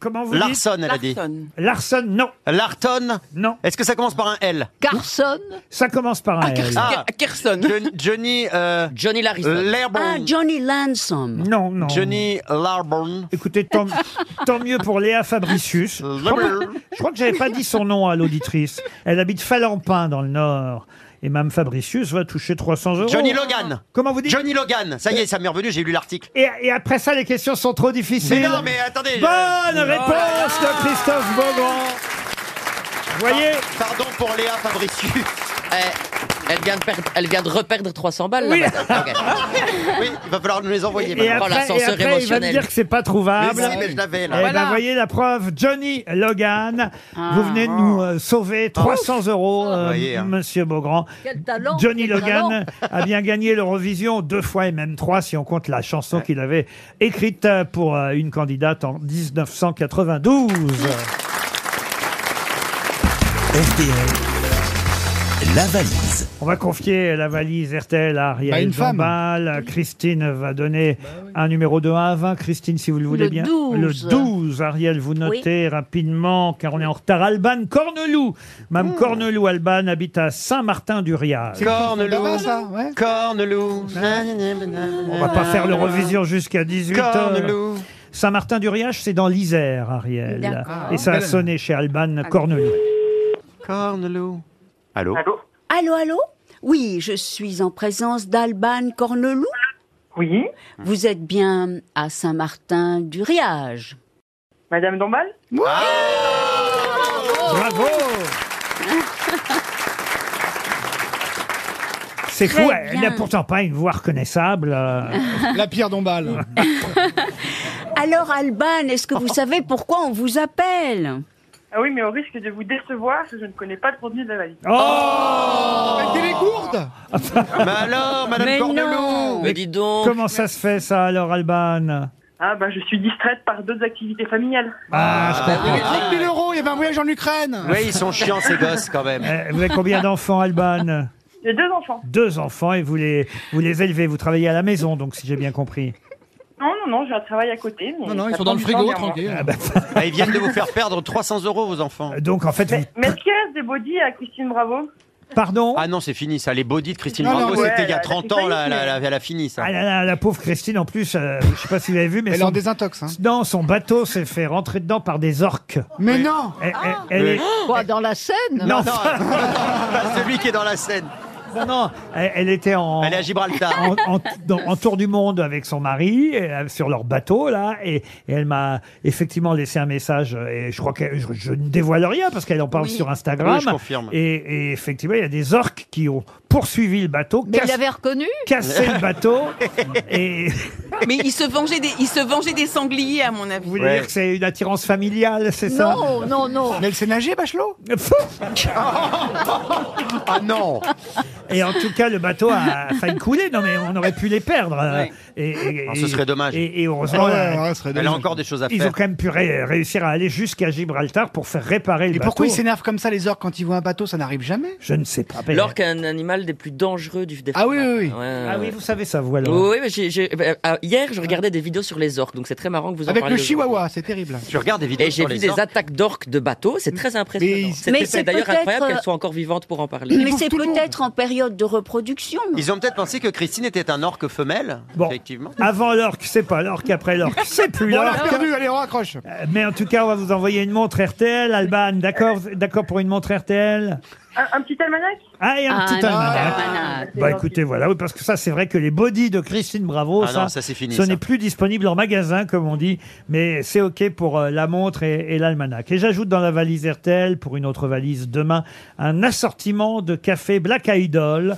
Comment vous dites Larson, elle a dit. Larson. Larson, non. Larton Non. Est-ce que ça commence par un L Carson Ça commence par un L. Kerson. Johnny. euh, Johnny Larson. Ah, Johnny Lansom. Non, non. Johnny Larborn. Écoutez, tant, tant mieux pour Léa Fabricius. Je crois que- je crois que j'avais pas dit son nom à l'auditrice. Elle habite Falampin dans le Nord. Et Mme Fabricius va toucher 300 euros. Johnny Logan. Comment vous dites Johnny Logan. Ça y est, ça m'est revenu, j'ai lu l'article. Et, et après ça, les questions sont trop difficiles. Mais non, mais attendez, Bonne je- réponse Oh là de Christophe Beaugrand. Vous voyez Pardon pour Léa Fabricius. Eh, elle, vient de perdre, elle vient de reperdre 300 Ah, balles. là, bah, madame. Ok. oui, il va falloir nous les envoyer. Et maintenant. Oh, après, et l'ascenseur après, il va me émotionnel. dire que c'est pas trouvable. Mais si, mais je l'avais, là. Eh ben, Voilà. voyez la preuve. Johnny Logan, vous Ah. venez de nous euh, sauver 300 euros, euh, Voyez, hein. monsieur Beaugrand. Quel talent Johnny quel Logan talent. a bien gagné l'Eurovision deux fois et même trois si on compte la chanson qu'il avait écrite euh, pour euh, une candidate en 1992. RTL, la valise. On va confier la valise RTL Bah, à Ariel une femme. Dombal. Christine va donner un numéro de 1 à 20. Christine, si vous le voulez Le bien. 12. Le 12. Ariel, vous notez rapidement, car on est en retard. Alban Corneloup. Mme Corneloup, Alban, habite à Saint-Martin-du-Riage. Corneloup. ça, ouais. Corneloup. On va pas faire l'Eurovision jusqu'à 18 h Corneloup. Saint-Martin-du-Riage, c'est dans l'Isère, Ariel. D'accord. Ah Et ça a Belle. sonné chez Alban Corneloup. Corneloup. Allô Allô, allô Oui, je suis en présence d'Alban Corneloup. Oui, Vous êtes bien à Saint-Martin-du-Riage. Madame Dombal Bravo C'est Très fou, elle bien. n'a pourtant pas une voix reconnaissable. euh. La pierre d'Ombal. Alors, Alban, est-ce que vous savez pourquoi on vous appelle Ah oui, mais au risque de vous décevoir, je ne connais pas le contenu de la valise. Oh Oh Mais t'es les gourdes Mais Oh, alors, Madame Mais Corneloup non Mais dis donc. Comment ça se fait ça alors, Alban Ah bah je suis distraite par d'autres activités familiales. Ah, je Il y comprends. avait 30 000 euros, il y avait un voyage en Ukraine. Oui, ils sont chiants ces gosses quand même. Eh, Vous avez combien d'enfants, Alban J'ai deux enfants. Deux enfants et vous les, vous les élevez, vous travaillez à la maison, donc si j'ai bien compris. Non, non, non, j'ai un travail à côté. mais Non, non, ils ça sont dans prend le du temps, frigo, néanmoins. tranquille. Ah, ils viennent de vous faire perdre 300 euros, vos enfants. bah, Euh, Donc en fait, vous- Mercier de Body à Christine Bravo. pardon Ah non, c'est fini ça. Les body de Christine Non, Bravo, non, ouais, c'était il y a elle a 30 fait ans, là, faillite, là, mais- là, elle a fini ça. Bah, Ah là là, la pauvre Christine, en plus, euh, je sais pas si vous avez vu, mais Elle est en son, désintox. hein. non, son bateau s'est fait rentrer dedans par des orques. Mais non Ah. Elle- elle- elle est- Quoi, dans la scène Non, Non, pas celui qui est dans la scène. Non, non, elle, elle était en. Elle est à Gibraltar. En, en- dans- en tour du monde avec son mari, euh, sur leur bateau, là. Et, et elle m'a effectivement laissé un message. euh, Et je crois que je, je ne dévoile rien parce qu'elle en parle Oui. sur Instagram. Oui, je confirme. Et, et effectivement, il y a des orques qui ont poursuivi le bateau, Mais il cass- l'avait reconnu cassé le bateau. et Mais il se vengeait des, il se vengeait des sangliers, à mon avis. vous voulez dire que c'est une attirance familiale, c'est ça Non, non, non. Mais elle s'est nagée, Bachelot ah non Et en tout cas, le bateau a failli couler. Non, mais on aurait pu les perdre. euh, Et, et- Non, Oh, Ah, ce serait dommage. Ah Et, et Ah heureusement, euh, Elle a encore des choses à ils faire. ont quand même pu ré- réussir à aller jusqu'à Gibraltar pour faire réparer le Et bateau. pourquoi ils s'énervent comme ça, les orques, quand ils voient un bateau Ça n'arrive jamais. Je ne sais pas. L'orque est un animal des plus dangereux du Ah oui, oui, oui. Ah oui, vous savez ça, voilà. Oui, oui, mais j'ai- j'ai- bah, ah, hier, je regardais des vidéos sur les orques, donc c'est très marrant que vous en Avec parliez le aujourd'hui. chihuahua, c'est terrible. Tu regardes des vidéos Et j'ai sur vu les des orques. attaques d'orques de bateaux, c'est très impressionnant. Mais- C'était- Mais C'est c'est d'ailleurs peut-être, incroyable euh, qu'elles soient encore vivantes pour en parler. Mais c'est peut-être en période de reproduction. Ils ont peut-être pensé que Christine était un orque femelle, effectivement. Avant l'orque, c'est pas l'orque. Après l'orque, c'est plus Bon, on l'a l'orque. perdu, allez, on raccroche. Mais en tout cas, on va vous envoyer une montre RTL, Alban. D'accord D'accord pour une montre RTL Un, un petit almanach Ah, et un Ah, petit un almanach. petit almanach. Bah écoutez, voilà, oui, parce que ça, c'est vrai que les body de Christine Bravo, Ah non, ça, c'est fini, ce ça. n'est plus disponible en magasin, comme on dit, mais c'est OK pour euh, la montre et, et l'almanach. Et j'ajoute dans la valise RTL, pour une autre valise demain, un assortiment de café Black Idol.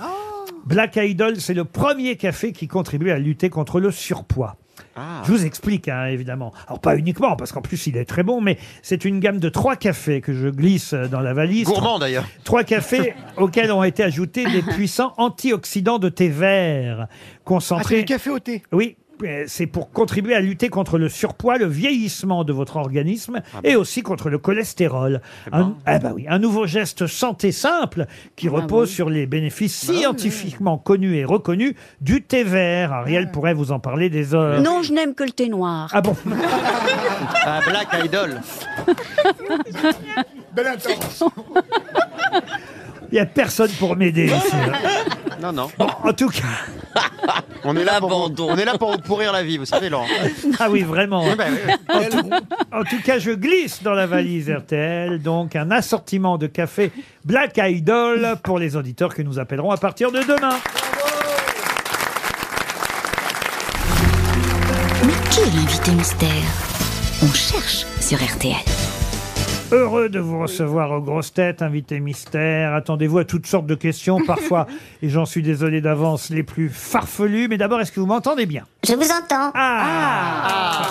Black Idol, c'est le premier café qui contribue à lutter contre le surpoids. Ah. Je vous explique, hein, évidemment. Alors, pas uniquement, parce qu'en plus, il est très bon, mais c'est une gamme de trois cafés que je glisse euh, dans la valise. Gourmand, d'ailleurs. Trois cafés auxquels ont été ajoutés des puissants antioxydants de thé vert, concentrés. Ah, c'est du café au thé. Oui. euh, C'est pour contribuer à lutter contre le surpoids, le vieillissement de votre organisme Ah et aussi contre le cholestérol. Un, ah bah oui, un nouveau geste santé simple qui repose sur les bénéfices scientifiquement connus et reconnus du thé vert. Ariel pourrait vous en parler des heures. Non, je n'aime que le thé noir. Ah bon Un black idol. Il n'y a personne pour m'aider ici. Non, non. Bon, en tout cas. On est, là pour, on est là pour vous pourrir la vie, vous savez, Laurent. Ah oui, vraiment. Eh ben, oui. En tout, en tout cas, je glisse dans la valise RTL, donc un assortiment de café Black Idol pour les auditeurs que nous appellerons à partir de demain. Mais qui est l'invité mystère On cherche sur RTL. Heureux de vous recevoir aux grosses têtes, invité mystère. Attendez-vous à toutes sortes de questions, parfois, et j'en suis désolé d'avance, les plus farfelues. Mais d'abord, est-ce que vous m'entendez bien Je vous entends. Ah. Ah, Ah.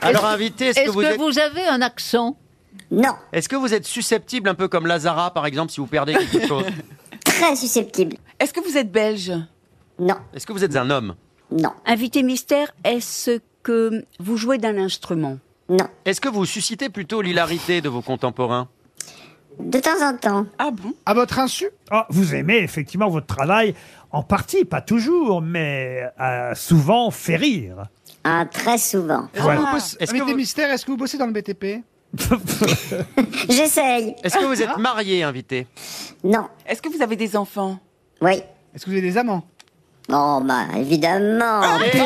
Alors, invité, est-ce que vous êtes... avez un accent Non. Est-ce que vous êtes susceptible un peu comme Lazara, par exemple, si vous perdez quelque chose Très susceptible. Est-ce que vous êtes belge Non. Est-ce que vous êtes un homme Non. Invité mystère, est-ce que vous jouez d'un instrument Non. Est-ce que vous suscitez plutôt l'hilarité de vos contemporains De temps en temps. Ah bon À votre insu Ah, vous aimez effectivement votre travail, en partie, pas toujours, mais euh, souvent fait rire. Ah, très souvent. Est-ce Ah, que vous bossez- Invité mystère, est-ce que vous bossez dans le BTP J'essaye. Est-ce que vous êtes marié, invité Non. Est-ce que vous avez des enfants Oui. Est-ce que vous avez des amants Oh, bah, évidemment. Ah, plein.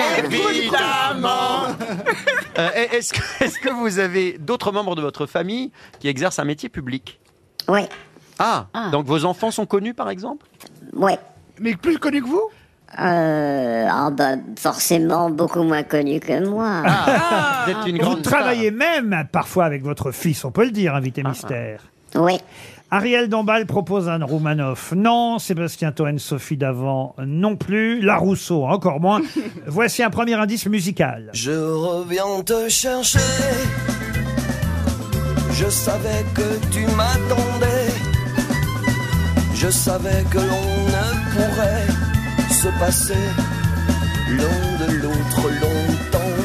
Euh, Est-ce que, est-ce que vous avez d'autres membres de votre famille qui exercent un métier public Oui. Ah, donc vos enfants sont connus, par exemple Oui. Mais plus connu que vous euh, ah bah, forcément beaucoup moins connu que moi. Ah. Vous êtes une Vous grande travaillez même parfois avec votre fils, on peut le dire, invité mystère. Ah, Oui. Ariel Dombal propose un Roumanoff. Non. Sébastien Toen, Sophie Davant, non plus. La Rousseau, encore moins. Voici un premier indice musical. Je reviens te chercher. Je savais que tu m'attendais. Je savais que l'on ne pourrait se passer l'un de l'autre longtemps.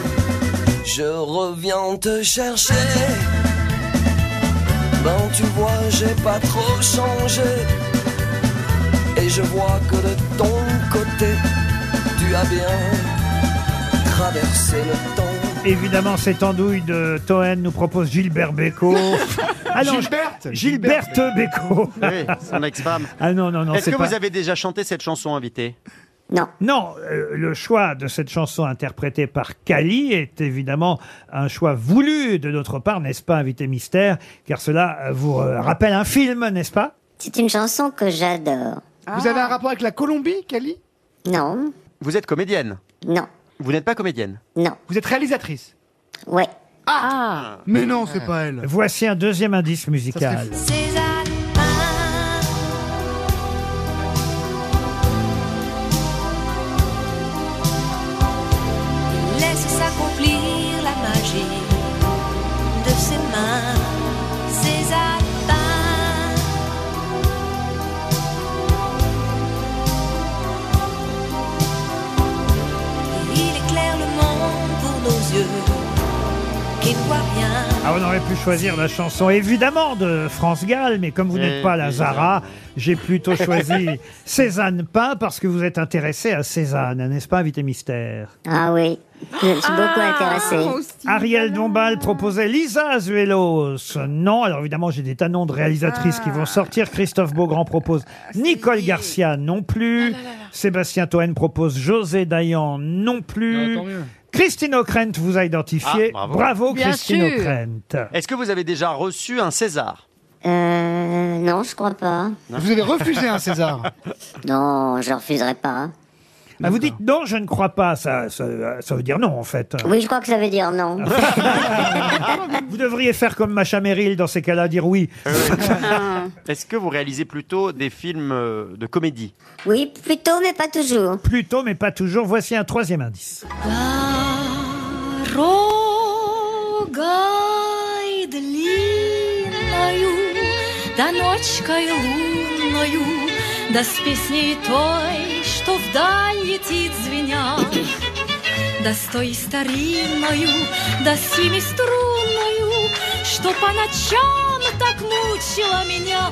Je reviens te chercher. Ben tu vois, j'ai pas trop changé. Et je vois que de ton côté, tu as bien traversé le temps. Évidemment, cette andouille de Toen nous propose Gilbert Bécaud. Gilberte Gilberte Bécaud. Oui, son ex-femme. Ah non, non, non, Est-ce c'est que pas... vous avez déjà chanté cette chanson, invité Non. Non, euh, le choix de cette chanson interprétée par Kali est évidemment un choix voulu de notre part, n'est-ce pas, invité mystère Car cela euh, vous euh, rappelle un film, n'est-ce pas C'est une chanson que j'adore. Vous avez un rapport avec la Colombie, Cali Non, Vous êtes comédienne non, Vous n'êtes pas comédienne non. Vous êtes réalisatrice Ouais. Ah Mais non, c'est pas elle. Voici un deuxième indice musical. Ces alpins Laisse s'accomplir la magie de ses mains, ses atteints. Il éclaire le monde pour nos yeux qui ne voient rien. Ah, on aurait pu choisir la chanson évidemment de France Gall, mais comme vous n'êtes pas la Zara, j'ai plutôt choisi Cézanne Pain parce que vous êtes intéressé à Cézanne, n'est-ce pas, invité mystère Ah oui, je me suis beaucoup intéressée. Ah, Ariel Dombal proposait Lisa Azuelos. Non, alors évidemment, j'ai des tas de noms de réalisatrices Ah. qui vont sortir. Christophe Beaugrand propose Nicole Garcia non plus. Ah, Sébastien Toen propose José Dayan non plus. Christine O'Krent vous a identifié. Ah, bravo. Bien Christine sûr. O'Krent. Est-ce que vous avez déjà reçu un César Euh, non, je crois pas. Vous avez refusé hein, un César Non, je refuserai pas. Ah, vous dites non, je ne crois pas. Ça, ça, ça veut dire non, en fait. Oui, je crois que ça veut dire non. Vous devriez faire comme Macha Merrill dans ces cas-là, dire oui. Ah. Est-ce que vous réalisez plutôt des films euh, de comédie Oui, plutôt, mais pas toujours. Plutôt, mais pas toujours. Voici un troisième indice. Рогай длинною, да ночкой лунною, да с песней той, что вдаль летит звеня, да с той старинною, да с семиструнною, что по ночам так мучила меня,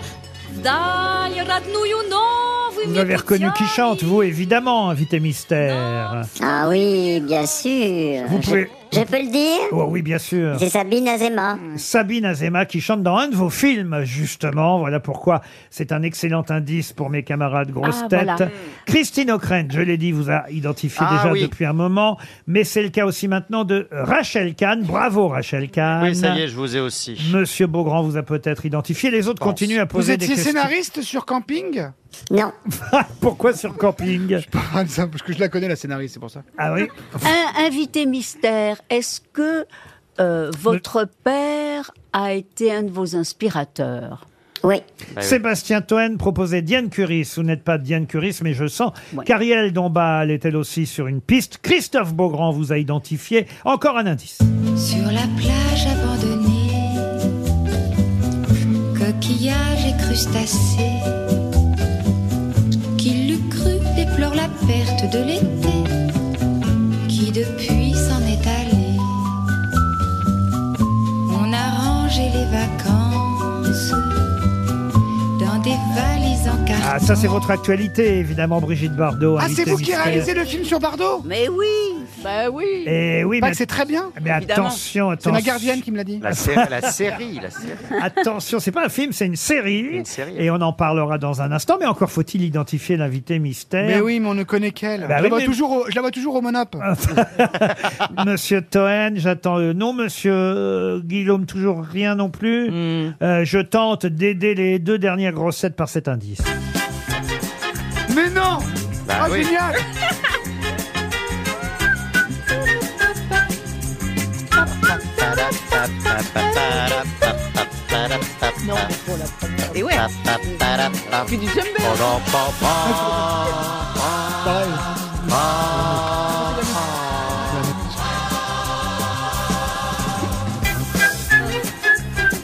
вдаль родную новым Vous avez reconnu qui chante, vous, évidemment, invité mystère. Ah oui, bien sûr. Vous Je- pouvez- Je, peux le dire Oh oui, bien sûr. C'est Sabine Azema. Sabine Azema qui chante dans un de vos films, justement. Voilà pourquoi c'est un excellent indice pour mes camarades grosses Ah, têtes. voilà. Christine O'Krent, je l'ai dit, vous a identifié Ah déjà oui. depuis un moment. Mais c'est le cas aussi maintenant de Rachel Kahn. Bravo, Rachel Kahn. Oui, ça y est, je vous ai aussi. Monsieur Beaugrand vous a peut-être identifié. Les autres continuent à Vous poser des étiez questions. scénariste sur Camping Non. Pourquoi sur camping Je parle de ça parce que je la connais, la scénariste, c'est pour ça. Ah oui Un invité mystère, est-ce que euh, votre père a été un de vos inspirateurs Oui. Sébastien Toen proposait Diane Curis. Vous n'êtes pas Diane Curis, mais je sens qu'Ariel Dombal est elle aussi sur une piste. Christophe Beaugrand vous a identifié. Encore un indice. Sur la plage abandonnée, coquillages et crustacés, qui l'eût cru déplore la perte de l'été, qui depuis s'en est allé. On a rangé les vacances dans des valises en carton. Ah, ça c'est votre actualité, évidemment, Brigitte Bardot. Ah, invitée c'est vous qui mystère. réalisez le film sur Bardot Mais oui Bah oui Eh oui, Pas mais- que c'est très bien Mais Évidemment. attention, C'est ma attention. gardienne qui me l'a dit. La, sé- la série, la série. Attention, c'est pas un film, c'est une série. série. Et on en parlera dans un instant, mais encore faut-il identifier l'invité mystère. Mais oui, mais on ne connaît qu'elle. Bah je, oui, la vois mais- toujours au- je la vois toujours au Monop. Monsieur Toen, j'attends le nom. Monsieur euh, Guillaume, toujours rien non plus. Euh, je tente d'aider les deux dernières grossettes par cet indice. Mais non Bah Ah, oui. génial Non, mais pour la Et ouais. Oh Puis du jumbo.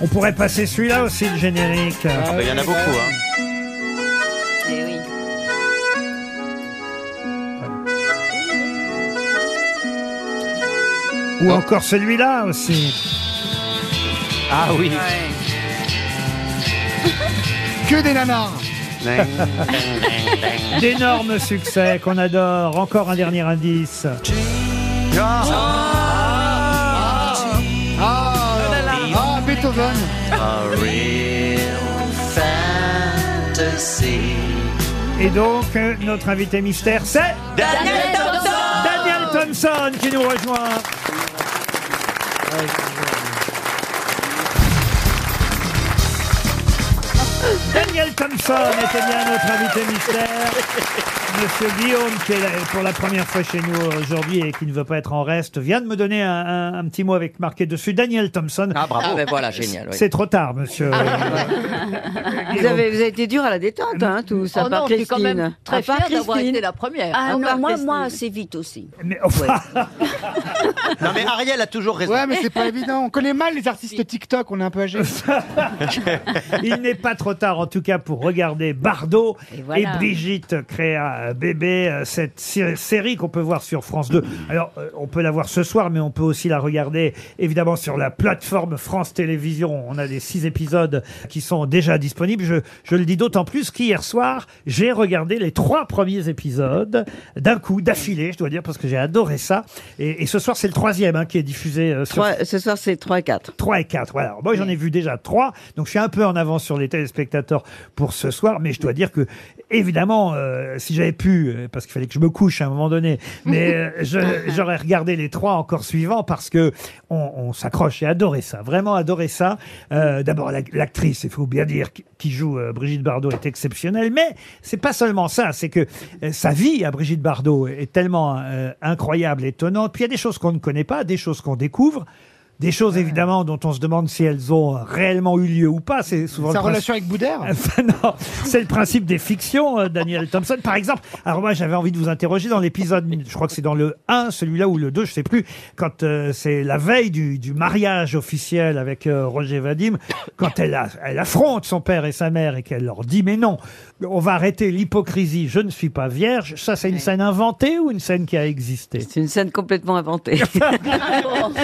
On pourrait passer celui-là aussi, le générique. Ah bah, Il y en a beaucoup, hein. Oh. Ou encore celui-là aussi. Ah oui. Que des nanars D'énormes succès qu'on adore. Encore un dernier indice. Ah, ah, Beethoven A real fantasy Et donc, euh, notre invité mystère, c'est Daniel Thompson Daniel Thompson qui nous rejoint. Daniel Thompson était bien notre invité mystère. Monsieur Guillaume, qui est là pour la première fois chez nous aujourd'hui et qui ne veut pas être en reste, vient de me donner un, un- un petit mot avec marqué dessus. Daniel Thompson. Ah, bravo. Ah, ben voilà, génial, oui. C'est trop tard, monsieur. Vous avez, vous avez été dur à la détente, hein, tous, à Oh part non, je suis Christine. quand même à très part fière d'avoir Christine. été la première. Ah À non, part moi, Christine. moi, assez vite aussi. Mais oh, Non mais Ariel a toujours raison. Ouais, Ah, mais c'est pas évident. On connaît mal les artistes TikTok, on est un peu âgés. Il n'est pas trop tard, en tout cas, pour regarder Bardot et, voilà. Brigitte Créa Bébé, euh, cette sé- série qu'on peut voir sur France 2. Alors, euh, on peut la voir ce soir, mais on peut aussi la regarder, évidemment, sur la plateforme France Télévisions. On a les six épisodes qui sont déjà disponibles. Je, je le dis d'autant plus qu'hier soir, j'ai regardé les trois premiers épisodes d'un coup, d'affilée, je dois dire, parce que j'ai adoré ça. Et, et ce soir, c'est le troisième hein, qui est diffusé euh, sur Trois- ce soir, c'est 3 et 4. 3 et 4, voilà. Alors, moi, j'en ai vu déjà 3, donc je suis un peu en avance sur les téléspectateurs pour ce soir, mais je dois dire que, évidemment, euh, si j'avais pu, euh, parce qu'il fallait que je me couche à un moment donné, mais euh, je- j'aurais regardé les trois encore suivants parce que on, on s'accroche. J'ai adoré ça, vraiment adoré ça. Euh, D'abord, la- l'actrice, il faut bien dire, qui- qui joue euh, Brigitte Bardot est exceptionnelle, mais c'est pas seulement ça, c'est que euh, sa vie à Brigitte Bardot est tellement euh, incroyable, étonnante. Puis il y a des choses qu'on ne connaît pas, des choses qu'on découvre. Des choses évidemment dont on se demande si elles ont réellement eu lieu ou pas. C'est souvent Sa le principe- relation avec Boudère Enfin, non, c'est le principe des fictions, euh, Daniel Thompson. Par exemple, alors moi j'avais envie de vous interroger dans l'épisode, je crois que c'est dans le 1, celui-là ou le 2, je sais plus, quand euh, c'est la veille du, du mariage officiel avec euh, Roger Vadim, quand elle, a- elle affronte son père et sa mère et qu'elle leur dit mais non, on va arrêter l'hypocrisie, je ne suis pas vierge, ça c'est une scène inventée ou une scène qui a existé C'est une scène complètement inventée.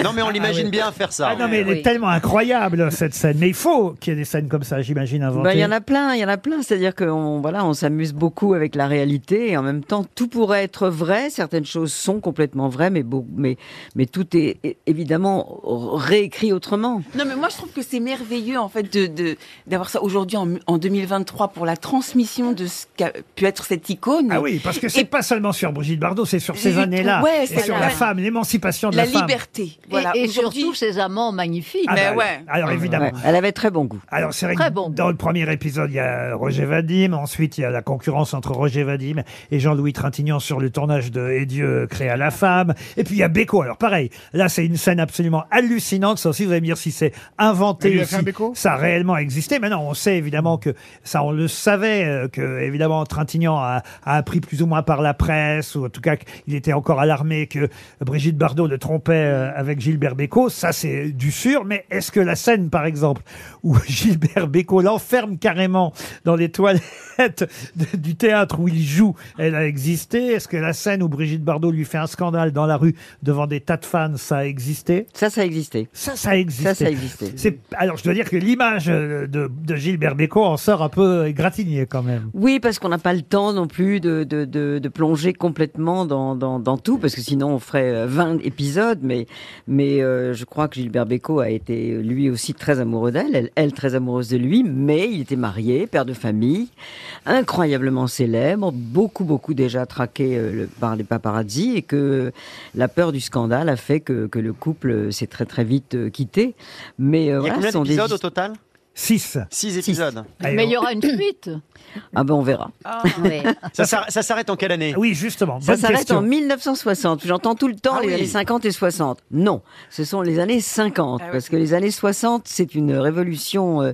Non mais on l'imagine bien faire ça. Ah non mais elle est tellement incroyable cette scène, mais il faut qu'il y ait des scènes comme ça, j'imagine, Bah, Il inventées. y en a plein, il y en a plein. C'est-à-dire qu'on voilà, on s'amuse beaucoup avec la réalité et en même temps, tout pourrait être vrai. Certaines choses sont complètement vraies, mais, beau- mais, mais tout est é- évidemment réécrit autrement. Non, mais moi je trouve que c'est merveilleux en fait de de- d'avoir ça aujourd'hui en, en 2023 pour la transmission de ce qu'a pu être cette icône. Ah oui, parce que c'est Et pas seulement sur Brigitte Bardot, c'est sur ces Lutte- années-là. ouais, et c'est sur ça. la femme, l'émancipation de la, femme. Et- voilà. Et, Aujourd'hui- Ben surtout ses amants magnifiques. Ah bah, Alors évidemment. Elle avait très bon goût. Alors c'est vrai Très que bon. dans le premier épisode, il y a Roger Vadim, ensuite il y a la concurrence entre Roger Vadim et Jean-Louis Trintignant sur le tournage de Et Dieu créa la femme, et puis il y a Beko. Alors pareil, là c'est une scène absolument hallucinante, ça aussi vous allez me dire si c'est Il inventé lui ou a fait un si Beko ça a réellement existé. Maintenant on sait évidemment que ça on le savait, euh, que évidemment Trintignant a, a appris plus ou moins par la presse, ou en tout cas qu'il était encore alarmé que Brigitte Bardot le trompait euh, avec Gilbert Bécaud, ça c'est du sûr, mais est-ce que la scène par exemple où Gilbert Bécaud l'enferme carrément dans les toilettes de- du théâtre où il joue, elle a existé Est-ce que la scène où Brigitte Bardot lui fait un scandale dans la rue devant des tas de fans, ça a existé Ça, ça a existé. Ça, ça a existé. Ça, ça a existé. C'est- Alors je dois dire que l'image euh, de, de Gilbert Bécaud en sort un peu gratignée quand même. Oui, parce qu'on n'a pas le temps non plus de, de, de, de plonger complètement dans, dans, dans tout, parce que sinon on ferait euh, 20 épisodes, mais, mais euh, je crois que Gilbert Bécaud a été euh, lui aussi très amoureux d'elle, elle, elle très amoureuse de lui, mais il était marié, père de famille, incroyablement célèbre, beaucoup, beaucoup déjà traqué euh, le- par les paparazzi, et que la peur du scandale a fait que, que le couple euh, s'est très très vite euh, quitté. Mais, Il y euh, a voilà, combien ce sont des d'épisodes au his- total 6. 6 épisodes. Mais il y aura une suite. Ah ben on verra. Ça, s'arr- ça s'arrête en quelle année Oui, justement. Ça s'arrête en 1960. J'entends tout le temps les oui. années 50 et 60. Non, ce sont les années 50. Parce que les années 60, c'est une révolution euh,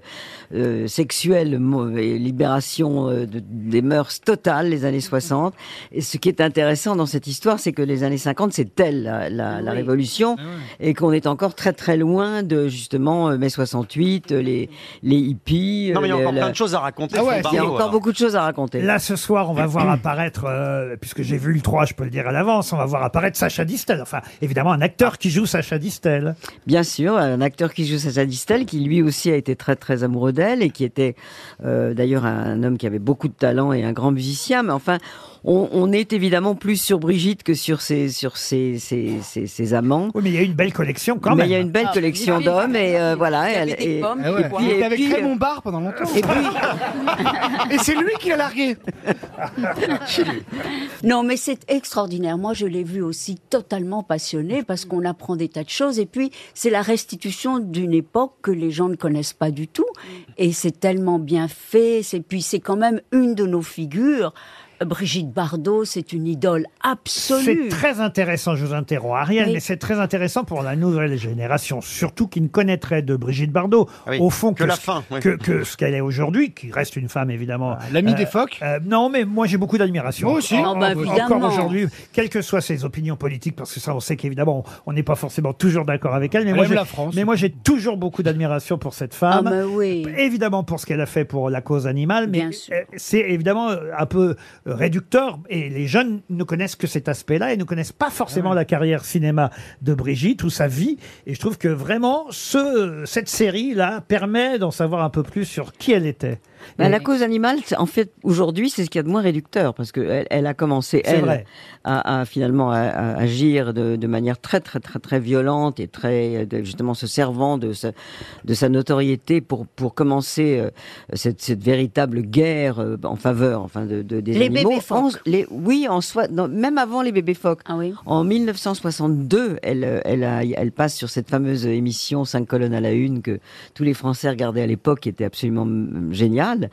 euh, sexuelle mo- et libération euh, de- des mœurs totale, les années 60. Et ce qui est intéressant dans cette histoire, c'est que les années 50, c'est elle, la, la- la révolution. Et qu'on est encore très très loin de justement euh, mai 68, euh, les, les hippies. Non mais il y a euh, encore la- plein de choses à raconter. Ah ouais, sur il Bardot, y a encore alors. beaucoup de choses à raconter. Là, ce soir, on va voir apparaître, euh, puisque j'ai vu le 3, je peux le dire à l'avance, on va voir apparaître Sacha Distel. Enfin, évidemment, un acteur qui joue Sacha Distel. Bien sûr, un acteur qui joue Sacha Distel, qui lui aussi a été très très amoureux d'elle et qui était euh, d'ailleurs un homme qui avait beaucoup de talent et un grand musicien. Mais enfin, on, on est évidemment plus sur Brigitte que sur ses, sur ses, ses, ses- ses amants. Oui, mais il y a une belle collection quand Mais il y a même. une belle Ah, collection il y avait- d'hommes et euh, voilà. il y avait elle- des et- Ah pommes, et des puis- poires. et Il était avec puis, euh, Raymond Barre pendant longtemps. Et puis- Et c'est lui qui l'a largué. Non, mais c'est extraordinaire. Moi, je l'ai vu aussi totalement passionné parce qu'on apprend des tas de choses. Et puis, c'est la restitution d'une époque que les gens ne connaissent pas du tout. Et c'est tellement bien fait. Et puis, c'est quand même une de nos figures. Brigitte Bardot, c'est une idole absolue. C'est très intéressant, je vous interromps, Ariel, Oui. mais c'est très intéressant pour la nouvelle génération, surtout qui ne connaîtrait de Brigitte Bardot, au fond, Ah que la ce- fin, oui. que, que ce qu'elle est aujourd'hui, qui reste une femme évidemment. Ah, l'amie des phoques euh, Non, mais moi j'ai beaucoup d'admiration. Moi aussi. En- Oh, Ah bah, en- évidemment. Encore aujourd'hui, quelles que soient ses opinions politiques, parce que ça, on sait qu'évidemment, on- on n'est pas forcément toujours d'accord avec elle. Mais Elle moi, aime j'ai- la France. Mais moi j'ai toujours beaucoup d'admiration pour cette femme. Évidemment pour ce qu'elle a fait pour la cause animale, mais euh, c'est évidemment euh, un peu euh, réducteur. Et les jeunes ne connaissent que cet aspect-là et ne connaissent pas Ah forcément la carrière cinéma de Brigitte ou sa vie. Et je trouve que vraiment ce, cette série-là permet d'en savoir un peu plus sur qui elle était. Bah, Et- la cause animale, c'est- en fait, aujourd'hui, c'est ce qu'il y a de moins réducteur, parce qu'elle elle a commencé, C'est elle, vrai. à, à finalement à- à agir de, de manière très, très, très, très violente et très, euh, de- justement, se servant de sa, de sa notoriété pour, pour commencer euh, cette, cette véritable guerre euh, en faveur enfin, de, de- des Les animaux. bébés phoques. Ah En- les- oui, en soi, non, même avant les bébés phoques. En 1962, elle, euh, elle, a- elle passe sur cette fameuse émission 5 colonnes à la une que tous les Français regardaient à l'époque, qui était absolument mm, géniale.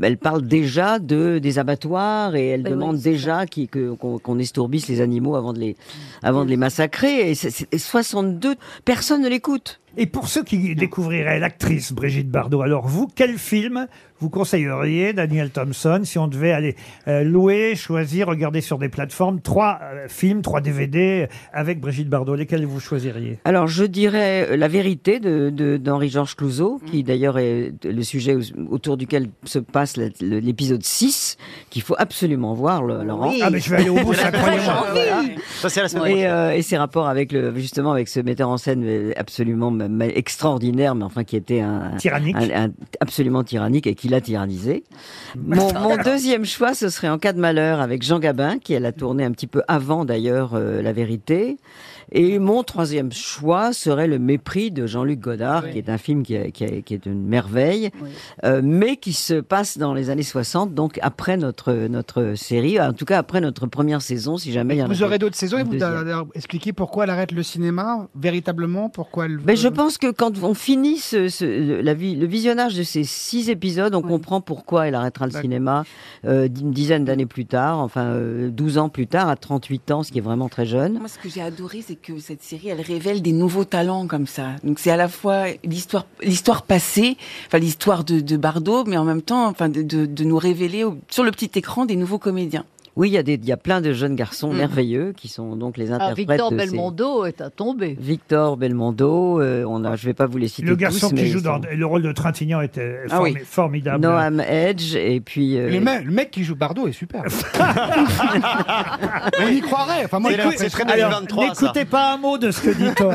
Elle parle déjà de, des abattoirs et elle Ben Oui, demande oui, c'est déjà qui- que- qu'on qu'on estourbisse les animaux avant de les, avant de les massacrer. Et c'est- c'est- 62, personne ne l'écoute. Et pour ceux qui découvriraient l'actrice Brigitte Bardot, alors vous, quel film vous conseilleriez, Daniel Thompson, si on devait aller euh, louer, choisir, regarder sur des plateformes trois euh, films, trois DVD avec Brigitte Bardot, lesquels vous choisiriez Alors, je dirais euh, la vérité de, de- d'Henri-Georges Clouzot, qui d'ailleurs est euh, le sujet au- autour duquel se passe la- le- l'épisode 6, qu'il faut absolument voir, le- Laurent. Ah, mais je vais aller au bout, c'est incroyable. Ça, c'est la semaine Et, prochaine. euh, et ses rapports avec le justement avec ce metteur en scène euh, absolument ma- ma- extraordinaire, mais enfin qui était un Tyrannique. un- un- absolument tyrannique et qui l'a tyrannisé. Bah, Mon, mon deuxième choix, ce serait en cas de malheur avec Jean Gabin, qui elle a tourné un petit peu avant d'ailleurs euh, La Vérité. Et mon troisième choix serait Le Mépris de Jean-Luc Godard, qui est un film qui, a- qui a- qui est une merveille, euh, mais qui se passe dans les années 60, donc après notre notre série, en tout cas après notre première saison, si jamais il y en a Vous aurez d'autres saisons et vous deuxième. d'ailleurs expliquer pourquoi elle arrête le cinéma véritablement, pourquoi elle. Euh. Ben, je pense que quand on finit ce- ce- le- la vi- le visionnage de ces six épisodes, on comprend pourquoi elle arrêtera le D'accord. cinéma euh, d'une dizaine d'années plus tard, enfin euh, 12 ans plus tard, à 38 ans, ce qui est vraiment très jeune. Moi, ce que j'ai adoré, c'est que cette série, elle révèle des nouveaux talents comme ça. Donc, c'est à la fois l'histoire, l'histoire passée, enfin l'histoire de, de Bardot, mais en même temps, enfin, de, de- de nous révéler au- sur le petit écran des nouveaux comédiens. Oui, il y, a des- il y a plein de jeunes garçons Mm. merveilleux qui sont donc les Ah, interprètes Victor de ces- Belmondo est à tomber. Victor Belmondo, euh, on a, je vais pas vous les citer Le garçon tous, qui mais joue ils dans sont- le rôle de Trintignant était euh, Ah formi- oui. formidable. Noam Edge et puis euh, Le, me- le mec qui joue Bardot est super. On y croirait. Enfin, moi, j'ai Écoute- l'impression- alors, N'écoutez pas un mot de ce que dit Toen,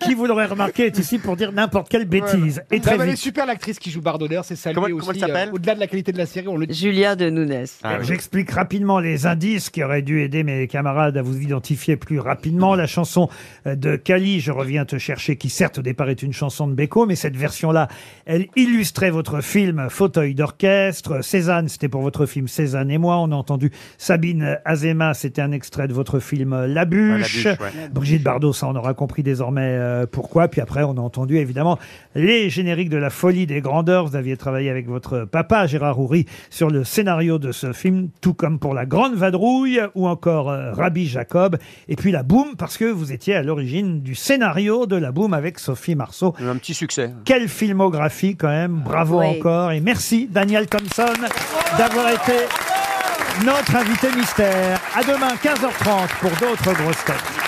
qui vous l'aurez remarqué est ici pour dire n'importe quelle bêtise. Et Non, très mais Elle est vite. super l'actrice qui joue Bardot. D'ailleurs, c'est salué Comment- aussi. comment elle s'appelle Ah euh, Au-delà de la qualité de la série, on le dit. Julia de Nunes. Ah Alors, J'explique rapidement les indices qui auraient dû aider mes camarades à vous identifier plus rapidement. La chanson euh, de Cali, Je reviens te chercher, qui certes au départ est une chanson de Beko, mais cette version-là, elle illustrait votre film Fauteuil d'orchestre. Cézanne, c'était pour votre film Cézanne et moi. On a entendu Sabine Azema, c'était un extrait de votre film La Bûche. Ouais, La Bûche, ouais. Brigitte Bardot, ça on aura compris désormais euh, pourquoi. Puis après, on a entendu évidemment les génériques de la folie des grandeurs. Vous aviez travaillé avec votre papa, Gérard Houry, sur le scénario de ce film, tout comme pour La Grande Vadrouille ou encore euh, Rabbi Jacob. Et puis La Boum, parce que vous étiez à l'origine du scénario de La Boum avec Sophie Marceau. Un petit succès. Quelle filmographie quand même, bravo Oui. encore et merci Daniel Thompson d'avoir été notre invité mystère. À demain 15h30 pour d'autres grosses têtes.